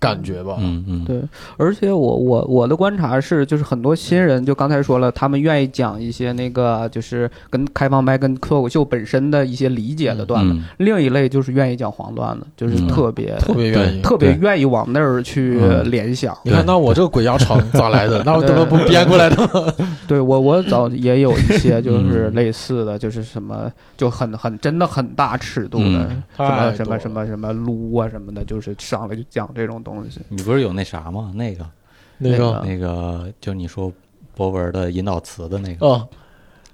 C: 感觉吧？
D: 嗯嗯，
B: 对，而且我我我的观察是，就是很多新人，就刚才说了，他们愿意讲一些那个就是跟开放麦、跟脱口秀本身的一些理解的段子；
D: 嗯
B: 另一类就是愿意讲黄段子，就是
D: 嗯
B: 特别、
C: 特别愿意。
B: 特别愿意往那儿去
D: 嗯
B: 联想。
C: 你看，
D: 对
C: 那我这个鬼压床咋来的？那我怎么不编过来的？
B: 对我，我早也有一 些
D: 嗯
B: 就是类似的，就是什么就很很真的很大尺度的，
D: 嗯
B: 什么
C: 太
B: 什
C: 多
B: 么
C: 了
B: 什么什么撸啊什么的，就是上来就讲这种东西。
D: 你不是有那啥吗？那个
C: 那
B: 那
C: 个
B: 啊
D: 那个，就你说博文的引导词的那个，
C: 哦，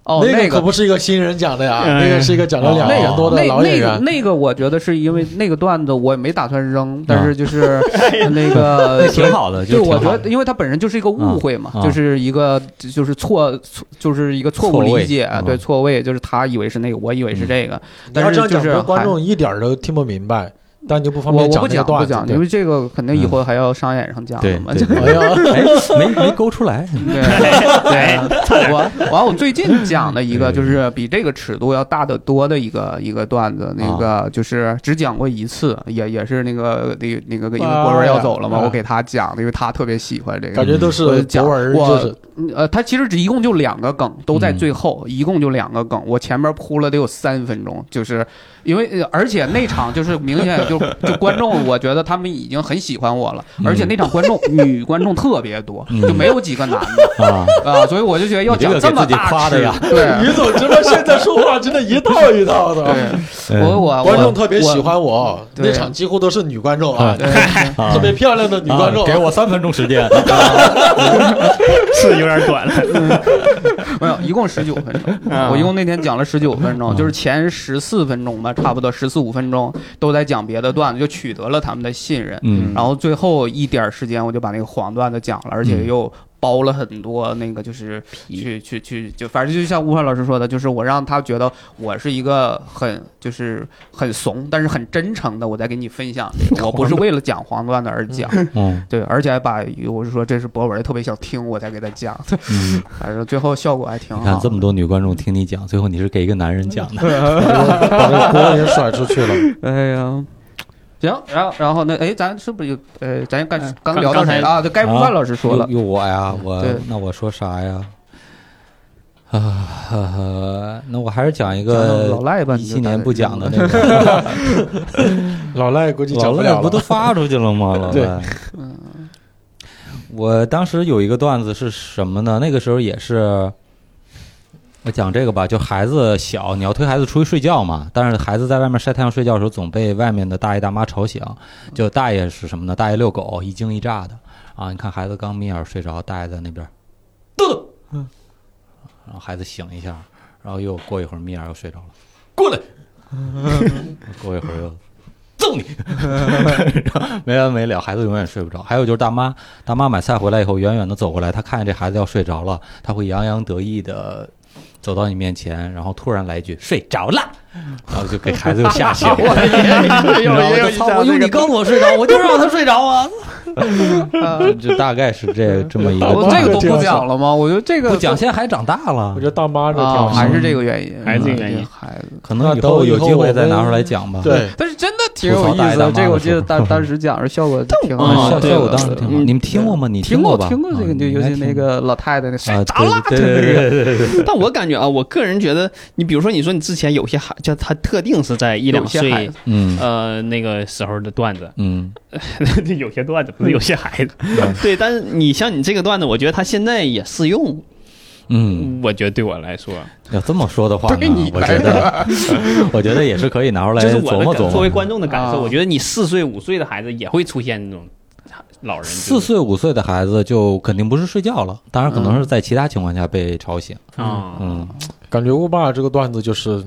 B: 哦，
C: 那
B: 那
C: 可
B: 个
C: 不是一个新人讲的呀，
E: 嗯
C: 那个是一个讲了两
D: 那个
C: 年多的
B: 那
C: 老演
B: 那个
C: 员。
B: 那个，我觉得是因为那个段子我也没打算扔，但是就是 那个
D: 啊那挺。好的，
B: 对，
D: 就挺
B: 我
D: 好
B: 觉得，因为它本身就是一个误会嘛，
D: 啊啊
B: 就是一个就是错错，就是一个错误
D: 错位
B: 理解，
D: 啊嗯
B: 对错位，就是他以为是那个，我以为是这个，
C: 你要
B: 但
C: 这
B: 是
C: 样
B: 就
C: 讲，
B: 是
C: 多观众一点儿都听不明白，但就不方
B: 我
C: 便
B: 我不
C: 那个
B: 讲不
C: 段子。
B: 讲，
C: 对
B: 因为这个肯定以后还要商演上讲
D: 嗯对
B: 的嘛。
D: 对，
B: 就
C: 哎
D: 对
C: 呀，
D: 哎，没没勾 出来，
B: 对，
E: 哎
B: 对我完我最近讲的一个
D: 嗯
B: 就是比这个尺度要大得多的一个一个段子，那个就是只讲过一次，也也是那个那个那个因为博文要走了嘛，
C: 啊
B: 我给他讲的，因为他特别喜欢这个
C: 感。觉都是
B: 我
C: 博
B: 讲
C: 文，
B: 我
C: 就是
B: 呃，他其实只一共就两个梗，都在最后，一共就两个梗。我前面铺了得有三分钟，就是因为呃而且那场就是明显就就观众，我觉得他们已经很喜欢我了，
D: 嗯
B: 而且那场观众女观众特别多，
D: 嗯
B: 就没有几个男的
D: 啊，
B: 啊，所以我就觉得要讲
D: 你这个给
B: 么
D: 自己
B: 大
D: 夸
B: 尺
D: 的呀，
B: 对。啊
C: 于总直播现在说话真的一套一套的，
B: 对，我啊我
D: 嗯
C: 观众
B: 我
C: 特别喜欢我，
B: 对
C: 那场几乎都是女观众啊，
B: 对对
D: 啊
C: 特别漂亮的女观众
D: 啊，给我三分钟 时间，
E: 是有 点短了。
B: 没有，一共十九分钟，
E: 啊
B: 我一共那天讲了十九分钟，
D: 嗯
B: 就是前十四分钟吧，差不多十四五分钟都在讲别的段子，就取得了他们的信任。
D: 嗯嗯
B: 然后最后一点儿时间，我就把那个黄段子讲了，而且又包了很多那个就是去去去就反正就像吴凡老师说的，就是我让他觉得我是一个很就是很怂，但是很真诚的，我在给你分享这个，我不是为了讲黄段子而讲，
D: 嗯
B: 对，而且还把我是说这是博文特别想听，我才给他讲，
D: 嗯，
B: 反正最后效果还挺
D: 你
B: 好
D: 看。这么多女观众听你讲，最后你是给一个男人讲的，
C: 把这锅也甩出去了。
B: 哎呀。行，然后然后那哎，咱是不是有呃，咱刚
E: 嗯
B: 刚
E: 刚
B: 聊到
E: 刚
B: 谁
E: 才
B: 了啊？对，该吴范老师说了，
D: 又又我呀，我
B: 对
D: 那我说啥呀？啊，呃那我还是讲一
B: 讲讲嗯
D: 个
B: 老赖吧，
D: 一
B: 你就
D: 七年
B: 大
D: 不
B: 概
D: 讲的那个，
C: 老赖估计讲
D: 老
C: 不了
D: 赖不都
C: 了。
D: 发出去了吗？老
C: 对
D: 赖，我当时有一个段子是什么呢？那个时候也是。我讲这个吧，就孩子小，你要推孩子出去睡觉嘛。但是孩子在外面晒太阳睡觉的时候，总被外面的大爷大妈吵醒。就大爷是什么呢？大爷遛狗，一惊一乍的啊！你看孩子刚眯眼睡着，大爷在那边，豆豆，然后孩子醒一下，然后又过一会儿眯眼又睡着了，过来，过一会儿 又揍你，没完没了，孩子永远睡不着。还有就是大妈，大妈买菜回来以后，远远的走过来，她看见这孩子要睡着了，她会洋洋得意的走到你面前，然后突然来一句“睡着了”，然后就给孩子又吓 醒。 然后我就操！我用你刚我睡着，我就让他睡 着啊！就大概是这这 么一个
C: 我
D: 段
B: 啊我这
D: 子。
B: 个都不讲了吗？我觉得这个
D: 不讲，现在还长大了
C: 我觉，得大妈这挺
B: 啊，
C: 好
B: 还
C: 笑
B: 是这个原因，
E: 还是这个原因
B: 嗯孩子。
D: 可能以后有机会再拿出来讲吧。
C: 的。，对，
B: 但是真的挺有意思的，这个我记得当当时讲的效 嗯果挺好
D: 啊，
E: 啊
B: 的，
D: 效
E: 对
D: 效果当时挺好。
E: 嗯
D: 你们听过吗？你
B: 听
D: 过
B: 过
D: 吧？
B: 听过这个，
D: 嗯
B: 就尤其那。个老太太那
D: 你应该
B: 睡
D: 听
B: 着
D: 过
B: 了
D: 啊，，对对对对对对对对，
E: 但我感觉啊，我个人觉得，你比如说你说你之前有些孩，就他特定是在一两
B: 有些孩
E: 岁
B: 子，
D: 嗯
E: 呃那个时候的段子，
D: 嗯，
E: 有些段子不是有些孩子， 对。但是你像你这个段子，我觉得他现在也适用，
D: 嗯，
E: 我觉得对我来说，
D: 要这么说的话呢
B: 对你，
D: 我觉得， 我觉得也是可以拿 出来
E: 就是我
D: 琢
E: 的
D: 磨琢
E: 感作为
D: 磨。
E: 观众的感受，
B: 啊
E: 我觉得你四岁五岁的孩子也会出现那种老人
D: 四岁五岁的孩子就肯定不是睡觉了，当然可
C: 嗯
D: 能是在其他情况下被吵醒。
E: 啊，
D: 嗯，
C: 感觉乌爸这个段子就是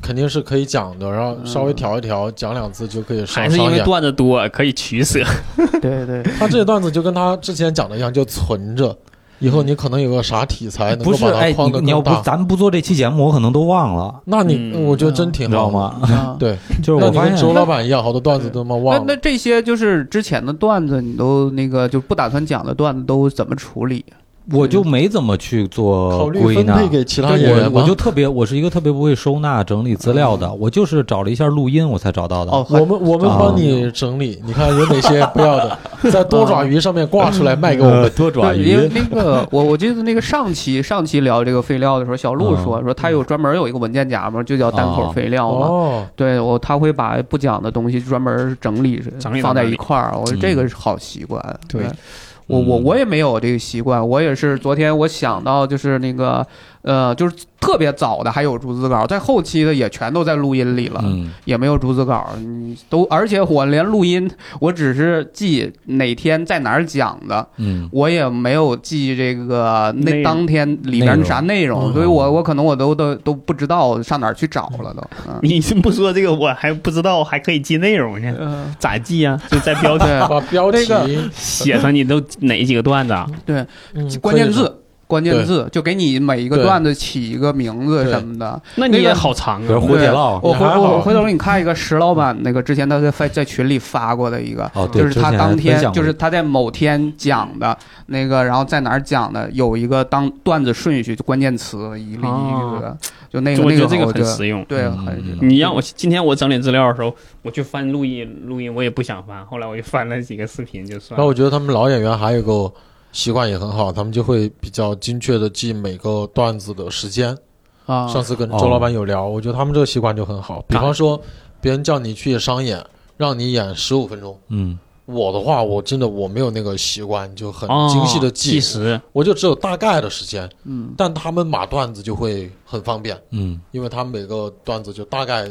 C: 肯定是可以讲的，然后稍微调一调，讲两次就可以上
E: 还是因
C: 上
E: 为
C: 演。
E: 段子多可以取舍，
B: 对对，
C: 他这些段子就跟他之前讲的一样，就存着，以后你可能有个啥题材啊能
D: 不
C: 够
D: 是，
C: 把它
D: 哎，
C: 框
D: 你
C: 得
D: 你要
C: 更
D: 不
C: 大。
D: 咱们不做这期节目，我可能都 忘了，
C: 那你
E: 嗯
C: 我觉得真挺
D: 你知道
C: 好的？
D: 吗？
B: 啊
C: 对，
D: 就是
C: 那
D: 我
C: 你
D: 发
C: 跟周
D: 现，
C: 老板一样，好多段子都他妈
B: 那
C: 忘
B: 那
C: 了。
B: 这些就是之前的段子，你都那个就不打算讲的段子都怎么处理？
D: 我就没怎么去做
C: 考虑
D: 归
C: 分
D: 纳
C: 配。给其他演
D: 对，
C: 员
D: 我我
C: 吗嗯
D: 就特别，我是一个特别不会收纳整理资料的，我就是找了一下录音， 我才找到的。
B: 哦，
C: 我们我们
D: 啊
C: 帮你整理，你看有哪些不要的，在多爪鱼上面挂出来卖给我们。
D: 多爪
B: 对因为
D: 鱼，
B: 那个我我记得那个上期上期聊这个废料的时候，小鹿说说他有专门有一个文件夹嘛，就叫单口废料嘛。
C: 哦，
B: 对我他会把不讲的东西专门整理
E: 整理到
B: 放在
E: 那
B: 一
E: 里
B: 块儿，我觉得
D: 嗯
B: 这个是好习惯。
E: 对
B: 我我
D: 嗯
B: 我也没有这个习惯，我也是昨天我想到就是那个呃，就是特别早的还有逐字稿，在后期的也全都在录音里了。
D: 嗯，
B: 也没有逐字稿，嗯，都，而且我连录音，我只是记哪天在哪儿讲的，
D: 嗯，
B: 我也没有记这个那
E: 内
B: 当天里边啥内容，
C: 嗯
B: 所以我我可能我都都都不知道上哪儿去找了都。嗯
E: 你这么说这个，我还不知道还可以记内容 呢，
C: 嗯
B: 呃，
E: 咋记呀、啊就在标题
B: 对
C: 把标题、
B: 那
E: 写上你都哪几个段子啊？
C: 嗯
B: 关键，
C: 可以的
B: 字。关键字就给你每一个
C: 对
B: 段子起一个名字什么的。那
E: 那你
B: 个
E: 也好长
D: 比如
E: 啊，
D: 胡铁烙，
B: 我
C: 也
B: 回
C: 还好
B: 我回头给你看一个石老板那个之前他在发在群里发过的一个，
D: 哦，对，
B: 就是他
D: 之前
B: 当
D: 分
B: 天
D: 享过
B: 就是他在某天讲的那个，然后在哪儿讲的，有一个当段子顺序就关键词一例一句的，就那个
E: 哦我
B: 那
E: 觉
B: 个好
E: 得这个
B: 我
E: 很
B: 觉得
E: 实用。
B: 对，
D: 嗯
B: 很
E: 你让我今天我整理资料的时候，我去翻录音，录音我也不想翻，后来我就翻了几个视频就算
C: 然后
E: 了
C: 我。觉得他们老演员还有一个习惯也很好，他们就会比较精确的记每个段子的时间。
B: 啊，
C: 上次跟周老板有聊，我觉得他们这个习惯就很好。比方说，别人叫你去商演，让你演十五分钟。
D: 嗯，
C: 我的话，我真的我没有那个习惯，就很
E: 哦
C: 精细的记，嗯
E: 计时，
C: 我就只有大概的时间。
B: 嗯，
C: 但他们码段子就会很方便，
D: 嗯，
C: 因为他们每个段子就大概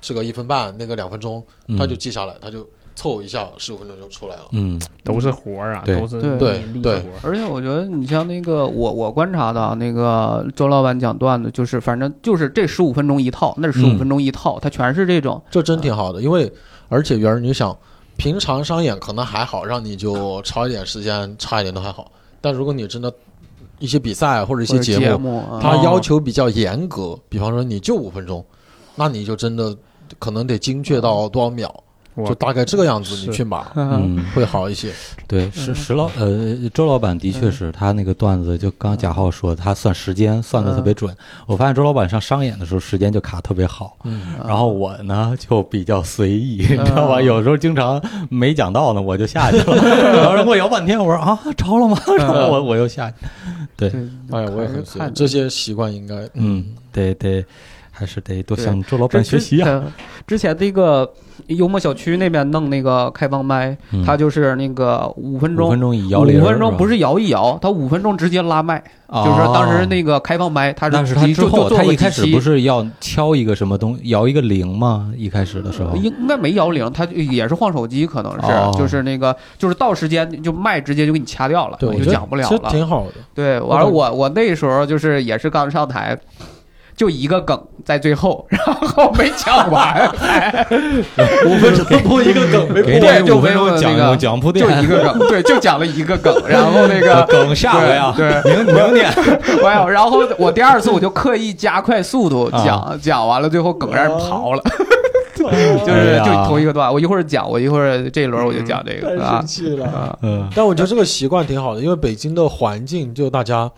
C: 这个一分半，那个两分钟，
D: 嗯
C: 他就记下来，他就凑一下，十五分钟就出来了。
D: 嗯，
E: 都是活儿啊，
D: 对
E: 都是
B: 对
E: 力
C: 对
E: 活儿。
B: 而且我觉得你像那个我我观察到那个周老板讲段子，就是反正就是这十五分钟一套，那是十
D: 嗯
B: 五分钟一套，他全是这种
C: 这真挺好的，因为而且圆儿，你想，平常商演可能还好，让你就差一点时间，差一点都还好。但如果你真的一些比赛或者一
B: 或
C: 些
B: 者
C: 节
B: 节
C: 目，
B: 目
D: 嗯
B: 啊
C: 它要求比较严格，比方说你就五分钟，那你就真的可能得精确到多少秒，
B: 我
C: 就大概这个样子
D: 是
C: 你去码
D: 嗯，
C: 会好一些。
B: 嗯
D: 对，石石老呃周老板的确是他那个段子，就刚刚贾浩说他算时间算的特
B: 嗯
D: 别准。我发现周老板上商演的时候时间就卡特别好，
C: 嗯，
D: 然后我呢就比较随意，你
B: 嗯
D: 知道吧？有时候经常没讲到呢，我就下去了， 然后人给我摇半天，我说啊着了吗？然后
B: 嗯
D: 我我又下去，
B: 对
C: 哎呀，我也很喜
B: 看着
C: 欢这些习惯，应该
D: 嗯，得得还是得多
B: 对
D: 向周老
B: 之
D: 板学习啊。
B: 之之前那个幽默小区那边弄那个开放麦，
D: 嗯
B: 他就是那个五分
D: 五
B: 钟
D: 分。钟一摇
B: 五
D: 铃儿，
B: 分钟
D: 吧
B: 不是摇一摇，他五分钟直接拉麦，
D: 哦
B: 就是说当时那个开放麦，他
D: 但
B: 是
D: 是他
B: 提
D: 之
B: 就
D: 后，
B: 就做
D: 他
B: 过
D: 一
B: 几
D: 开始
B: 期
D: 不是要敲一个什么东，摇一个铃吗？一开始的时候，
B: 应该没摇铃，他就也是晃手机，可能是、
D: 哦
B: 就是那个就是到时间就麦直接就给你掐掉了，
C: 对我
B: 你
C: 觉
B: 就
C: 得
B: 讲不了
C: 其实
B: 了。
C: 挺好的。
B: 对，完了我我那时候就是也是刚上台，就一个梗在最后，然后没讲 完，
C: 五分钟播一个 梗，没
D: 给
B: 对
D: 你
B: 就
D: 五分
B: 没有
D: 钟
B: 那个
D: 讲讲铺垫
B: 就，一个梗，对，就讲了一个 梗， 然后那个
D: 梗下回啊，
B: 对对
D: 明明年
B: 没有，然后我第二次我就刻意加快速度讲，
D: 啊
B: 讲完了最后梗让
D: 哦
B: 人刨了，就
D: 哎
B: 是
D: 呀
B: 就同一个段，我一会儿讲，我一会儿这一轮我就讲这
C: 太
B: 个啊
C: 生气了。
B: 啊，
D: 嗯
C: 但我觉得这个习惯挺好的，因为北京的环境就大家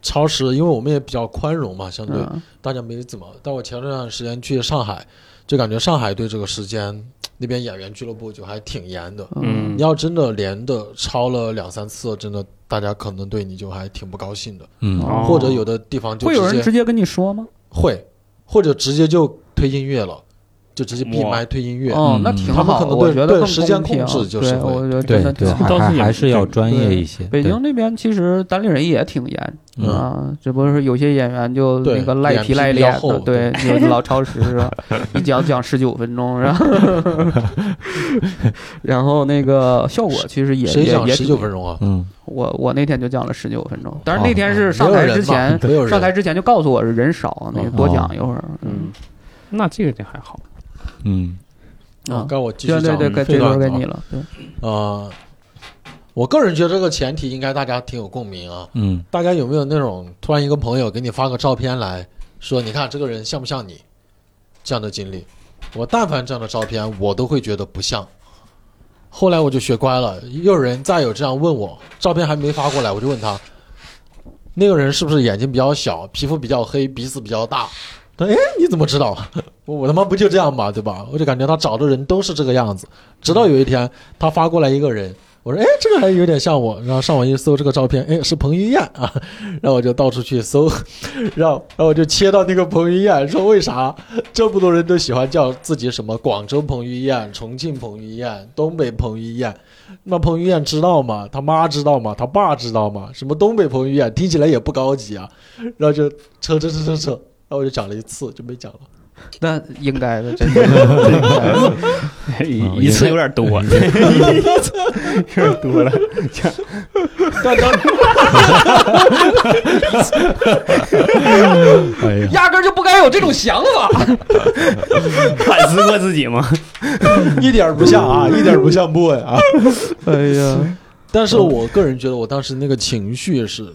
C: 超时，因为我们也比较宽容嘛，相对
B: 嗯
C: 大家没怎么。但我前段时间去上海，就感觉上海对这个时间那边演员俱乐部就还挺严的。
E: 嗯
C: 你要真的连的超了两三次，真的大家可能对你就还挺不高兴的，
D: 嗯，
B: 哦
C: 或者有的地方就
B: 会有
C: 直
B: 人
C: 接
B: 直接跟你说吗？
C: 会，或者直接就推音乐了，就直接闭
E: 哇
C: 麦推音乐。
B: 哦，
D: 嗯
B: 那挺
C: 他们
B: 好，
C: 可能
B: 我
C: 对
B: 觉得
C: 对
B: 更
C: 时间
B: 公平
C: 控制就是
B: 对
C: 会
B: 我觉得真
D: 对
B: 的
D: 对，
B: 挺好。
D: 还
E: 倒是
D: 还
E: 也
D: 还是要专业
B: 对
D: 一些。
B: 北
D: 对
B: 京那边其实单立人也挺严
D: 嗯
B: 啊，只不过是有些演员就
C: 对
B: 那个赖皮赖
C: 脸
B: 脸
C: 皮比较
B: 的，
C: 厚
B: 对，就老超时是吧？一讲讲十九分钟， 然后然后那个效果其实也
C: 谁
B: 也
C: 讲
B: 也
C: 十九
B: 挺，
C: 分钟啊？嗯
D: 嗯，
B: 我我那天就讲了十九分钟，但是
D: 哦
B: 那天是上
C: 没有
B: 台
C: 人
B: 之
C: 嘛
B: 前，
C: 没有人
B: 上台之前就哦告诉我是人少，那个多讲一会儿，嗯
E: 嗯，那这个就还好。
D: 嗯
C: 啊
B: 啊，
C: 该我继续
B: 对对
C: 讲
B: 对，
C: 废
B: 该这
C: 段
B: 轮
C: 子
B: 该
C: 啊
B: 你了， 对，
C: 呃，我个人觉得这个前提应该大家挺有共鸣啊。
D: 嗯
C: 大家有没有那种突然一个朋友给你发个照片来说，你看这个人像不像你这样的经历？我但凡这样的照片，我都会觉得不像。后来我就学乖了，又有人再有这样问我，照片还没发过来，我就问他，那个人是不是眼睛比较小，皮肤比较黑，鼻子比较大？他哎，你怎么知道？ 我我他妈不就这样嘛，对吧？我就感觉他找的人都是这个样子。直到有一天，他发过来一个人，我说哎，这个还有点像我。然后上网一搜这个照片，哎，是彭于晏啊。 然后我就到处去搜， 然后然后我就切到那个彭于晏，说为啥这么多人都喜欢叫自己什么广州彭于晏、重庆彭于晏、东北彭于晏？那彭于晏知道吗？他妈知道吗？他爸知道吗？什么东北彭于晏听起来也不高级啊。 然后就扯扯扯扯扯，然后我就讲了一次就没讲了。
B: 那应该的， 真的应该的。
D: 嗯
E: 一一次有点多，一次 有点多了。
C: 但当
D: 哎呀，
B: 压根儿就不该有这种想法。
E: 反思过自己吗？
C: 一点儿不像啊，一点儿不像莫文啊。
B: 哎呀，
C: 但是我个人觉得我当时那个情绪是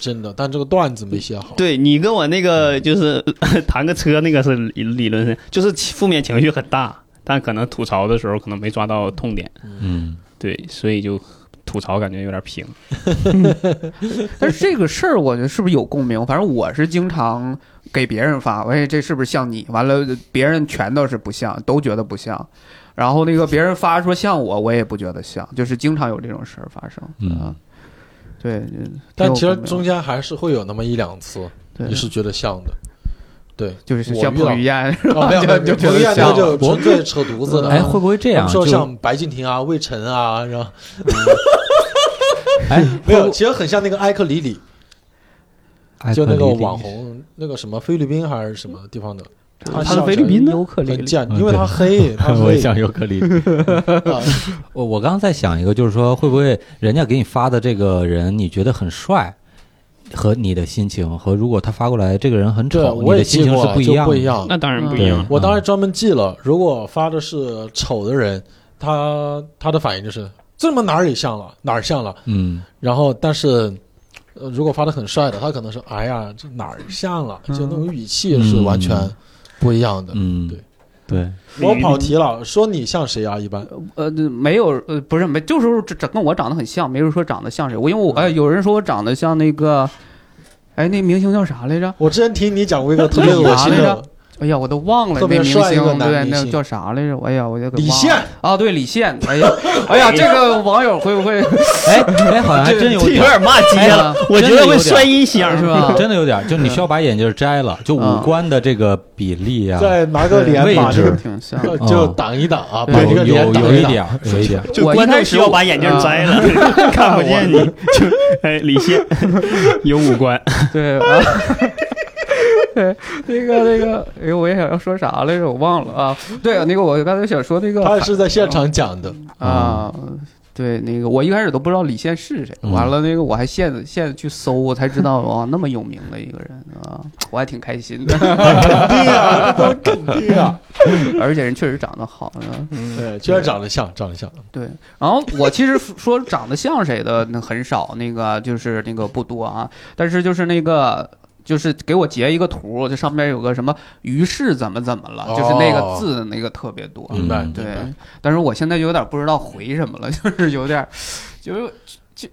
C: 真的，但这个段子没写好。
E: 对你跟我那个就是 谈个车那个是理理论上，就是负面情绪很大，但可能吐槽的时候可能没抓到痛点，
D: 嗯，
E: 对，所以就吐槽感觉有点平。
B: 但是这个事儿，我觉得是不是有共鸣？反正我是经常给别人发，喂，这是不是像你？完了，别人全都是不像，都觉得不像。然后那个别人发说像我，我也不觉得像，就是经常有这种事儿发生。
D: 嗯
B: 啊，对，就
C: 但其
B: 挺有
C: 实
B: 共鸣
C: 中间还是会有那么一两次，
B: 对
C: 你是觉得像的。对，
B: 就是
C: 我
B: 像
C: 遇到
B: 彭于晏，
C: 啊，没有没有，
B: 就觉
C: 彭于
B: 得
C: 晏他
B: 像
C: 就纯粹扯犊子的。
D: 哎，会不会这
C: 他
D: 样？
C: 们说
D: 就
C: 像白敬亭啊、魏晨啊，然后
D: 哎，
C: 没有，其实很像那个埃克里里，
D: 哎
C: 就那个
D: 可理解
C: 网红，那个什么菲律宾还是什么地方的，他
E: 他是
C: 啊笑
E: 菲律宾的
B: 尤克里
C: 很
B: 里，
C: 贱，
D: 嗯
C: 因为他 黑，他
D: 我也
C: 黑。
D: 想尤克里里。
C: 啊
D: 我我刚刚在想一个，就是说会不会人家给你发的这个人，你觉得很帅，和你的心情和如果他发过来这个人很
C: 对，
D: 丑，
C: 我也
D: 你的心
C: 记
D: 情
C: 过
D: 是
C: 了，
D: 不一
C: 就
D: 样
C: 不
D: 的。
C: 一样。
E: 那当然不一
D: 对
E: 样，
C: 我当时专门记了，如果发的是丑的人，他他的反应就是这么哪儿也像了，哪儿像了。
D: 嗯
C: 然后，但是，呃，如果发的很帅的，他可能说：“哎呀，这哪儿像了？”就那种语气是完全
D: 嗯
C: 不一样的。
D: 嗯，
C: 对
D: 对，
C: 我跑题了，说你像谁啊？一般
B: 呃，没有，呃，不是，没，就是这这跟我长得很像，没人说长得像谁。我因为我，哎，
C: 嗯
B: 有人说我长得像那个，哎，那明星叫啥来着？
C: 我之前听你讲过一个特 别恶心
B: 哪来
C: 的
B: 哎呀，我都忘了
C: 特
B: 那
C: 别
B: 明
C: 帅一个
B: 星，
C: 男
B: 对，
C: 明
B: 那
C: 星
B: 叫啥来着？哎呀，我就给
C: 李
B: 忘
C: 现
B: 了，啊，对，李现。哎呀，哎呀，这个网友会不会
D: 哎哎，好像还真有
E: 有
D: 点儿。
E: 点骂街了，我觉得会摔音箱
B: 是？
C: 啊
B: 吧？
D: 真的有点儿，就
C: 嗯
D: 你需要把眼镜摘了，就五官的这个比例啊，
C: 再拿个脸
D: 位
C: 把这
D: 置
C: 个
B: 挺像。
C: 呃
D: 嗯
C: 就挡一挡啊，
B: 对
C: 把这
D: 有
C: 个
D: 有
C: 脸挡
D: 有一
C: 挡。
D: 点儿，有一点儿，
E: 就关键需要把眼镜摘了， 看不见你。就哎，李现 有五 官，
B: 对啊， 对，那个那个，哎呦，我也想要说啥来着，我忘了啊。对啊，那个我刚才想说那个
C: 他是在现场讲 的，
B: 啊。对，那个我一开始都不知道李现是谁，
D: 嗯
B: 完了那个我还现现去搜，我才 知道哦，那么有名的一个人啊，我还挺开心的，
C: 肯定啊，都肯定啊。
B: 而且人确实长得好呢。
C: 对，居然长得像，长得像。
B: 对，然后我其实说长得像谁的那很少，那个就是那个不多啊，但是就是那个。就是给我截一个图，这上面有个什么“于是怎么怎么了”，就是那个
C: 哦
B: 字那个特别多。
D: 嗯
C: 明白，
B: 对
C: 明白，
B: 但是我现在有点不知道回什么了， 就是有点，就是就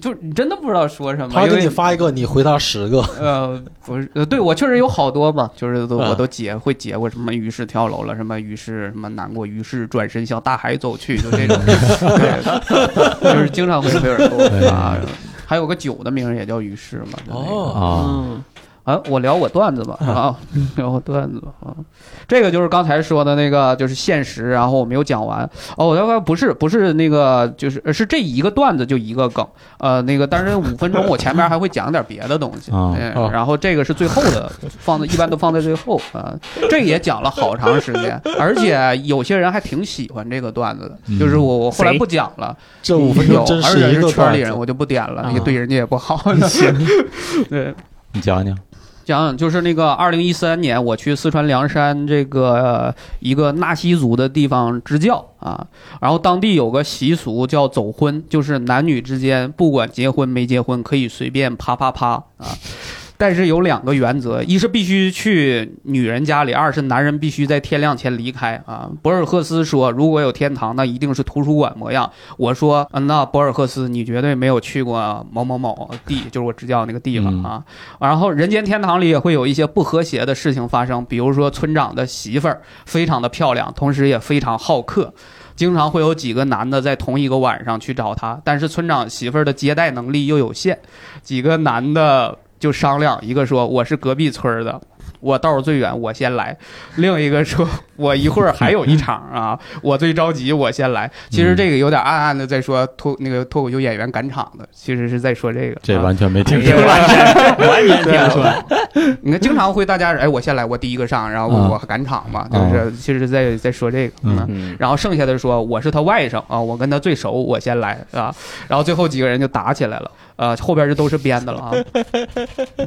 B: 就你真的不知道说什么。
C: 他
B: 因
C: 给
B: 为
C: 你发一个，你回他十个。
B: 呃，不是，呃，对我确实有好多嘛，就是都
C: 啊
B: 我都截会截过什么于是跳楼了，什么于是什么难过，于是转身向大海走 去，就这种，对，就是经常会有人跟我发。还有个酒的名儿也叫于是嘛，就那个
C: 哦
D: 啊，
B: 嗯，啊，我聊我段子吧啊，聊我段子吧啊，这个就是刚才说的那个，就是现实，然后我没有讲完哦，我要不要不是不是那个，就是呃是这一个段子就一个梗，呃，那个但是五分钟我前面还会讲点别的东西，
D: 啊
B: 哎
C: 啊
B: 然后这个是最后的，放在一般都放在最后啊，这也讲了好长时间，而且有些人还挺喜欢这个段子的，就是我我后来
E: 谁
B: 不讲了。
C: 嗯这五分钟
B: 有
C: 真
B: 而且
C: 一个
B: 是圈
C: 段
B: 里
C: 子
B: 人，。我就不点了，也
E: 啊
B: 对人家也不 好。对，
D: 你讲讲，
B: 讲讲就是那个二零一三年，我去四川凉山这个呃一个纳西族的地方支教啊，然后当地有个习俗叫走婚，就是男女之间不管结婚没结婚，可以随便啪啪啪啊。但是有两个原则，一是必须去女人家里，二是男人必须在天亮前离开啊。博尔赫斯说，如果有天堂，那一定是图书馆模样。我说，嗯，那博尔赫斯，你绝对没有去过某某某地，就是我支教那个地方
D: 嗯
B: 啊。然后人间天堂里也会有一些不和谐的事情发生，比如说村长的媳妇儿非常的漂亮，同时也非常好客。经常会有几个男的在同一个晚上去找她，但是村长媳妇儿的接待能力又有限，几个男的就商量，一个说我是隔壁村儿的，我道儿最远，我先来；另一个说我一会儿还有一场啊，我最着急，我先来。其实这个有点暗暗的在说脱那个脱口秀演员赶场的，其实是在说这个。
D: 这
B: 啊
D: 完全没听
B: 哎
D: 说
B: 呀
E: 完全完全
B: 啊
E: 听不出来。
B: 你看， 经常会大家哎，我先来，我第一个上，然后我
D: 嗯
B: 我赶场嘛，就是
E: 嗯
B: 其实在在说这个，
D: 嗯
A: 嗯，
B: 然后剩下的说我是他外甥啊，我跟他最熟，我先来啊，然后最后几个人就打起来了，呃，后边这都是编的了啊，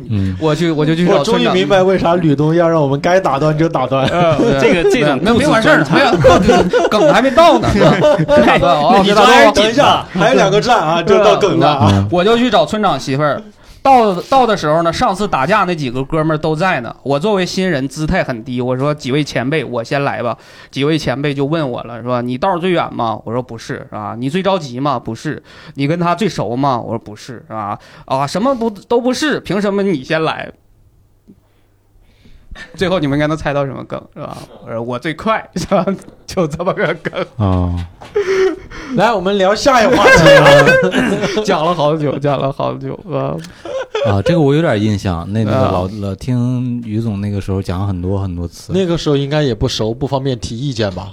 D: 嗯，
B: 我去我就去
C: 我
B: 找村
C: 终于
B: 长，
C: 明白为啥吕东要让我们该打断就打断。
B: 呃
E: 这个这种
B: 没有没有
E: 不
B: 完
E: 自
B: 事儿
E: 专
B: 呢，
E: 场
B: 没有 梗还没到呢，是 吧别打断哦，
E: 你
B: 别
E: 这
B: 打断哦
E: 玩意儿
C: 等一下，还有两个站 啊，就到梗了啊。
B: 我就去找村长媳妇儿。到到的时候呢，上次打架那几个哥们儿都在呢。我作为新人，姿态很低。我说几位前辈，我先来吧。几位前辈就问我了，说你道儿最远吗？我说不是啊。你最着急吗？不是。你跟他最熟吗？我说不是啊啊，什么不都不是，凭什么你先来？ 最后你们应该能猜到什么梗是吧？我说我最快是吧？ 就这么个梗。
D: 啊，
C: 来，我们聊下一个话题啊。
B: 讲了好久，讲了好久啊。
D: 啊，这个我有点印象，那那个
B: 啊
D: 老老听于总那个时候讲很多很多 次，
C: 那个时候应该也不熟，不方便提意见吧？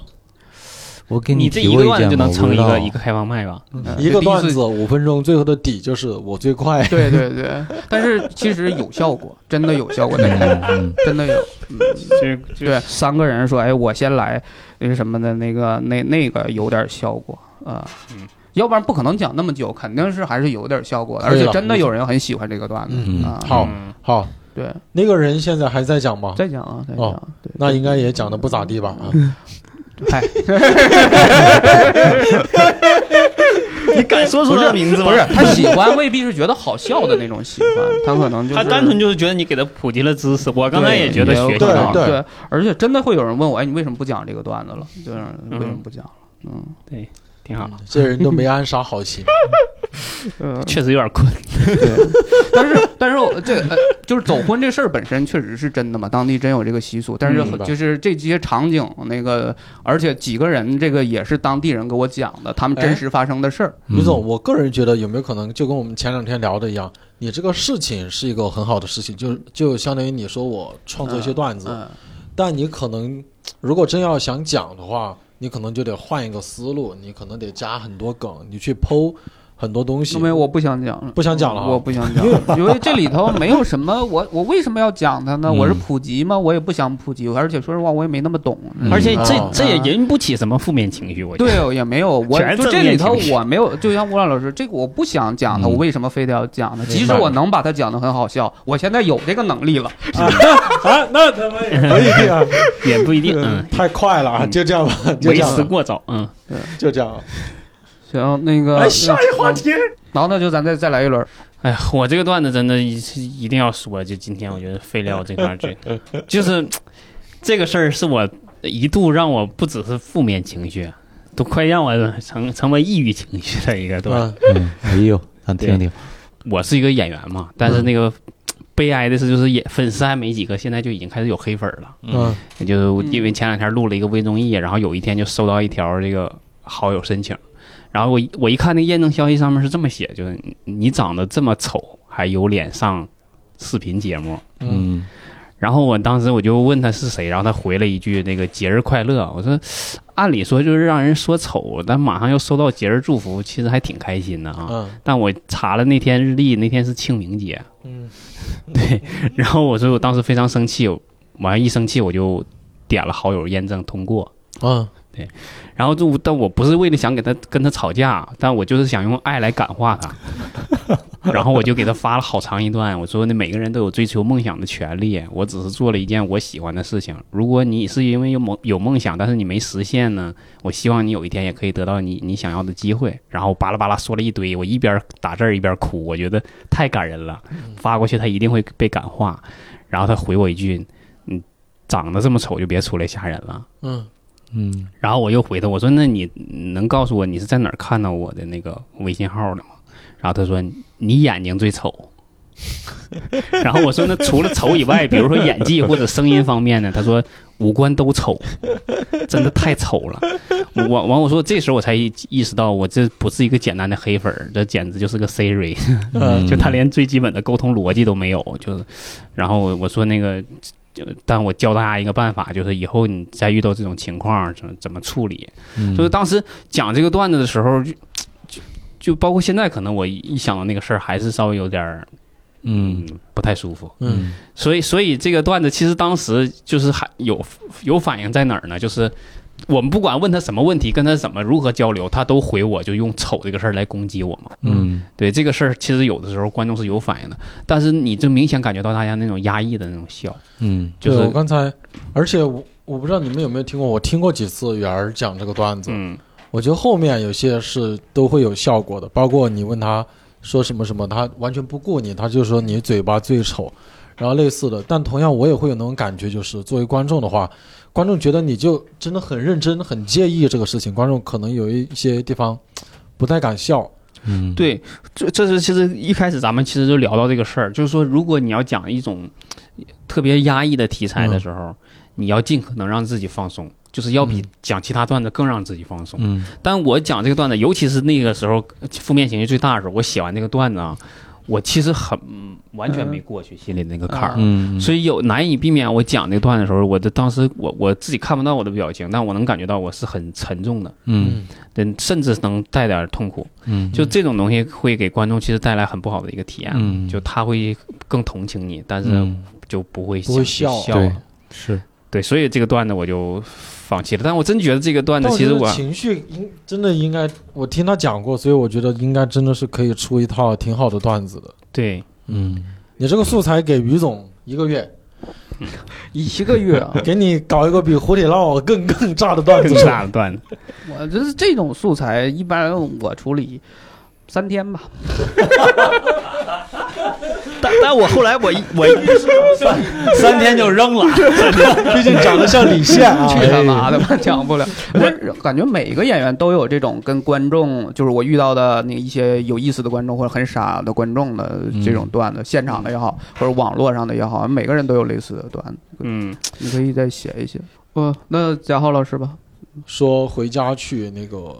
D: 我给
E: 你这
D: 提
E: 一
D: 过
E: 个
D: 意
E: 段
D: 见
E: 子就
D: 吗
E: 能
D: 我不
E: 成一
D: 知道
E: 个一个开放麦吧？
C: 一
B: 嗯这
C: 个
B: 第一
C: 段
B: 次
C: 子五分钟，最后的底就是我最快。
B: 对对对，但是其实有效果，真的有效果，但是
D: 嗯
B: 真的有。嗯，
E: 就
B: 对，三个人说，哎，我先来，那个什么的，那个那那个有点效果啊，
E: 嗯，
B: 要不然不可能讲那么久，肯定是还是有点效果的，而
C: 可以
B: 且
C: 了
B: 真的有人很喜欢这个段子
D: 嗯
B: 啊。
C: 好
E: 嗯
C: 好，
B: 对，
C: 那个人现在还在讲吗？
B: 再讲啊，再
C: 哦
B: 讲，对，
C: 那应该也讲的
B: 嗯
C: 不咋地吧？啊，
B: 嗨，
E: 你敢说出他的名字吗？
B: 不是，他喜欢未必是觉得好笑的那种喜欢，他可能就是
E: 他单纯就是觉得你给他普及了知识。我刚才也觉得学习
C: 对
E: 到
B: 到
E: 了。
C: 对
B: 对而且真的会有人问我，哎，你为什么不讲这个段子了？就是为什么不讲了？嗯，
E: 对，挺好。
C: 嗯这人都没安啥好心。
B: 呃
E: 确实有点困，
B: 对， 但是但是我这、呃、就是走婚这事儿本身确实是真的嘛，当地真有这个习俗，但是
C: 嗯明
B: 很
C: 白
B: 就是这些场景那个，而且几个人这个也是当地人给我讲的，他们
C: 哎
B: 真实发生的事儿。
D: 嗯
C: 于总，我个人觉得有没有可能，就跟我们前两天聊的一样，你这个事情是一个很好的事情，就就相当于你说我创作一些段子，
B: 嗯，
C: 但你可能如果真要想讲的话，你可能就得换一个思路，你可能得加很多梗，你去剖很多东西
B: 因。为我不想讲了，
C: 不想讲了啊
B: 我不想讲， 因为这里头没有什么，我我为什么要讲它呢？
D: 嗯
B: 我是普及吗？我也不想普及，而且说实话，我也没那么懂，
D: 嗯
E: 而且这
C: 哦
E: 这也引不起什么负面情绪，我觉得。
B: 对，也没有，我
E: 全
B: 就
E: 正
B: 这
E: 面
B: 里头
E: 情绪
B: 我没有，就像吴老师，这个我不想讲它，
D: 嗯
B: 我为什么非得要讲呢？
C: 明白
B: 即使我能把它讲得很好笑，我现在有这个能力了。
C: 啊，那他妈也可以啊，
E: 也不一定，嗯，
C: 太快了啊！就这样吧，就
E: 为
C: 这
E: 时
C: 样吧，
E: 过早，嗯，
C: 就这样。
B: 行，那个，
C: 哎一话题，
B: 然后那就咱再再来一 轮。
E: 哎呀，我这个段子真的一一定要说，就今天我觉得废料这块儿就 就是这个事儿是我一度让我不只是负面情绪，都快让我成成为抑郁情绪的一个段。
C: 嗯，
D: 嗯，哎呦，咱听听，
E: 我是一个演员嘛，但是那个悲哀的是，就是也粉丝还没几个，现在就已经开始有黑粉了。
C: 嗯
E: 也就是因为前两天录了一个微综艺，然后有一天就收到一条这个好友申请，然后我一我一看那个验证消息上面是这么写，就是你你长得这么丑，还有脸上视频节目。
C: 嗯，
D: 嗯
E: 然后我当时我就问他是谁，然后他回了一句那个节日快乐。我说，按理说就是让人说丑，但马上又收到节日祝福，其实还挺开心的啊。
C: 嗯
E: 但我查了那天日历，那天是清明节，
C: 嗯
E: 对，然后我说我当时非常生气，我完一生气我就点了好友验证通过，
C: 嗯
E: 然后就但我不是为了想给他跟他吵架，但我就是想用爱来感化他，然后我就给他发了好长一段，我说那每个人都有追求梦想的权利，我只是做了一件我喜欢的事情，如果你是因为有梦有梦想，但是你没实现呢，我希望你有一天也可以得到你你想要的机会。然后巴拉巴拉说了一堆，我一边打字儿一边哭，我觉得太感人了，发过去他一定会被感化。然后他回我一句：“嗯，长得这么丑就别出来吓人了。”
C: 嗯
D: 嗯
E: 然后我又回他，我说：“那你能告诉我你是在哪儿看到我的那个微信号的吗？”然后他说：“你眼睛最丑。” 然后我说：“那除了丑以外，比如说演技或者声音方面呢？”他说：“五官都丑，真的太丑了。我”我完我说，这时候我才意意识到，我这不是一个简单的黑粉儿，这简直就是个 Siri。
C: 嗯
E: 呃就他连最基本的沟通逻辑都没有，就是，然后我我说那个，就但我教大家一个办法，就是以后你再遇到这种情况，怎么怎么处理。
D: 嗯
E: 就是当时讲这个段子的时候，就就就包括现在，可能我一一想到那个事儿，还是稍微有点儿
D: 嗯
E: 不太舒服。
C: 嗯，
E: 所以，所以这个段子其实当时就是还有有反应在哪儿呢？就是我们不管问他什么问题，跟他怎么如何交流，他都回我就用丑这个事儿来攻击我嘛。
D: 嗯
E: 对这个事儿，其实有的时候观众是有反应的，但是你就明显感觉到大家那种压抑的那种笑，
D: 嗯
E: 就
C: 对我
E: 是
C: 刚才，而且我我不知道你们有没有听过，我听过几次圆儿讲这个段子，
E: 嗯
C: 我觉得后面有些是都会有效果的，包括你问他说什么什么，他完全不顾你，他就说你嘴巴最丑，然后类似的。但同样，我也会有那种感觉，就是作为观众的话，观众觉得你就真的很认真、很介意这个事情，观众可能有一些地方不太敢笑。
D: 嗯，
E: 对，这这是其实一开始咱们其实就聊到这个事儿，就是说如果你要讲一种特别压抑的题材的时候，你要尽可能让自己放松，就是要比讲其他段子更让自己放松。
D: 嗯
E: 但我讲这个段子，尤其是那个时候负面情绪最大的时候，我写完那个段子啊，我其实很嗯完全没过去心里那个坎儿。
D: 嗯，
E: 所以有难以避免。我讲这个段子的时候，我的当时我我自己看不到我的表情，但我能感觉到我是很沉重的，
D: 嗯
E: 对，甚至能带点痛苦。
D: 嗯
E: 就这种东西会给观众其实带来很不好的一个体验，
D: 嗯
E: 就他会更同情你，但是
D: 嗯
E: 就不会
C: 不会
E: 想去
C: 笑
E: 笑
D: 对
E: 了
D: 是
E: 对，所以这个段子我就放弃了。但我真觉得这个段子
C: 但我
E: 其
C: 觉
E: 实
C: 得
E: 我
C: 情绪应真的应该，我听他讲过，所以我觉得应该真的是可以出一套挺好的段子的。
E: 对
D: 嗯
C: 你这个素材给于总一个月，
B: 一个月啊，
C: 给你搞一个比胡铁烙更更炸的段
E: 更
C: 子。
E: 大的段子。
B: 我就是这种素材，一般我处理三天 吧。
E: 但但我后来我一我一
D: 三天就扔了。
C: 毕竟长得像李现啊，
B: 去他妈
C: 哎
B: 的吧，讲 不了。但是感觉每个演员都有这种跟观众，就是我遇到的那一些有意思的观众或者很傻的观众的这种段子，现场的也好，
C: 嗯
B: 或者网络上的也好，每个人都有类似的段子，
E: 嗯，
B: 你可以再写一写。嗯，那贾浩老师吧，
C: 说回家去那个，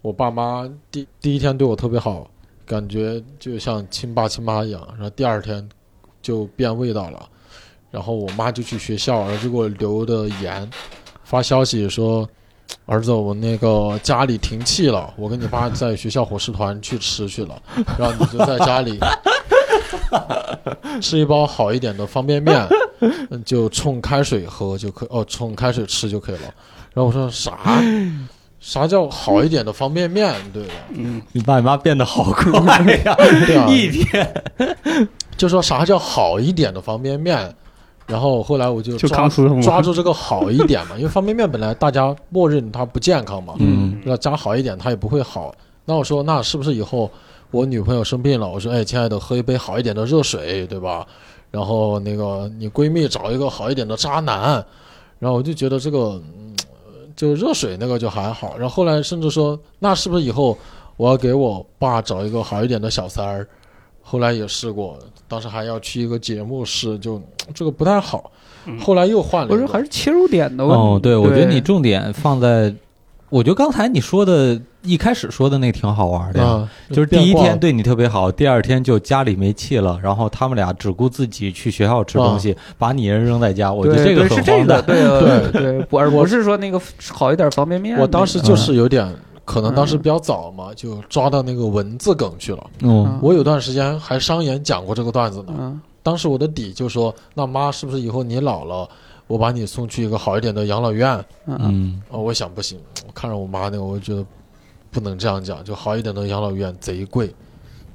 C: 我爸妈第第一天对我特别好，感觉就像亲爸亲妈一样。然后第二天就变味道了，然后我妈就去学校，然后就给我留的言，发消息说：“儿子，我那个家里停气了，我跟你爸在学校伙食团去吃去了，然后你就在家里吃一包好一点的方便面，嗯就冲开水喝就可哦，冲开水吃就可以了。”然后我说啥？ 啥叫好一点的方便面？对吧？
D: 你爸你妈变得好快 呀，
C: 对 啊，
D: 一天
C: 就说啥叫好一点的方便面，然后后来我就
E: 就
C: 抓
E: 康师傅
C: 抓住这个好一点嘛，因为方便面本来大家默认它不健康嘛，
D: 嗯，
C: 那加好一点它也不会好。那我说那是不是以后我女朋友生病了，我说哎亲爱的，喝一杯好一点的热水，对吧？然后那个你闺蜜找一个好一点的渣男，然后我就觉得这个嗯就热水那个就还好。然后后来甚至说那是不是以后我要给我爸找一个好一点的小三儿？后来也试过，当时还要去一个节目试，就嗯这个不太好。后来又换了一
B: 我
C: 个，
B: 说还是切入点的问题。
D: 哦，对，我觉得你重点放在，我觉得刚才你说的，一开始说的那挺好玩的呀，
C: 啊，
D: 就是第一
C: 变化
D: 天对你特别好，第二天就家里没气了，然后他们俩只顾自己去学校吃东西，把你人扔在家，我觉得
B: 啊对
D: 这
B: 对
D: 个
B: 是
D: 很
B: 这
D: 荒
B: 个，
D: 诞。
B: 对
C: 对
B: 呃对，不而不是说那个好一点方便面。
C: 我当时就是有点，可能当时
B: 嗯
C: 比较早嘛，就抓到那个文字梗去了。
D: 嗯，
C: 我有段时间还商演讲过这个段子呢。
B: 啊嗯，
C: 当时我的底就说，那妈是不是以后你老了，我把你送去一个好一点的养老院？
B: 嗯嗯
D: 嗯，
C: 哦，我想不行，我看着我妈那个，我就觉得不能这样讲，就好一点的养老院贼贵。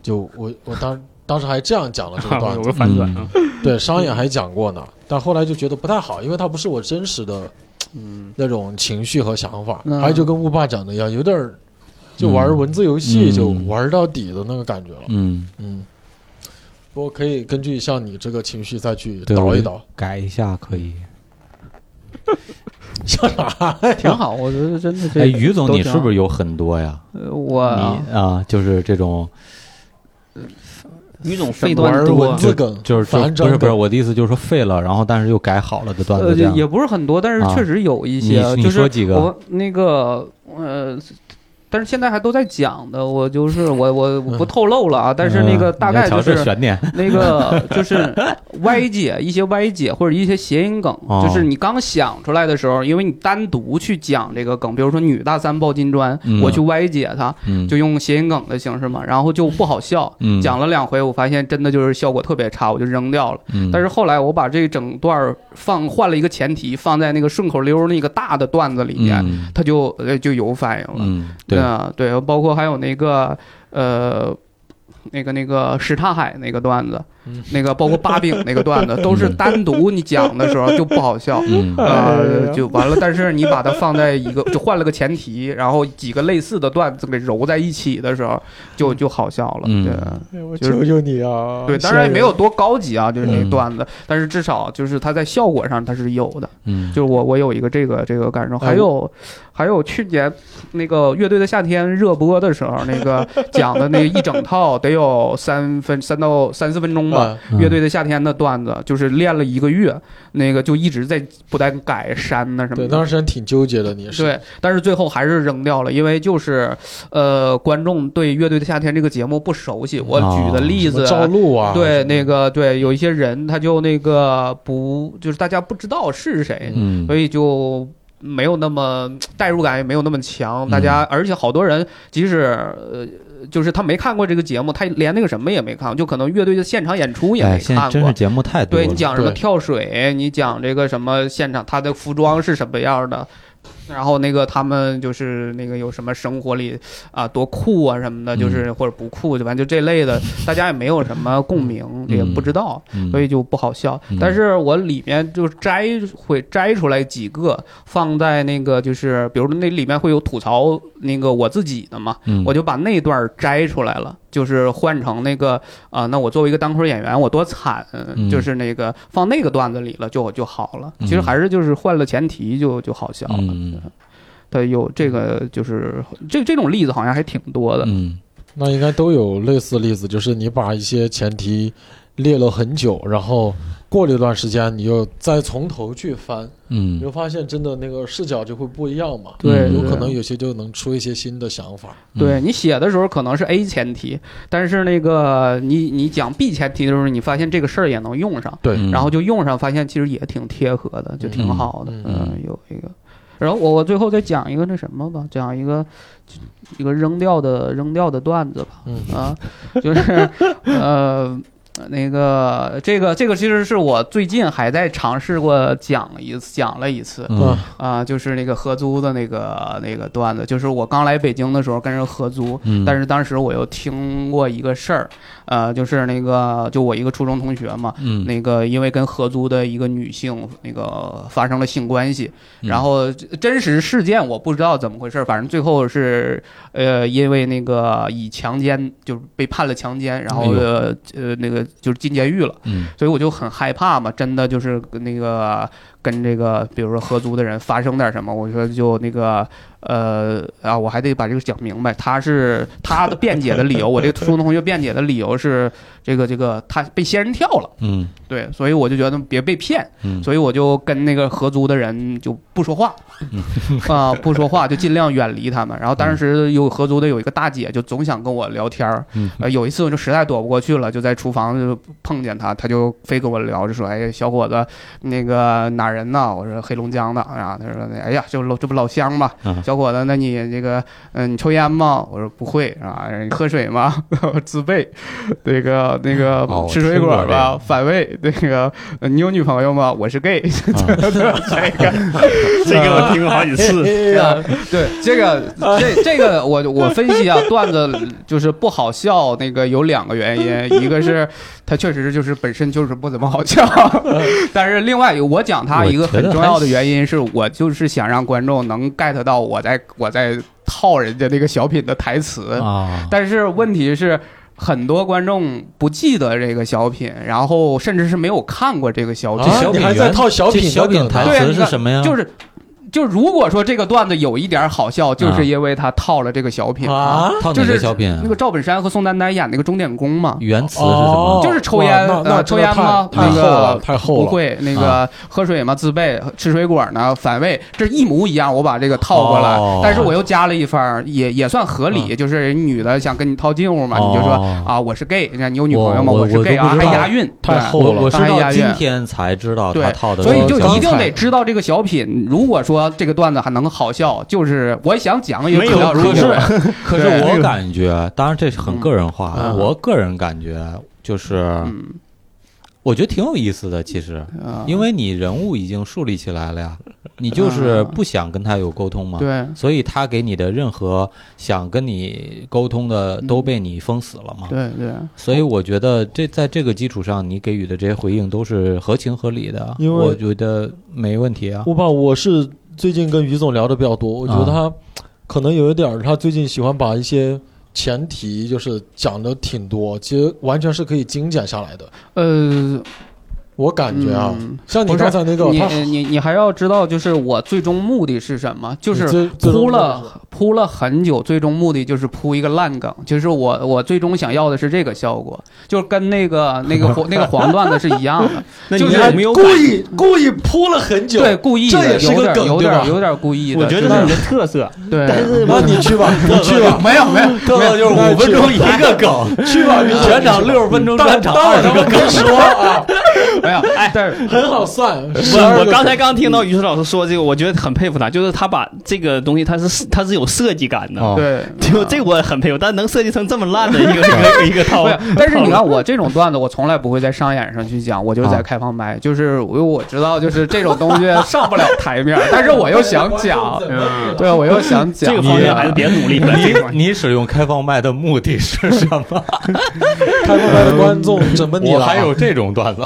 C: 就我我当当时还这样讲了这个段
E: 有
C: 子
E: 个，反
D: 嗯
E: 转啊，
C: 对商演还讲过呢，但后来就觉得不太好，因为它不是我真实的
B: 嗯，
C: 那种情绪和想法，
B: 嗯
C: 还有就跟雾爸讲的一样，有点儿就玩文字游戏、就玩到底的那个感觉了。
D: 嗯，
C: 嗯，不过可以根据像你这个情绪再去
D: 对，
C: 倒
D: 我
C: 一
D: 就
C: 倒，
D: 改一下可以。
C: 像啥？
B: 挺好，我觉得真的
D: 嗯哎，
B: 这个。
D: 于总，
B: 都
D: 你
B: 挺
D: 是不是有很多呀？
B: 呃我啊
D: 你啊，就是这种，
E: 于总
B: 废
E: 废
B: 段
E: 段
B: 子
E: 多
C: 文，字梗
D: 就是就
C: 反
D: 不是
C: 正
D: 不是，我的意思就是说废了，然后但是又改好了的段
B: 呃，
D: 子这
B: 也
D: 样。
B: 也不是很多，但是
D: 啊
B: 确实有一些，啊就
D: 你你
B: 是
D: 说几个？
B: 我那个呃，但是现在还都在讲的，我就是我我我不透露了啊，但是那个
D: 嗯
B: 大概
D: 你要
B: 就
D: 瞧这
B: 是
D: 悬念，
B: 那个就是歪解一些歪解或者一些谐音梗，
D: 哦
B: 就是你刚想出来的时候，因为你单独去讲这个梗，比如说女大三抱金砖
D: 嗯，
B: 我去歪解它，
D: 嗯，
B: 就用谐音梗的形式嘛，然后就不好笑。
D: 嗯
B: 讲了两回，我发现真的就是效果特别差，我就扔掉了。
D: 嗯，
B: 但是后来我把这整段儿放换了一个前提，放在那个顺口溜儿那个大的段子里面，
D: 嗯
B: 它就呃就有反应了。
D: 嗯，对，
B: 啊，对，包括还有那个呃。那个那个什刹海那个段子，
C: 嗯
B: 那个包括八饼那个段 子，都是
D: 嗯
B: 单独你讲的时候就不好笑，
D: 嗯
B: 呃，就完了。但是你把它放在一个，就换了个前提，然后几个类似的段子给揉在一起的时候，就就好笑了。
D: 嗯
B: 对，
C: 我
B: 就是
C: 求求你啊！
B: 对，当然也没
C: 有。
B: 有多高级啊，就是那
D: 嗯
B: 段子，但是至少就是它在效果上它是有的。
D: 嗯，
B: 就是我我有一个这个这个感受，
C: 哎
B: 还有还有去年那个乐队的夏天热播的时候，那 个讲的那一整套得有三分三到三四分钟吧。
C: 啊，
D: 嗯
B: 乐队的夏天的段子就是练了一个月，那个就一直在不断改删啊那什么
C: 对，
B: 的
C: 当。时还挺纠结的，你是
B: 对，但是最后还是扔掉了，因为就是，呃，观众对《乐队的夏天》这个节目不熟悉。我举的
D: 哦
B: 例
C: 啊什
B: 子，
C: 么赵露啊？
B: 对，那个对，有一些人他就那个不，就是大家不知道是谁，
D: 嗯
B: 所以就没有那么代入感，也没有那么
D: 嗯
B: 强。大家，而且好多人即使呃，就是他没看过这个节目，他连那个什么也没看过，就可能乐队的现场演出也
D: 哎，
B: 没
D: 现
B: 看
D: 在真
B: 过
D: 是。节目太多了，
B: 对你讲什么
C: 对
B: 跳水，你讲这个什么现场，他的服装是什么样的，然后那个他们就是那个有什么生活里啊多酷啊什么的，就是
D: 嗯
B: 或者不酷，就反正就这类的，大家也没有什么共鸣，也不知道，
D: 嗯
B: 所以就不好笑
D: 嗯。
B: 但是我里面就摘会摘出来几个放在那个就是，比如那里面会有吐槽那个我自己的嘛，
D: 嗯
B: 我就把那段摘出来了，就是换成那个啊、那我作为一个单口演员，我多惨，
D: 嗯
B: 就是那个放那个段子里了就就好了。其实
D: 嗯
B: 还是就是换了前提就就好笑了。
D: 嗯
B: 对，有这个就是这这种例子好像还挺多的。
D: 嗯
C: 那应该都有类似例子，就是你把一些前提列了很久，然后过了一段时间，你又再从头去翻，你
D: 嗯
C: 会发现真的那个视角就会不一样嘛。
B: 对，
C: 有
B: 对
C: 可能有些就能出一些新的想法。
B: 对你写的时候可能是 A 前提，但是那个你你讲 B 前提的时候，你发现这个事儿也能用上，
C: 对
D: 嗯
B: 然后就用上，发现其实也挺贴合的，就挺好的。
C: 嗯
B: 嗯，有一个。然后我我最后再讲一个那什么吧，讲一个一个扔掉的扔掉的段子吧。
C: 嗯
B: 啊，就是 呃。那个，这个，这个其实是我最近还在尝试过讲一次，讲了一次，
D: 嗯
B: 啊、就是那个合租的那个那个段子，就是我刚来北京的时候跟人合租，
D: 嗯，
B: 但
D: 是
B: 是当时我又听过一个事儿，呃，就是那个就我一个初中同学嘛，
D: 嗯
B: 那个因为跟合租的一个女性那个发生了性关系，
D: 嗯
B: 然后真实事件我不知道怎么回事，反正最后是呃因为那个以强奸就是被判了强奸，然后
D: 哎呦
B: 呃呃那个就是进监狱了。
D: 嗯
B: 所以我就很害怕嘛，真的就是跟那个跟这个，比如说合租的人发生点什么，我说就那个呃啊，我还得把这个讲明白。他是他的辩解的理由，我这个初中同学辩解的理由是这个这个他被仙人跳了，
D: 嗯
B: 对，所以我就觉得别被骗，
D: 嗯，
B: 所以我就跟那个合租的人就不说话，啊、不说话就尽量远离他们。然后当时有合租的有一个大姐，就总想跟我聊天儿。
D: 嗯
B: 呃，有一次我就实在躲不过去了，就在厨房就碰见她，她就非跟我聊，就说：“哎，小伙子，那个哪人呢？”我说：“黑龙江的。”然后她说：“哎呀，这不老这不老乡吗？
D: 嗯
B: 小伙子，那你这个嗯、你抽烟吗？”我说：“不会啊。”你喝水吗？ 我自备。那个那个
A: 哦我
B: 吃水
A: 听过
B: 果
A: 这
B: 吧，
A: 个
B: 反胃。那个呃你有女朋友吗？我是 gay。
E: 这个我听过好几次。
C: 哎呀，
B: 对这个这这个我我分析啊，段子就是不好笑，那个有两个原因，一个是它确实就是本身就是不怎么好 笑，
D: 嗯
B: 但是另外我讲它一个很重要的原因是我就是想让观众能 get 到我在我在套人家那个小品的台词，
D: 啊，
B: 但是问题是。很多观众不记得这个小品，然后甚至是没有看过这个小品，
D: 哦啊这小
C: 啊你
D: 品
C: 还
D: 源
C: 在套小品
D: 这
C: 的
D: 小品
C: 梗
D: 台
B: 对啊
D: 词
B: 你
D: 是
B: 看
D: 什么呀？
B: 就是。就如果说这个段子有一点好笑，就是因为他套了这个小品
C: 啊，
D: 嗯套
B: 就
D: 哪个
B: 是
D: 小品啊？嗯
B: 那个赵本山和宋丹丹演那个钟点工嘛，
D: 原词是什
C: 哦
D: 么？
B: 就是抽烟
C: 哇那那
B: 呃
C: 真
B: 抽
C: 的
B: 烟吗
C: 太太
B: 那
C: 厚
B: 个
C: 了，太厚
B: 不
C: 了。
B: 会那
D: 啊
B: 个喝水嘛自备，吃水果呢反胃，这一模一样，我把这个套过来
D: 哦，嗯
B: 但是我又加了一番儿，也也算合理，就是人女的想跟你套近乎嘛，你就说
D: 哦
B: 啊我是 gay，人家你有女朋友吗？
D: 我我
B: 是 gay
D: 我都
B: 啊，
D: 不
B: 还
D: 知道
B: 押韵，
C: 太
B: 对
C: 厚
D: 我我
B: 了
D: 是
B: 当然
D: 到
B: 押
D: 今
B: 韵
D: 天才知
C: 哦
D: 道他
B: 对
D: 套的，
B: 所以你就
C: 刚才
B: 一定得知道这个小品，如果说这个段子还能好笑，就是我想讲也
E: 没有
B: 主要是
E: 可
B: 因
E: 是
B: 为
D: 可是
B: 对那
D: 我
B: 个
D: 感觉，当然这是很个人化，
B: 嗯
D: 我个人感觉就是，
B: 嗯
D: 我觉得挺有意思的，其实，
C: 嗯
B: 啊
D: 因为你人物已经树立起来了呀，你就是
B: 嗯
D: 不想跟他有沟通嘛，
C: 啊
B: 对
D: 所以他给你的任何想跟你沟通的都被你封死了嘛。
B: 嗯对对，
D: 所以我觉得这在这个基础上，你给予的这些回应都是合情合理的，
C: 因为
D: 我觉得没问题啊。
C: 我吧，我是最近跟于总聊的比较多，我觉得他
B: 嗯
C: 可能有一点儿，他最近喜欢把一些前提就是讲的挺多，其实完全是可以精简下来的。
B: 呃，
C: 我感觉啊，
B: 嗯
C: 像你
B: 不是
C: 刚才那个，
B: 你
C: 他
B: 你你还要知道，就是我最终目的是什么，就是
C: 你最
B: 铺了铺了很久，最终目的就是铺一个烂梗。就是我我最终想要的是这个效果，就是跟那个那个黄那个黄段子是一样的，
E: 那
B: 就
E: 你
B: 是
E: 有
C: 还
E: 没有
C: 故
E: 感？
C: 意故意铺了很久。
B: 对，，故意
C: 这
B: 的，
C: 也是
B: 有
C: 个
B: 点
C: 梗
B: 有
C: 对
B: 点
C: 吧
B: 有点故意的。
E: 我觉得
B: 就是
E: 你的特色，
B: 对。
C: 那你去吧，你去吧，
E: 没有没
B: 嗯
E: 有，特色就是五分钟一个梗，
C: 去吧，于总
E: 全场六十分
C: 啊
E: 钟
C: 当
E: 专场
C: 当
E: 二
C: 我
E: 十
C: 他
E: 个
C: 妈
E: 梗，
C: 没说啊，
B: 没有，但是
C: 很好算。
E: 我
C: 我
E: 我刚才刚听到于适老师说这个，我觉得很佩服他，就是他把这个东西，他是他是有设计感的。
D: 哦
B: 对，
E: 就这我很佩服，但能设计成这么烂 的一个一个一个套
B: 不，是，哦但是你看我这种段子，我从来不会在商演上去讲，我就
E: 啊
B: 在开放麦，就是因为我知道，就是这种东西上不了台面，但是我又想讲，
C: 嗯
B: 对我又想讲
E: 这个方面还是别努 力了。这个
D: 你你使用开放麦的目的是什 么？
C: 开放麦的观众怎么你
D: 我
C: 了？
D: 还有这种段 子，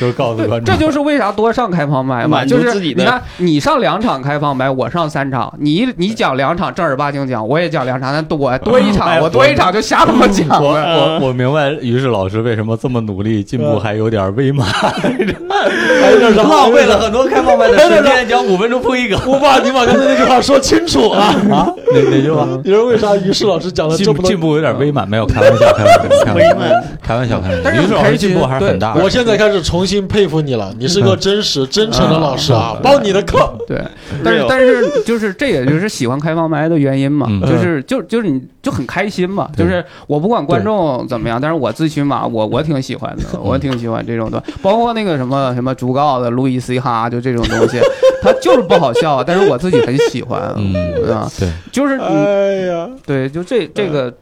D: 就是告诉观众
B: 这，就是为啥多上开放麦嘛，
E: 满足
B: 就是
E: 自己的
B: 你看你上两场开放麦，我上三场，你你讲两场正儿八经讲，我也讲两场，但我多一场，
D: 哎
B: 我多一场就 瞎他妈讲
D: 嗯我
B: 了。
D: 我我明白于是老师为什么这么努力，进步还有点微慢，
C: 哎就是
D: 浪费了很多开放麦 的时间，讲五分钟铺一个
C: 我把你把刚才那句话说清楚啊！
D: 啊？哪哪句话？
C: 你说为啥于适老师讲了
D: 进
C: 这么
D: 步
C: 多
D: 进？步有点微慢，没有开玩笑，开玩笑，开玩
E: 微
D: 笑
E: 慢，
D: 开玩笑，开玩笑。
B: 但是
D: 于是老师进步还是很大的。
C: 我现在开始重新佩服你了，你是个真 实、真诚的老师啊！报你的课，
B: 对，但是
E: Real
B: 但是就是这也就是喜欢开放麦的原因嘛
D: 嗯，
B: 就是就就是你就很开心嘛，
D: 对
B: 就是我不管观众怎么样，但是我最起码我我挺喜欢的，我挺喜欢这种的，包括那个什么什么竹告的路易斯哈就这种东西，它就是不好笑，啊但是我自己很喜欢，
D: 嗯
B: 啊，
D: 对，
B: 就是你
C: 哎呀，
B: 对，就这这个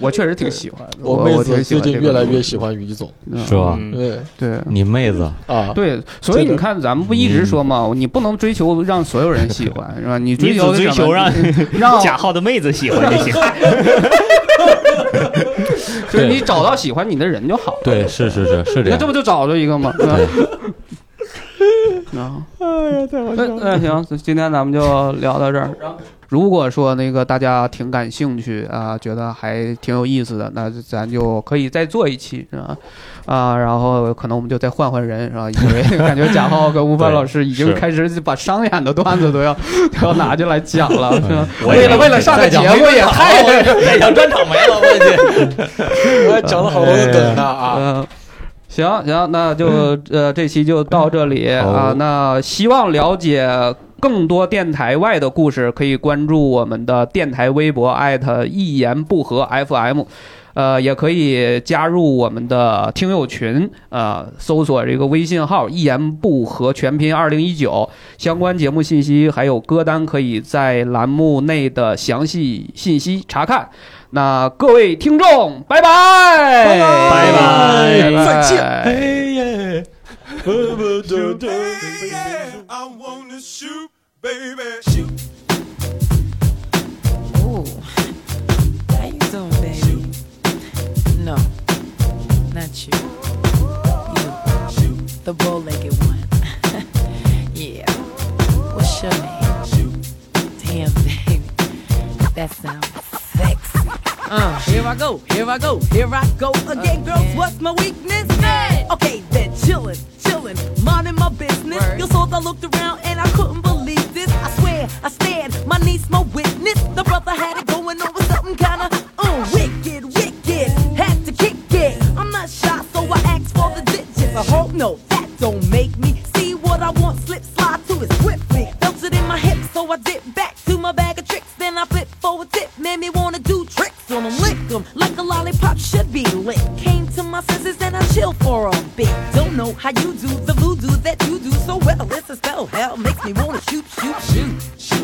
B: 我确实挺喜欢的，我
C: 妹
B: 我
C: 子
B: 挺喜
C: 最
B: 欢
C: 近
B: 这
C: 越
B: 个
C: 来
B: 东
C: 越
B: 西，
C: 喜欢于总，
B: 嗯
D: 是吧？
E: 嗯
C: 对
B: 对。
D: 你妹子，
C: 啊，
B: 对，所以
C: 这个
B: 你看，咱们不一直说嘛，你不能追求让所有人喜欢，是吧？你追
E: 你
B: 求
E: 只
B: 的
E: 追
B: 什么
E: 求让
B: 让
E: 贾浩的妹子喜欢就行。
B: 就是你找到喜欢你的人就好了。
D: 对，是是是是这
B: 那
D: 样
B: 这。不就找着一个吗？是吧？啊，那哎那行，今天咱们就聊到这儿。如果说那个大家挺感兴趣啊、觉得还挺有意思的，那咱就可以再做一期，是吧？啊，然后可能我们就再换换人，是吧？因 为感觉贾浩跟吴凡老师已经
D: 是
B: 开始把商演的段子都要 都要拿进来讲了， 是吧？
D: 我也
B: 为了为了上个节目 也太
D: 再讲专场没了，我去。
C: 我还讲了好多的梗呢啊！
B: 嗯，行行，那就呃，这期就到这里
D: 好
B: 啊。那希望了解更多电台外的故事，可以关注我们的电台微博一言不合 FM。呃，也可以加入我们的听友群，呃，搜索这个微信号“一言不合全拼二零一九”，相关节目信息还有歌单，可以在栏目内的详细信息查看。那各位听众，拜拜，拜
E: 拜
B: 拜，
C: 再见。
D: 哎
C: 耶，不不嘟嘟
F: yeah, I wanna shoot, baby. Shoot.
G: Ooh. How you doing, baby? No, not you. You. The bow-legged one. yeah. What's your name? Damn, baby. That sounds sexy. Uh,
H: Here I go, here I go, here I go again, girls. What's my weakness? Okay, then chillin', chillin', minding my business.
G: Word.
H: Your souls, I looked around and I couldn't believe this. I swear, I stared, my niece, my witness. The brother had it going on with something kinda uh, wicked, wicked. Had to kick it. I'm not shy, so I asked for the digits. I hope no, that don't make me see what I want. Slip, slide to it swiftly. Felt it in my hips, so I dipped back to my bag of tricks. Then I flipped forward, tip, made me wanna do tricks on them, lick 'em like a lollipop should be licked. Came to my senses, then I chill for a bit. Don't know how you do the voodoo that you do so well. It's a spell, hell makes me wanna shoot, shoot, shoot, shoot.